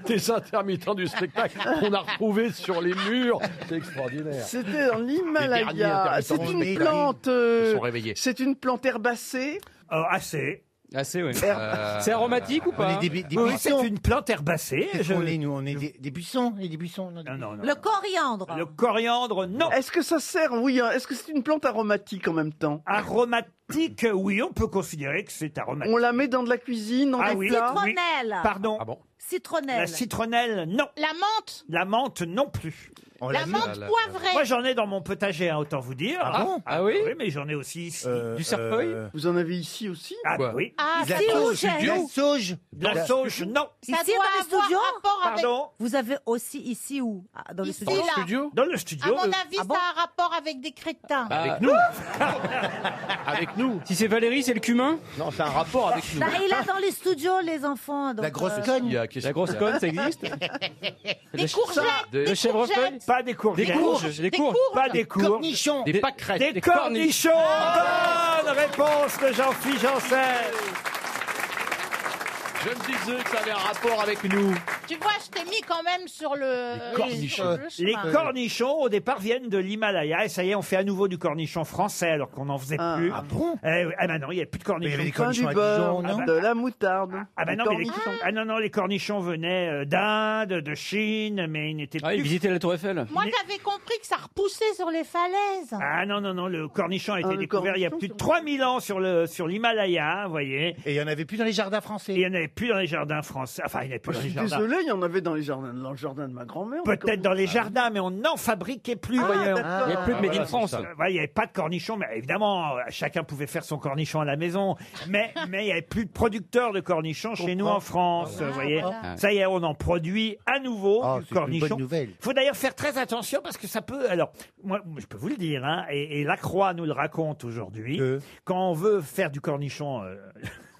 [SPEAKER 14] Des intermittents du spectacle qu'on a retrouvés sur les murs. C'est extraordinaire.
[SPEAKER 12] C'était dans
[SPEAKER 14] Les derniers
[SPEAKER 12] l'Himalaya.
[SPEAKER 14] intermittents
[SPEAKER 12] C'est
[SPEAKER 14] du
[SPEAKER 12] une
[SPEAKER 14] spectacle.
[SPEAKER 12] plante. euh,
[SPEAKER 14] Ils sont réveillés.
[SPEAKER 12] C'est une plante herbacée.
[SPEAKER 2] Euh, assez.
[SPEAKER 5] Assez, oui.
[SPEAKER 12] Euh,
[SPEAKER 5] C'est aromatique ou pas
[SPEAKER 1] On est des, des
[SPEAKER 5] Oui, oui,
[SPEAKER 1] buissons.
[SPEAKER 5] c'est
[SPEAKER 2] une plante herbacée.
[SPEAKER 1] Qu'est-ce qu'on est, nous On est des, des buissons. et des buissons. Non,
[SPEAKER 2] non,
[SPEAKER 9] Le coriandre.
[SPEAKER 2] Le coriandre, non.
[SPEAKER 12] Est-ce que ça sert Oui. hein. Est-ce que c'est une plante aromatique en même temps
[SPEAKER 2] Aromatique, oui, on peut considérer que c'est aromatique.
[SPEAKER 12] On la met dans de la cuisine, dans
[SPEAKER 2] Ah
[SPEAKER 12] des
[SPEAKER 2] oui,
[SPEAKER 12] plats.
[SPEAKER 2] oui. Pardon.
[SPEAKER 1] Ah
[SPEAKER 9] Citronnelle.
[SPEAKER 2] La citronnelle, non.
[SPEAKER 11] La menthe
[SPEAKER 2] La menthe, non plus.
[SPEAKER 11] La l'a vu. menthe poivrée.
[SPEAKER 2] Moi, j'en ai dans mon potager, hein, autant vous dire.
[SPEAKER 12] Ah bon
[SPEAKER 2] oui Oui, mais j'en ai aussi ici.
[SPEAKER 12] Du cerfeuil Vous en avez ici aussi
[SPEAKER 2] Ah oui.
[SPEAKER 9] Ah, De la c'est sauge, rouge. de la
[SPEAKER 1] sauge.
[SPEAKER 2] De la sauge, non.
[SPEAKER 9] Ici, dans le
[SPEAKER 11] avoir
[SPEAKER 9] studio
[SPEAKER 11] rapport avec- Pardon
[SPEAKER 9] Vous avez aussi ici où Ah, Dans Ah le
[SPEAKER 11] Ici,
[SPEAKER 9] studio
[SPEAKER 11] là. Dans le studio
[SPEAKER 2] Dans le
[SPEAKER 11] À
[SPEAKER 2] studio.
[SPEAKER 11] mon avis, ça a un rapport avec des crétins.
[SPEAKER 5] Bah,
[SPEAKER 9] Ah,
[SPEAKER 5] Ah. Avec nous. Si c'est Valérie, c'est le cumin
[SPEAKER 14] Non, c'est un rapport avec
[SPEAKER 9] Bah, Là, il a dans les studios, les enfants. donc, euh,
[SPEAKER 5] La grosse conne, ça existe
[SPEAKER 9] Des courgettes,
[SPEAKER 5] Le
[SPEAKER 9] des
[SPEAKER 5] chèvrefeuille
[SPEAKER 9] courgettes.
[SPEAKER 2] Pas des courgettes.
[SPEAKER 5] Des courges, des courges.
[SPEAKER 2] Pas des courges.
[SPEAKER 5] cornichons. Des pâquerettes.
[SPEAKER 2] Des,
[SPEAKER 5] Des
[SPEAKER 2] cornichons.
[SPEAKER 9] Ah.
[SPEAKER 2] Bonne réponse de Jean-Philippe Janssen.
[SPEAKER 14] Je me disais que ça avait un rapport avec nous.
[SPEAKER 11] Tu vois, je t'ai mis quand même sur le. Euh, sur le
[SPEAKER 2] Les
[SPEAKER 11] chemin.
[SPEAKER 2] cornichons, au départ, viennent de l'Himalaya. Et ça y est, on fait à nouveau du cornichon français, alors qu'on n'en faisait
[SPEAKER 12] Ah.
[SPEAKER 2] plus.
[SPEAKER 12] Ah
[SPEAKER 2] bon eh, oui. Ah ben non, il n'y a plus de cornichons.
[SPEAKER 12] Enfin, du beurre, de la moutarde.
[SPEAKER 2] bah Ah ben
[SPEAKER 12] des
[SPEAKER 2] non, mais les-
[SPEAKER 12] cornichons.
[SPEAKER 2] ah non, non, les cornichons venaient euh, d'Inde, de Chine, mais ils n'étaient
[SPEAKER 5] Ah,
[SPEAKER 2] plus...
[SPEAKER 5] ils visitaient la Tour Eiffel.
[SPEAKER 11] Moi, j'avais compris que ça repoussait sur les falaises.
[SPEAKER 2] Ah non, non, non, le cornichon a été
[SPEAKER 11] Ah, le
[SPEAKER 2] découvert il y a plus de 3000 ans sur le sur l'Himalaya, vous voyez. Et il n'y en avait plus dans les jardins français. Ah, Il n'y en avait plus dans les jardins français. Enfin, il n'y en avait plus
[SPEAKER 12] Je
[SPEAKER 2] dans les
[SPEAKER 12] suis
[SPEAKER 2] jardins.
[SPEAKER 12] désolé, il y en avait dans les jardins, dans le jardin de ma grand-mère.
[SPEAKER 2] Peut-être dans les jardins, mais on n'en fabriquait plus.
[SPEAKER 12] Ah,
[SPEAKER 2] voyez.
[SPEAKER 12] d'accord. Il y a plus de Ah, Made in voilà, France.
[SPEAKER 2] c'est ça. Voilà, Il n'y avait pas de cornichons, mais évidemment, euh, chacun pouvait faire son cornichon à la maison. Mais mais il n'y avait plus de producteurs de cornichons chez nous en France. vous voyez.
[SPEAKER 1] comprends.
[SPEAKER 2] Ça y est, on en produit à nouveau
[SPEAKER 1] Ah,
[SPEAKER 2] du
[SPEAKER 1] c'est une
[SPEAKER 2] cornichon.
[SPEAKER 1] bonne nouvelle.
[SPEAKER 2] Il faut d'ailleurs faire très attention parce que ça peut. Alors, moi, je peux vous le dire, hein, et, et la Croix nous le raconte aujourd'hui. Quand on veut faire du cornichon euh,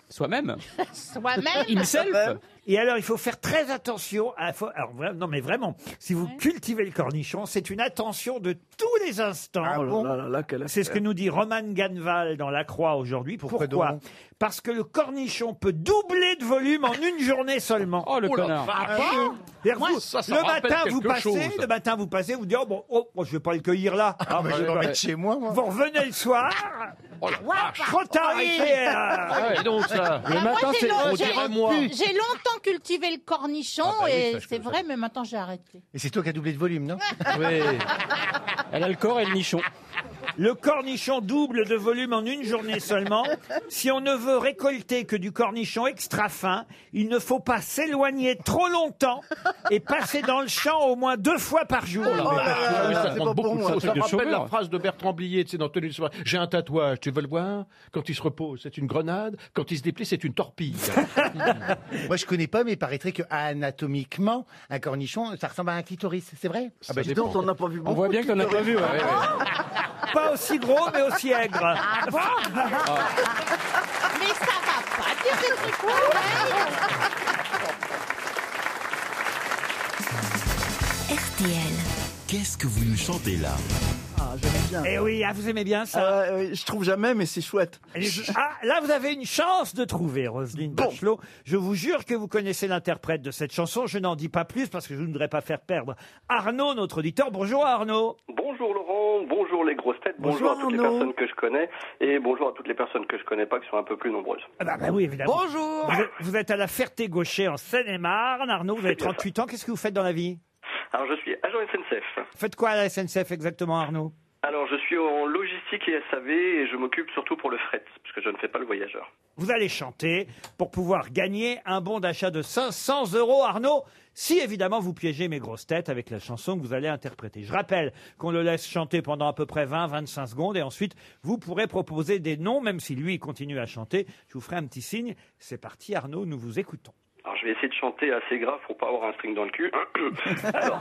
[SPEAKER 5] soi-même,
[SPEAKER 11] Soi-même.
[SPEAKER 2] Et alors, il faut faire très attention à. faut- alors, vra- non, mais vraiment, si vous cultivez le cornichon, c'est une attention de tous les instants.
[SPEAKER 12] Ah, oh
[SPEAKER 2] c'est ce que nous dit Roman Ganval dans La Croix aujourd'hui. Pourquoi,
[SPEAKER 1] donc
[SPEAKER 2] Parce que le cornichon peut doubler de volume en une journée seulement.
[SPEAKER 5] le Oh la connard. vache.
[SPEAKER 2] Ah bon C'est-à-dire
[SPEAKER 5] Moi,
[SPEAKER 2] vous-
[SPEAKER 5] ça, ça
[SPEAKER 2] le
[SPEAKER 5] me rappelle
[SPEAKER 2] matin, vous
[SPEAKER 5] quelque
[SPEAKER 2] passez,
[SPEAKER 5] chose.
[SPEAKER 2] le matin, vous passez, vous dites, oh, bon, oh, moi, je vais pas le cueillir là. Ah,
[SPEAKER 1] mais
[SPEAKER 2] bah,
[SPEAKER 1] je vais
[SPEAKER 2] pas-
[SPEAKER 1] mettre chez moi, moi.
[SPEAKER 2] Vous revenez le soir.
[SPEAKER 12] Oh
[SPEAKER 2] Trop tard,
[SPEAKER 11] Oui.
[SPEAKER 2] il fait, euh,
[SPEAKER 11] Bah, moi, j'ai long- j'ai- J'ai longtemps cultivé le cornichon
[SPEAKER 1] Ah, bah oui,
[SPEAKER 11] et
[SPEAKER 1] ça, je
[SPEAKER 11] c'est vrai, mais maintenant j'ai arrêté.
[SPEAKER 1] Et c'est toi qui as doublé de volume, non
[SPEAKER 5] Elle a le corps et le nichon.
[SPEAKER 2] Le cornichon double de volume en une journée seulement. Si on ne veut récolter que du cornichon extra fin, il ne faut pas s'éloigner trop longtemps et passer dans le champ au moins deux fois par jour.
[SPEAKER 14] Oh
[SPEAKER 2] Ah
[SPEAKER 14] Oui, ça
[SPEAKER 2] c'est
[SPEAKER 14] demande
[SPEAKER 2] pas
[SPEAKER 14] beaucoup.
[SPEAKER 2] pour moi,
[SPEAKER 14] Ça,
[SPEAKER 2] c'est
[SPEAKER 14] ça
[SPEAKER 2] un
[SPEAKER 14] me
[SPEAKER 2] truc de
[SPEAKER 14] rappelle la
[SPEAKER 2] chômeur.
[SPEAKER 14] phrase de Bertrand Blier, tu sais, dans Tenue de soirée. J'ai un tatouage, tu veux le voir Quand il se repose, c'est une grenade. Quand il se déplie, c'est une torpille.
[SPEAKER 1] Moi, je connais pas, mais il paraîtrait que anatomiquement, un cornichon, ça ressemble à un clitoris. C'est vrai
[SPEAKER 12] Ah bah dis donc, on n'a pas vu beaucoup.
[SPEAKER 1] voit
[SPEAKER 12] bien qu'on n'a pas vu, ouais, ouais.
[SPEAKER 2] Pas aussi gros, mais aussi aigre.
[SPEAKER 1] Ah
[SPEAKER 11] Mais ça va pas dire des trucs pareils.
[SPEAKER 27] RTL.
[SPEAKER 28] Qu'est-ce que vous nous chantez là
[SPEAKER 12] Ah, j'aime bien. Euh,
[SPEAKER 2] Eh oui, ah, vous aimez bien ça
[SPEAKER 12] Je trouve jamais, mais c'est chouette.
[SPEAKER 2] Et je- Ah, là, vous avez une chance de trouver, Roselyne Bachelot. Je vous jure que vous connaissez l'interprète de cette chanson. Je n'en dis pas plus parce que je ne voudrais pas faire perdre Arnaud, notre auditeur. Bonjour Arnaud.
[SPEAKER 21] Bonjour Laurent, bonjour les grosses têtes, bonjour, à
[SPEAKER 2] Bonjour
[SPEAKER 21] toutes les
[SPEAKER 2] Arnaud.
[SPEAKER 21] personnes que je connais et bonjour à toutes les personnes que je connais pas qui sont un peu plus nombreuses.
[SPEAKER 2] Ah bah, bah oui, évidemment. Bonjour Vous êtes, vous êtes à la Ferté-Gaucher en Seine-et-Marne. Arnaud, vous avez 38 ans. Qu'est-ce que vous faites dans la vie
[SPEAKER 21] Alors je suis agent SNCF.
[SPEAKER 2] Faites quoi à la SNCF exactement, Arnaud
[SPEAKER 21] Alors je suis en logistique et SAV et je m'occupe surtout pour le fret parce que je ne fais pas le voyageur.
[SPEAKER 2] Vous allez chanter pour pouvoir gagner un bon d'achat de 500 euros, Arnaud, si évidemment vous piégez mes grosses têtes avec la chanson que vous allez interpréter. Je rappelle qu'on le laisse chanter pendant à peu près 20-25 secondes et ensuite vous pourrez proposer des noms, même si lui continue à chanter. Je vous ferai un petit signe. C'est parti, Arnaud, nous vous écoutons.
[SPEAKER 21] Alors je vais essayer de chanter assez grave pour pas avoir un string dans le cul. Alors,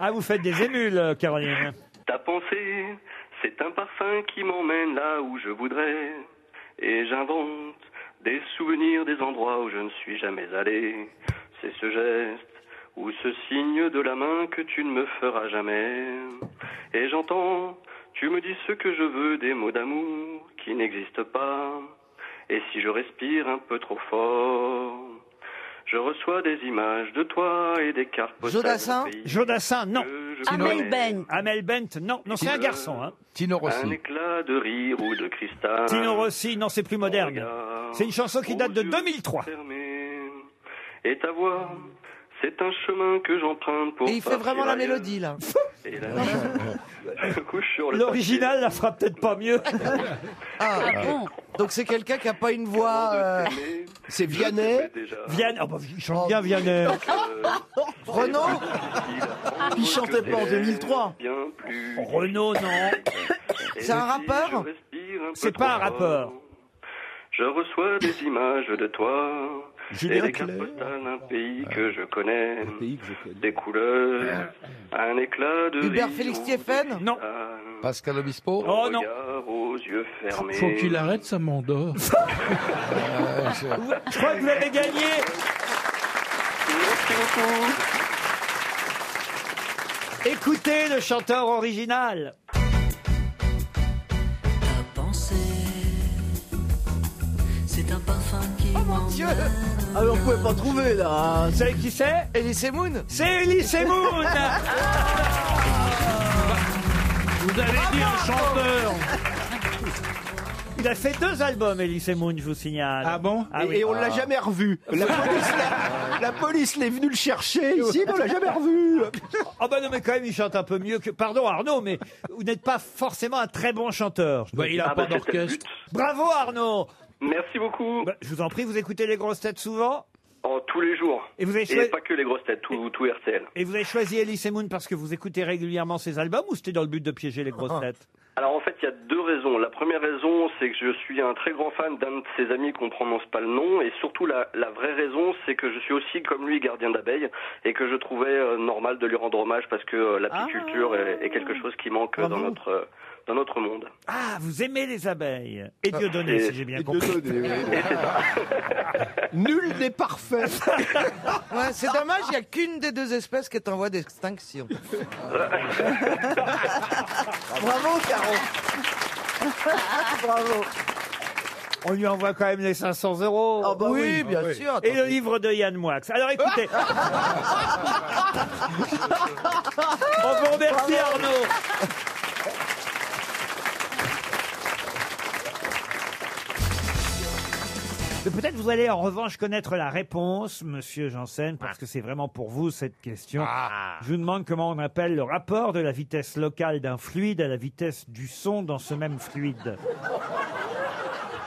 [SPEAKER 2] Ah, vous faites des émules, euh, Caroline.
[SPEAKER 21] ta pensée, c'est un parfum qui m'emmène là où je voudrais et j'invente des souvenirs des endroits où je ne suis jamais allé. C'est ce geste ou ce signe de la main que tu ne me feras jamais. Et j'entends, tu me dis ce que je veux, des mots d'amour qui n'existent pas. Et si je respire un peu trop fort, je reçois des images de toi et des cartes postales. de pays
[SPEAKER 2] Jodassin, non.
[SPEAKER 21] Euh, je Amel connais. Bent.
[SPEAKER 2] Amel Bent, non. Non, c'est un garçon. Hein.
[SPEAKER 21] Un éclat de rire ou de cristal.
[SPEAKER 2] Tino Rossi, non, c'est plus
[SPEAKER 21] Oh
[SPEAKER 2] moderne. C'est une chanson qui date de 2003.
[SPEAKER 21] Et ta voix, c'est un chemin que j'emprunte pour.
[SPEAKER 16] Et il fait
[SPEAKER 21] partir
[SPEAKER 16] vraiment la
[SPEAKER 21] ailleurs.
[SPEAKER 16] mélodie, là.
[SPEAKER 21] Et la je couche sur le
[SPEAKER 2] L'original la fera peut-être pas mieux.
[SPEAKER 16] Ah, bon. Donc c'est quelqu'un qui a pas une voix. euh,
[SPEAKER 2] C'est
[SPEAKER 16] Vianney
[SPEAKER 2] Vianney, oh bah, il chante bien Vianney.
[SPEAKER 21] euh,
[SPEAKER 16] Renaud
[SPEAKER 12] Il chantait pas en 2003.
[SPEAKER 2] Oh, Renaud, non.
[SPEAKER 21] Et si je respire un peu trop fort, Je reçois des images de toi.
[SPEAKER 2] Julien
[SPEAKER 21] et des cartes
[SPEAKER 2] Clerc.
[SPEAKER 21] postales d'un pays que je connais. Des couleurs, un éclat de
[SPEAKER 16] Hubert
[SPEAKER 21] rire
[SPEAKER 16] Félix
[SPEAKER 21] ou
[SPEAKER 16] Stéphane
[SPEAKER 2] Non.
[SPEAKER 21] Pascal Obispo
[SPEAKER 2] Oh non.
[SPEAKER 21] Regard aux yeux fermés.
[SPEAKER 18] Faut qu'il arrête, ça m'endort.
[SPEAKER 2] Je crois que vous avez gagné.
[SPEAKER 21] Merci beaucoup.
[SPEAKER 2] Écoutez le chanteur original.
[SPEAKER 17] Penser, c'est un parfum qui. Oh mon dieu
[SPEAKER 12] Ah, mais on pouvait pas trouver là. Vous
[SPEAKER 2] savez qui c'est
[SPEAKER 12] Elise Moon.
[SPEAKER 2] C'est Elise Moon.
[SPEAKER 18] Vous avez dit un chanteur.
[SPEAKER 2] Il a fait deux albums, Elise Moon, je vous signale. Ah bon
[SPEAKER 15] Et- et on l'a jamais
[SPEAKER 2] revu.
[SPEAKER 15] La police l'a- la police l'est venue le chercher ici, mais on l'a jamais
[SPEAKER 2] revu. Ah bah non, mais quand même, il chante un peu mieux que. Pardon, Arnaud, mais vous n'êtes pas forcément un très bon chanteur.
[SPEAKER 18] Bah, il a Ah pas bah, c'était le d'orchestre.
[SPEAKER 2] Bravo, Arnaud. Bah,
[SPEAKER 21] Merci beaucoup.
[SPEAKER 2] je vous en prie, vous écoutez les grosses têtes souvent
[SPEAKER 21] En tous les jours.
[SPEAKER 2] Et vous avez choisi-
[SPEAKER 21] pas que les grosses têtes, tout, tout RTL.
[SPEAKER 2] Et vous avez choisi Elise Moon parce que vous écoutez régulièrement ses albums ou c'était dans le but de piéger les
[SPEAKER 15] Ah.
[SPEAKER 2] grosses têtes
[SPEAKER 21] Alors en fait, il y a deux raisons. La première raison, c'est que je suis un très grand fan d'un de ses amis qu'on prononce pas le nom. Et surtout, la, la vraie raison, c'est que je suis aussi, comme lui, gardien d'abeilles et que je trouvais euh, normal de lui rendre hommage parce que euh, l'apiculture est, est quelque chose qui manque euh, dans notre, euh, dans notre monde.
[SPEAKER 2] Ah, vous aimez les abeilles. Et
[SPEAKER 15] Ah,
[SPEAKER 2] Dieudonné, si j'ai bien compris.
[SPEAKER 16] Nul n'est parfait. ouais, c'est dommage, il n'y a qu'une des deux espèces qui est en voie d'extinction.
[SPEAKER 12] Bravo, Caro. Bravo.
[SPEAKER 2] On lui envoie quand même les 500 euros. Ah
[SPEAKER 12] bah Oui, oui. bien sûr,
[SPEAKER 2] Et le livre de Yann Moix. Alors écoutez. On vous remercie Arnaud. Mais Peut-être vous allez en revanche connaître la réponse, monsieur Janssen,
[SPEAKER 20] Ah.
[SPEAKER 2] parce que c'est vraiment pour vous cette question. Je vous demande comment on appelle le rapport de la vitesse locale d'un fluide à la vitesse du son dans ce même fluide.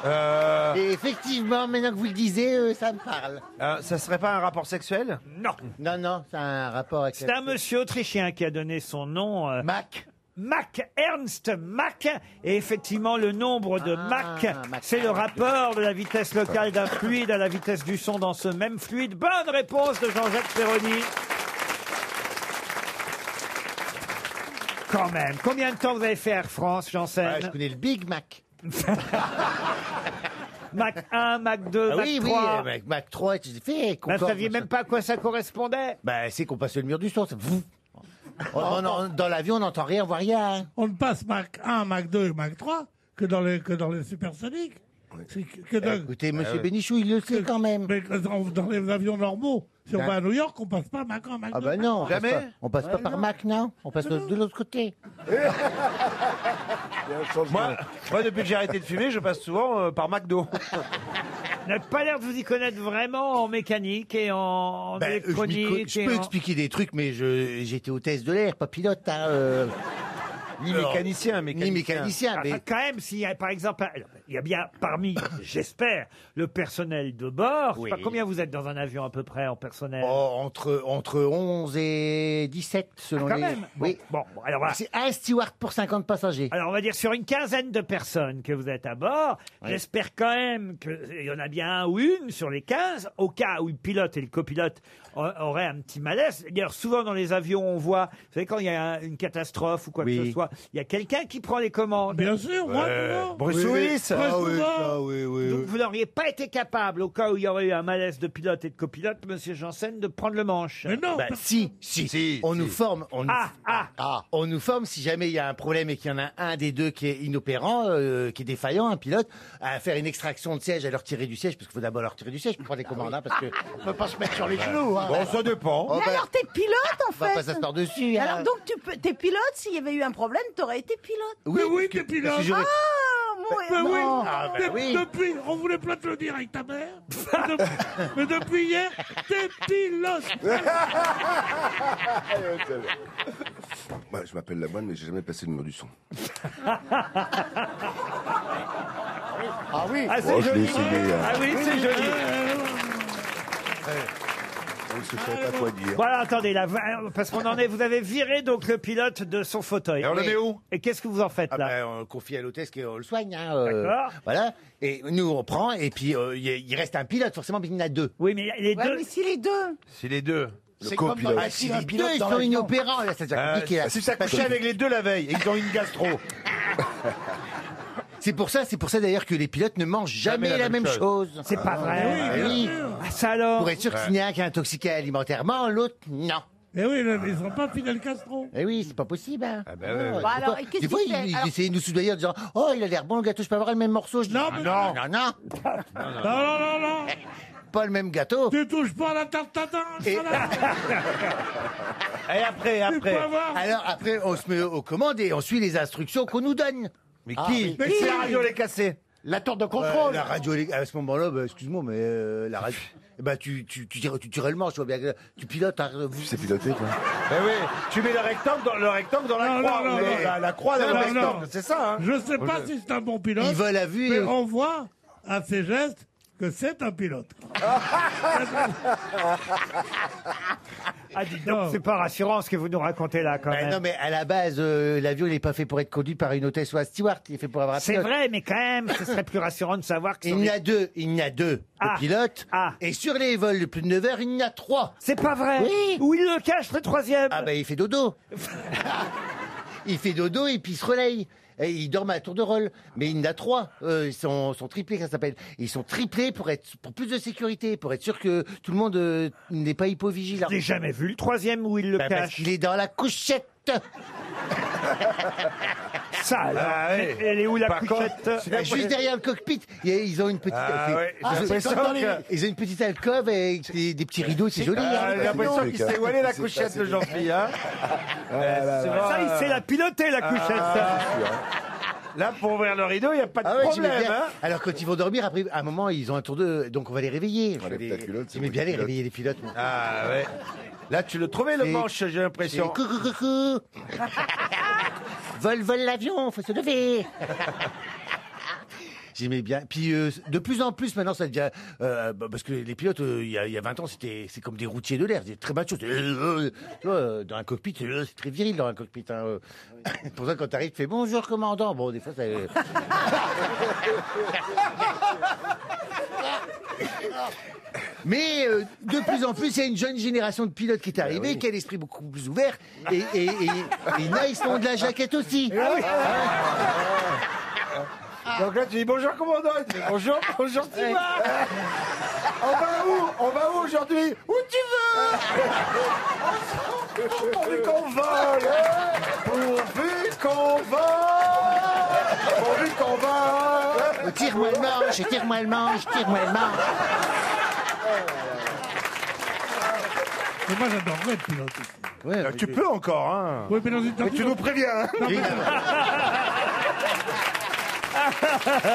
[SPEAKER 20] Euh,
[SPEAKER 1] Et effectivement, maintenant que vous le disiez, euh, ça me parle.
[SPEAKER 20] ça serait pas un rapport sexuel
[SPEAKER 2] Non.
[SPEAKER 1] Non, non, c'est un rapport avec.
[SPEAKER 2] C'est un monsieur autrichien qui a donné son nom. Mac. Mac, Ernst Mac. Et effectivement, le nombre de
[SPEAKER 1] Ah,
[SPEAKER 2] Mac, c'est le rapport de la vitesse locale d'un fluide à la vitesse du son dans ce même fluide. Bonne réponse de Jean-Jacques Perroni. Quand même. Combien de temps vous avez fait Air France, Janssen
[SPEAKER 1] Ouais, je connais le Big Mac.
[SPEAKER 2] Mac 1, Mac 2,
[SPEAKER 1] Ah
[SPEAKER 2] Euh, Mac
[SPEAKER 1] oui,
[SPEAKER 2] 3.
[SPEAKER 1] oui, avec Mac 3, tu fais.
[SPEAKER 2] Vous ne saviez même pas à quoi ça correspondait
[SPEAKER 1] Bah, c'est qu'on passe le mur du son. ça- Vouf. On- on- on- Oh, dans l'avion, on n'entend rien, on voit rien.
[SPEAKER 19] On ne passe Mac 1, Mac 2, Mac 3 que dans les, que dans les supersoniques. C'est que- que dans-
[SPEAKER 1] Écoutez, monsieur Bénichou, il le sait quand même.
[SPEAKER 19] Mais que dans, dans les avions normaux, si on
[SPEAKER 1] Hein
[SPEAKER 19] va à New York, on passe pas Mac 1, Mac 2.
[SPEAKER 1] Ah bah non, on passe pas, on passe pas
[SPEAKER 19] Ouais,
[SPEAKER 1] par
[SPEAKER 19] non.
[SPEAKER 1] Mac, non. On passe de, de l'autre côté.
[SPEAKER 20] Moi, moi, depuis que j'ai arrêté de fumer, je passe souvent euh, par McDo.
[SPEAKER 2] Vous n'avez pas l'air de vous y connaître vraiment en mécanique et en
[SPEAKER 1] Ben,
[SPEAKER 20] euh,
[SPEAKER 1] je, m'y co-
[SPEAKER 2] électronique.
[SPEAKER 1] je
[SPEAKER 2] et
[SPEAKER 1] peux
[SPEAKER 2] en-
[SPEAKER 1] expliquer des trucs, mais je- j'étais hôtesse de l'air, pas pilote. hein, euh.
[SPEAKER 20] Ni
[SPEAKER 1] Alors,
[SPEAKER 20] mécanicien, mécanicien.
[SPEAKER 1] Ni mécanicien,
[SPEAKER 2] Ah,
[SPEAKER 1] mais...
[SPEAKER 2] bah, Quand même, s'il y a par exemple, alors, il y a bien parmi, j'espère, le personnel de bord. Je sais
[SPEAKER 1] Oui.
[SPEAKER 2] pas combien vous êtes dans un avion à peu près en personnel
[SPEAKER 1] Oh, entre, entre 11 et 17, selon
[SPEAKER 2] Ah, quand
[SPEAKER 1] les...
[SPEAKER 2] même.
[SPEAKER 1] Oui.
[SPEAKER 2] Bon, bon, alors voilà.
[SPEAKER 1] C'est un steward pour 50 passagers.
[SPEAKER 2] Alors on va dire sur une quinzaine de personnes que vous êtes à bord.
[SPEAKER 1] Ouais.
[SPEAKER 2] J'espère quand même qu'il y en a bien un ou une sur les 15, au cas où le pilote et le copilote a- auraient un petit malaise. D'ailleurs, souvent dans les avions, on voit, vous savez, quand il y a un- une catastrophe ou quoi que ce soit, quoi. Il y a quelqu'un qui prend les commandes. Bien
[SPEAKER 19] sûr,
[SPEAKER 20] moi, toujours. Euh, Bruce Willis. Ah oui, ça, oui, oui,
[SPEAKER 2] Donc
[SPEAKER 20] oui.
[SPEAKER 2] vous n'auriez pas été capable, au cas où il y aurait eu un malaise de pilote et de copilote, Monsieur Janssen, de prendre le manche. Mais
[SPEAKER 1] non. Bah, si, si, On nous forme. On nous,
[SPEAKER 2] Ah,
[SPEAKER 1] Ah, on nous forme si jamais il y a un problème et qu'il y en a un des deux qui est inopérant, euh, qui est défaillant, un pilote, à faire une extraction de siège, à leur tirer du siège, parce qu'il faut d'abord leur tirer du siège pour prendre les commandes là, parce que on peut pas se mettre sur les
[SPEAKER 20] Bah,
[SPEAKER 1] genoux. hein.
[SPEAKER 20] bon, ça dépend.
[SPEAKER 1] Oh,
[SPEAKER 14] Mais
[SPEAKER 1] bah,
[SPEAKER 14] alors, t'es pilote,
[SPEAKER 1] on
[SPEAKER 14] en
[SPEAKER 1] va
[SPEAKER 14] fait
[SPEAKER 1] pas s'asseoir dessus, hein.
[SPEAKER 14] Alors, donc, tu peux... t'es pilote, s'il y avait eu un problème, t'aurais été pilote
[SPEAKER 1] Oui, Mais oui, parce que- t'es pilote. parce que Ah, bah j'aurais- Ben
[SPEAKER 14] Ah, mon
[SPEAKER 19] Mais oui,
[SPEAKER 14] non.
[SPEAKER 19] de- depuis, on voulait pas te le dire avec ta mère, mais, de- mais depuis hier, t'es pilote.
[SPEAKER 3] Moi, Bah, je m'appelle Lamoine, mais j'ai jamais passé le mur du son.
[SPEAKER 1] Ah oui.
[SPEAKER 3] Ah, c'est Oh, je l'ai joli. essayé, hein. Ah
[SPEAKER 2] oui, c'est joli.
[SPEAKER 3] Donc, je savais pas quoi dire.
[SPEAKER 2] Voilà, attendez, là, va- parce qu'on en est, vous avez viré donc le pilote de son fauteuil. Et
[SPEAKER 1] on le met où Ah ben.
[SPEAKER 2] Et qu'est-ce que vous en faites là
[SPEAKER 1] Euh, on le confie à l'hôtesse qu'on le soigne. hein, euh,
[SPEAKER 2] D'accord.
[SPEAKER 1] Voilà. Et nous, on prend, et puis euh, il y a- il reste un pilote, forcément, mais il y en a deux.
[SPEAKER 2] Oui, mais les
[SPEAKER 14] Ouais, mais si les deux
[SPEAKER 20] C'est les deux.
[SPEAKER 1] C'est comme dans- Ah, si les deux, ils sont inopérants, là, ça devient compliqué, là.
[SPEAKER 20] Ah, Si ça
[SPEAKER 1] Parce
[SPEAKER 20] couchait
[SPEAKER 1] que-
[SPEAKER 20] avec les deux la veille et qu'ils ont une gastro.
[SPEAKER 1] C'est pour ça, c'est pour ça d'ailleurs que les pilotes ne mangent jamais, la, même chose.
[SPEAKER 2] C'est pas vrai.
[SPEAKER 1] Ah,
[SPEAKER 2] Oui, bien
[SPEAKER 1] oui.
[SPEAKER 2] sûr. Ah, ça alors.
[SPEAKER 1] Pour être sûr qu'il n'y a qu'un intoxiqué alimentairement, l'autre non.
[SPEAKER 19] Mais Eh oui, mais ils sont pas Fidel Castro.
[SPEAKER 1] Eh oui, c'est pas possible. Hein. Ah
[SPEAKER 19] ben ouais, ouais. Bah alors, et qu'est-ce
[SPEAKER 1] Des fois,
[SPEAKER 19] qu'il
[SPEAKER 1] ils
[SPEAKER 19] fait
[SPEAKER 1] il
[SPEAKER 19] Alors-
[SPEAKER 1] essayaient de nous soudoyer en disant Oh, il a l'air bon le gâteau, je peux avoir le même morceau je dis, Ah, Non, non, non, non.
[SPEAKER 19] Non, non, non,
[SPEAKER 1] Pas le même gâteau.
[SPEAKER 19] Tu touches pas à la tarte tatin.
[SPEAKER 1] Et...
[SPEAKER 20] Et après, après.
[SPEAKER 1] Alors après, on se met aux commandes et on suit les instructions qu'on nous donne.
[SPEAKER 20] Mais qui Mais
[SPEAKER 1] c'est
[SPEAKER 20] qui la radio, elle est cassée.
[SPEAKER 1] La tour de
[SPEAKER 20] contrôle.
[SPEAKER 1] Euh, la radio, elle est- à ce moment-là, bah, excuse-moi, mais euh, la radio. Bah, tu, tu, tu, tirais- tu tirais le manche, tu vois bien que tu pilotes. hein, vous... Tu sais
[SPEAKER 3] piloter, quoi.
[SPEAKER 20] Eh oui, tu mets le rectangle dans, le rectangle dans la
[SPEAKER 19] Ah Non,
[SPEAKER 20] croix.
[SPEAKER 19] non, non,
[SPEAKER 20] ou
[SPEAKER 19] non.
[SPEAKER 20] La, la croix dans
[SPEAKER 19] Non,
[SPEAKER 20] le
[SPEAKER 19] non,
[SPEAKER 20] rectangle,
[SPEAKER 19] non.
[SPEAKER 20] c'est ça. Hein
[SPEAKER 19] Je sais pas si c'est un bon pilote.
[SPEAKER 1] Il va la vue.
[SPEAKER 19] Mais on voit à ses gestes que c'est un pilote.
[SPEAKER 2] Ah, dites donc, c'est pas rassurant ce que vous nous racontez là quand
[SPEAKER 1] Bah
[SPEAKER 2] même.
[SPEAKER 1] non, mais à la base, euh, l'avion, il n'est pas fait pour être conduit par une hôtesse ou un steward. Il est fait pour avoir un
[SPEAKER 2] C'est
[SPEAKER 1] pilote.
[SPEAKER 2] vrai, mais quand même, ce serait plus rassurant de savoir que.
[SPEAKER 1] Il y en a deux, il y en a deux
[SPEAKER 2] Ah.
[SPEAKER 1] de pilotes. Et sur les vols de plus de 9 heures, il y en a trois.
[SPEAKER 2] C'est pas vrai
[SPEAKER 1] Oui.
[SPEAKER 2] Où il le cache, le troisième
[SPEAKER 1] Ah ben, il fait dodo. il fait dodo et puis il se relaye. Et il dorment à la tour de rôle. Mais il y en a trois. Euh, ils sont, sont triplés, ça s'appelle. Ils sont triplés pour être pour plus de sécurité, pour être sûr que tout le monde euh, n'est pas hypovigilant.
[SPEAKER 2] Je n'ai jamais vu le troisième où il le
[SPEAKER 1] Ben,
[SPEAKER 2] cache.
[SPEAKER 1] parce qu'il est dans la couchette.
[SPEAKER 2] Ça, alors.
[SPEAKER 20] Ah, ouais.
[SPEAKER 2] Elle est où la
[SPEAKER 20] Par contre,
[SPEAKER 2] couchette
[SPEAKER 20] c'est la-
[SPEAKER 1] Juste derrière le cockpit, il y a- ils ont une petite.
[SPEAKER 20] Ah
[SPEAKER 1] c'est-
[SPEAKER 20] ouais, j'ai
[SPEAKER 1] ils, ont,
[SPEAKER 20] l'impression
[SPEAKER 1] dans les-
[SPEAKER 20] que-
[SPEAKER 1] ils ont une petite alcôve avec des, des petits rideaux, c'est joli.
[SPEAKER 20] Ah,
[SPEAKER 1] hein.
[SPEAKER 20] J'ai l'impression qu'il s'est éloigné la couchette, le Jean-Philippe. Hein
[SPEAKER 2] Ça, il sait la piloter, la couchette.
[SPEAKER 20] Ah, Là, pour ouvrir le rideau, il n'y a pas de
[SPEAKER 1] Ah ouais,
[SPEAKER 20] problème.
[SPEAKER 1] j'aimais bien.
[SPEAKER 20] hein.
[SPEAKER 1] Alors quand ils vont dormir, après, à un moment, ils ont un tour de, donc on va les réveiller. Je
[SPEAKER 3] Enlève
[SPEAKER 1] vais
[SPEAKER 3] ta
[SPEAKER 1] les-
[SPEAKER 3] culotte, c'est
[SPEAKER 1] J'aimais
[SPEAKER 3] moi
[SPEAKER 1] bien
[SPEAKER 3] qui
[SPEAKER 1] les
[SPEAKER 3] pilote.
[SPEAKER 1] réveiller les pilotes. moi.
[SPEAKER 20] Ah ouais. Là, tu le trouvais le
[SPEAKER 1] C'est-
[SPEAKER 20] manche, j'ai l'impression.
[SPEAKER 1] c'est coucou, coucou. Vol, vol l'avion, faut se lever. J'aimais bien. Puis euh, de plus en plus maintenant, ça devient euh, bah, parce que les pilotes, euh, il y, a- il y a 20 ans, c'était c'est comme des routiers de l'air, c'est très macho. c'est, euh, euh, tu vois, euh, dans un cockpit, c'est euh, c'est très viril dans un cockpit. hein, euh. Pour ça, quand t'arrives, tu fais bonjour commandant. Bon, des fois, ça. euh,
[SPEAKER 20] hein.
[SPEAKER 1] Mais euh, de plus en plus, il y a une jeune génération de pilotes qui est arrivée, qui a l'esprit beaucoup plus ouvert. Et, et, et, et là, ils sont de la jaquette aussi.
[SPEAKER 19] Ah
[SPEAKER 20] Donc là, tu dis bonjour, commandant. Il te fait, bonjour, bonjour, tu vas. On va où On va où aujourd'hui Où tu veux Pourvu qu'on vole Pourvu qu'on vole Pourvu qu'on vole
[SPEAKER 1] Tire-moi le manche, tire-moi le manche, tire-moi le manche.
[SPEAKER 19] Mais moi, j'adorerais être pilote.
[SPEAKER 20] Euh, tu peux encore, hein
[SPEAKER 19] Oui, mais dans une
[SPEAKER 20] Mais tu nous préviens, hein
[SPEAKER 19] Non, mais-
[SPEAKER 20] hein.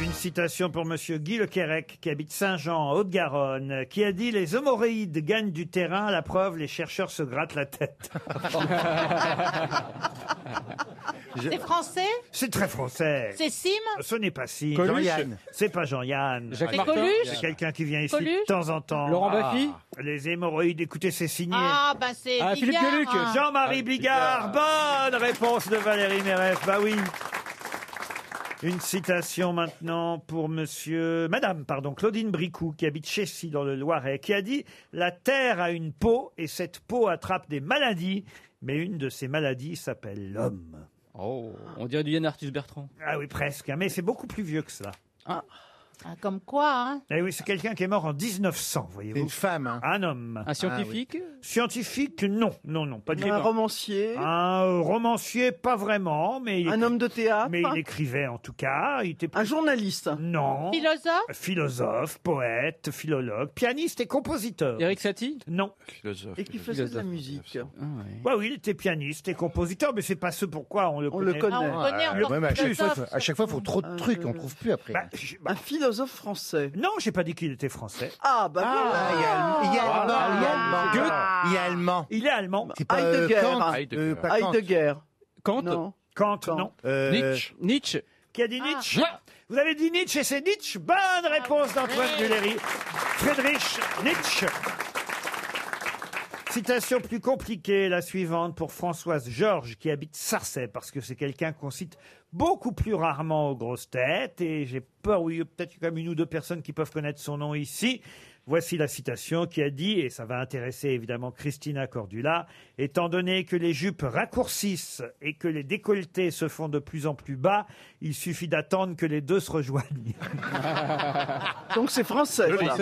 [SPEAKER 2] Une citation pour Monsieur Guy Le Quérec, qui habite Saint-Jean, en Haute-Garonne, qui a dit Les hémorroïdes gagnent du terrain, la preuve, les chercheurs se grattent la tête.
[SPEAKER 10] C'est français
[SPEAKER 2] C'est très français.
[SPEAKER 10] C'est Sim
[SPEAKER 2] Ce n'est pas si.
[SPEAKER 10] Coluche
[SPEAKER 2] Jean-Yann. C'est pas Jean-Yann. Ah,
[SPEAKER 10] Jacques C'est Martin. Coluche
[SPEAKER 2] C'est quelqu'un qui vient ici
[SPEAKER 10] Coluche
[SPEAKER 2] de temps en temps.
[SPEAKER 5] Laurent Baffy
[SPEAKER 2] Ah. Les hémorroïdes, écoutez, c'est signé.
[SPEAKER 10] Ah, ben c'est.
[SPEAKER 2] Ah, Philippe
[SPEAKER 10] Bigard,
[SPEAKER 2] Gueluc.
[SPEAKER 10] hein.
[SPEAKER 5] Ah,
[SPEAKER 2] Jean-Marie Bigard. Bonne réponse de Valérie Mérès. Bah oui. Une citation maintenant pour monsieur, madame, pardon, Claudine Bricou, qui habite Chessy dans le Loiret, qui a dit La terre a une peau et cette peau attrape des maladies, mais une de ces maladies s'appelle l'homme.
[SPEAKER 5] Oh, on dirait du Yann Arthus Bertrand.
[SPEAKER 2] Ah oui, presque, hein, mais c'est beaucoup plus vieux que cela.
[SPEAKER 10] Ah, comme quoi, hein
[SPEAKER 2] Eh oui, c'est quelqu'un qui est mort en 1900, voyez-vous. Une femme.
[SPEAKER 12] hein.
[SPEAKER 2] Un homme.
[SPEAKER 5] Un scientifique
[SPEAKER 2] Scientifique, non. Non, non, pas du
[SPEAKER 12] Ah Un romancier
[SPEAKER 2] Un euh, romancier, pas vraiment, mais... Un homme
[SPEAKER 12] de théâtre
[SPEAKER 2] Mais il écrivait en tout cas. Il était
[SPEAKER 12] Un journaliste
[SPEAKER 2] Non.
[SPEAKER 10] Philosophe
[SPEAKER 2] Philosophe, poète, philologue, pianiste et compositeur. Eric
[SPEAKER 5] Satie
[SPEAKER 2] Non.
[SPEAKER 12] Philosophe. Ah Et qui faisait de la musique.
[SPEAKER 2] Ouais, oui, il était pianiste et compositeur, mais c'est pas ce pourquoi on le
[SPEAKER 12] On
[SPEAKER 2] connaît.
[SPEAKER 12] le connaît. Ah, on connaît
[SPEAKER 2] Ah,
[SPEAKER 12] encore
[SPEAKER 2] ouais, mais à chaque
[SPEAKER 12] philosophe.
[SPEAKER 2] fois, il faut-
[SPEAKER 12] À chaque fois, il faut trop de trucs, on
[SPEAKER 2] trouve plus après.
[SPEAKER 12] Un philosophe français.
[SPEAKER 2] Bah, Non, j'ai pas dit qu'il était français.
[SPEAKER 12] Ah, bah voilà.
[SPEAKER 2] il est allemand, il est allemand.
[SPEAKER 12] Goethe.
[SPEAKER 2] Il est allemand. Il est allemand.
[SPEAKER 12] C'est pas, euh, Heidegger. Kant, euh, pas Kant. Heidegger.
[SPEAKER 2] Kant
[SPEAKER 12] Non. Ah.
[SPEAKER 2] Kant, non.
[SPEAKER 12] Nietzsche.
[SPEAKER 5] Nietzsche.
[SPEAKER 2] Qui a dit Nietzsche Vous avez dit Nietzsche et c'est Nietzsche. Bonne
[SPEAKER 12] Ah
[SPEAKER 2] réponse d'Antoine Duléry. Friedrich Nietzsche. Citation plus compliquée, la suivante pour Françoise Georges qui habite Sarcey, parce que c'est quelqu'un qu'on cite beaucoup plus rarement aux grosses têtes, et j'ai peur, oui, peut-être quand même une ou deux personnes qui peuvent connaître son nom ici. Voici la citation qui a dit, et ça va intéresser évidemment Christina Cordula, étant donné que les jupes raccourcissent et que les décolletés se font de plus en plus bas, il suffit d'attendre que les deux se rejoignent.
[SPEAKER 12] Donc c'est français.
[SPEAKER 2] Joli.
[SPEAKER 12] ça.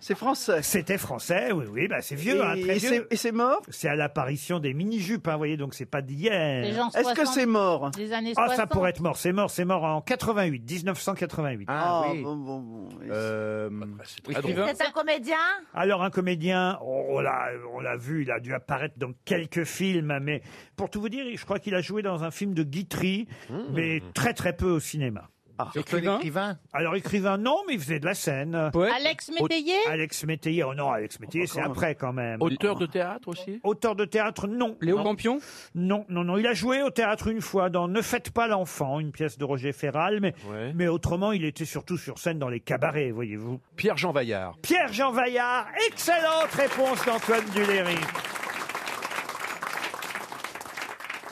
[SPEAKER 12] C'est français.
[SPEAKER 2] C'était français, oui, oui, bah c'est vieux,
[SPEAKER 12] Et-
[SPEAKER 2] hein, très
[SPEAKER 12] et
[SPEAKER 2] vieux.
[SPEAKER 12] c'est- Et c'est mort
[SPEAKER 2] C'est à l'apparition des mini-jupes, hein, vous voyez, donc c'est pas d'hier.
[SPEAKER 12] Des gens Est-ce que 60, c'est mort
[SPEAKER 10] des années
[SPEAKER 2] Ah, ça
[SPEAKER 10] 60.
[SPEAKER 2] pourrait être mort, c'est mort, c'est mort en 88, 1988.
[SPEAKER 12] Ah, bon, bon, bon.
[SPEAKER 1] Ah,
[SPEAKER 10] C'est un comédien
[SPEAKER 2] Alors un comédien, on on l'a, on l'a vu, il a dû apparaître dans quelques films, mais pour tout vous dire, je crois qu'il a joué dans un film de Guitry, mais très très peu au cinéma.
[SPEAKER 1] Écrivain écrivain
[SPEAKER 2] Alors écrivain, non, mais il faisait de la scène.
[SPEAKER 10] Alex Métayer
[SPEAKER 2] Alex Métayer, oh non, Alex Métayer, c'est après quand même.
[SPEAKER 11] Auteur de théâtre aussi
[SPEAKER 2] Auteur de théâtre, non.
[SPEAKER 5] Léo
[SPEAKER 2] Non.
[SPEAKER 5] Campion
[SPEAKER 2] Non, non, non. Il a joué au théâtre une fois dans Ne faites pas l'enfant, une pièce de Roger Ferral, mais, mais autrement, il était surtout sur scène dans les cabarets, voyez-vous.
[SPEAKER 11] Pierre-Jean Vaillard.
[SPEAKER 2] Pierre-Jean Vaillard, excellente réponse d'Antoine Duléry.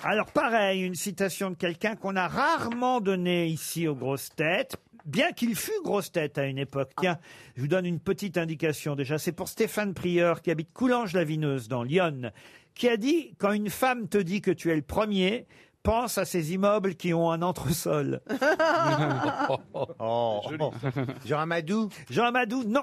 [SPEAKER 2] Alors pareil, une citation de quelqu'un qu'on a rarement donné ici aux grosses têtes, bien qu'il fût grosse tête à une époque. Tiens, je vous donne une petite indication déjà. C'est pour Stéphane Prieur qui habite Coulanges-la-Vineuse dans Lyon, qui a dit quand une femme te dit que tu es le premier, pense à ces immeubles qui ont un entresol.
[SPEAKER 12] Oh,
[SPEAKER 1] Jean Amadou
[SPEAKER 2] Jean Amadou, non.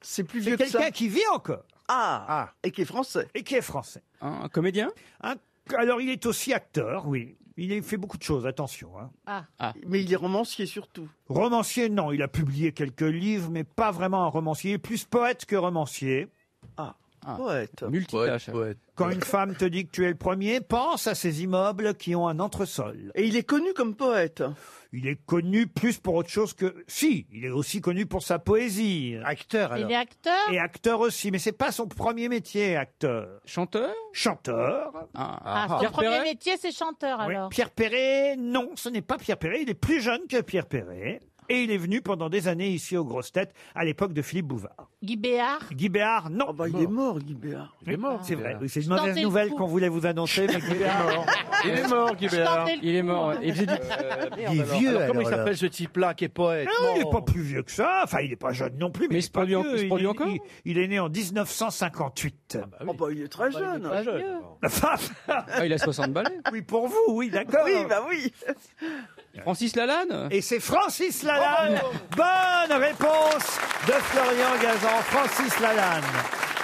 [SPEAKER 12] C'est plus
[SPEAKER 2] C'est
[SPEAKER 12] vieux que ça.
[SPEAKER 2] quelqu'un qui vit encore.
[SPEAKER 12] Ah, Et qui est français.
[SPEAKER 2] Et qui est français.
[SPEAKER 5] Un comédien
[SPEAKER 2] Un- Alors, il est aussi acteur, oui. Il est- fait beaucoup de choses, attention. hein.
[SPEAKER 5] Ah.
[SPEAKER 12] Mais il est romancier surtout.
[SPEAKER 2] Romancier, non. Il a publié quelques livres, mais pas vraiment un romancier. Il est Plus poète que romancier.
[SPEAKER 12] Ah.
[SPEAKER 5] Ah.
[SPEAKER 12] Poète.
[SPEAKER 5] Multitâche.
[SPEAKER 2] Quand une femme te dit que tu es le premier, pense à ces immeubles qui ont un entresol.
[SPEAKER 12] Et il est connu comme poète.
[SPEAKER 2] Il est connu plus pour autre chose que... Si, il est aussi connu pour sa poésie.
[SPEAKER 1] Acteur,
[SPEAKER 10] Il est acteur
[SPEAKER 2] Et acteur aussi, mais c'est pas son premier métier, acteur.
[SPEAKER 5] Chanteur
[SPEAKER 2] Chanteur.
[SPEAKER 10] Ah, son
[SPEAKER 5] Pierre
[SPEAKER 10] premier
[SPEAKER 5] Perret
[SPEAKER 10] métier, c'est chanteur,
[SPEAKER 2] Oui,
[SPEAKER 10] alors.
[SPEAKER 2] Pierre Perret, non, ce n'est pas Pierre Perret. Il est plus jeune que Pierre Perret. Et il est venu pendant des années ici aux grosses têtes, à l'époque de Philippe Bouvard.
[SPEAKER 10] Guy Béard
[SPEAKER 2] Guy Béard, non.
[SPEAKER 12] Ah bah, Il est mort, Guy Béard.
[SPEAKER 2] Il est mort. C'est vrai. Oui, C'est une
[SPEAKER 10] Je
[SPEAKER 2] mauvaise
[SPEAKER 10] tentais le
[SPEAKER 2] nouvelle
[SPEAKER 10] coup.
[SPEAKER 2] qu'on voulait vous annoncer, mais Guy Béard.
[SPEAKER 11] Il est mort, Guy
[SPEAKER 10] Je
[SPEAKER 11] Béard.
[SPEAKER 10] tentais le
[SPEAKER 5] Il est mort, ouais. Il faisait du-
[SPEAKER 2] Euh,
[SPEAKER 1] Il est vieux,
[SPEAKER 11] alors, comment
[SPEAKER 1] alors,
[SPEAKER 11] il s'appelle ce type-là qui est poète
[SPEAKER 2] Ah non, il n'est pas plus vieux que ça. Enfin, il n'est pas jeune non plus. Mais,
[SPEAKER 5] il se
[SPEAKER 2] est pas
[SPEAKER 5] produit en-
[SPEAKER 2] vieux.
[SPEAKER 5] il se
[SPEAKER 2] Il
[SPEAKER 5] produit
[SPEAKER 2] est-
[SPEAKER 5] encore
[SPEAKER 2] il, il est né en 1958.
[SPEAKER 12] Oh, bah, il est très jeune.
[SPEAKER 20] hein.
[SPEAKER 2] Enfin,
[SPEAKER 5] Ah, il a 60 balais.
[SPEAKER 2] oui, pour vous, oui, d'accord.
[SPEAKER 12] Oui, bah oui.
[SPEAKER 5] Francis Lalanne
[SPEAKER 2] Et c'est Francis Lalanne. Bonne réponse de Florian Gazan. Francis Lalanne.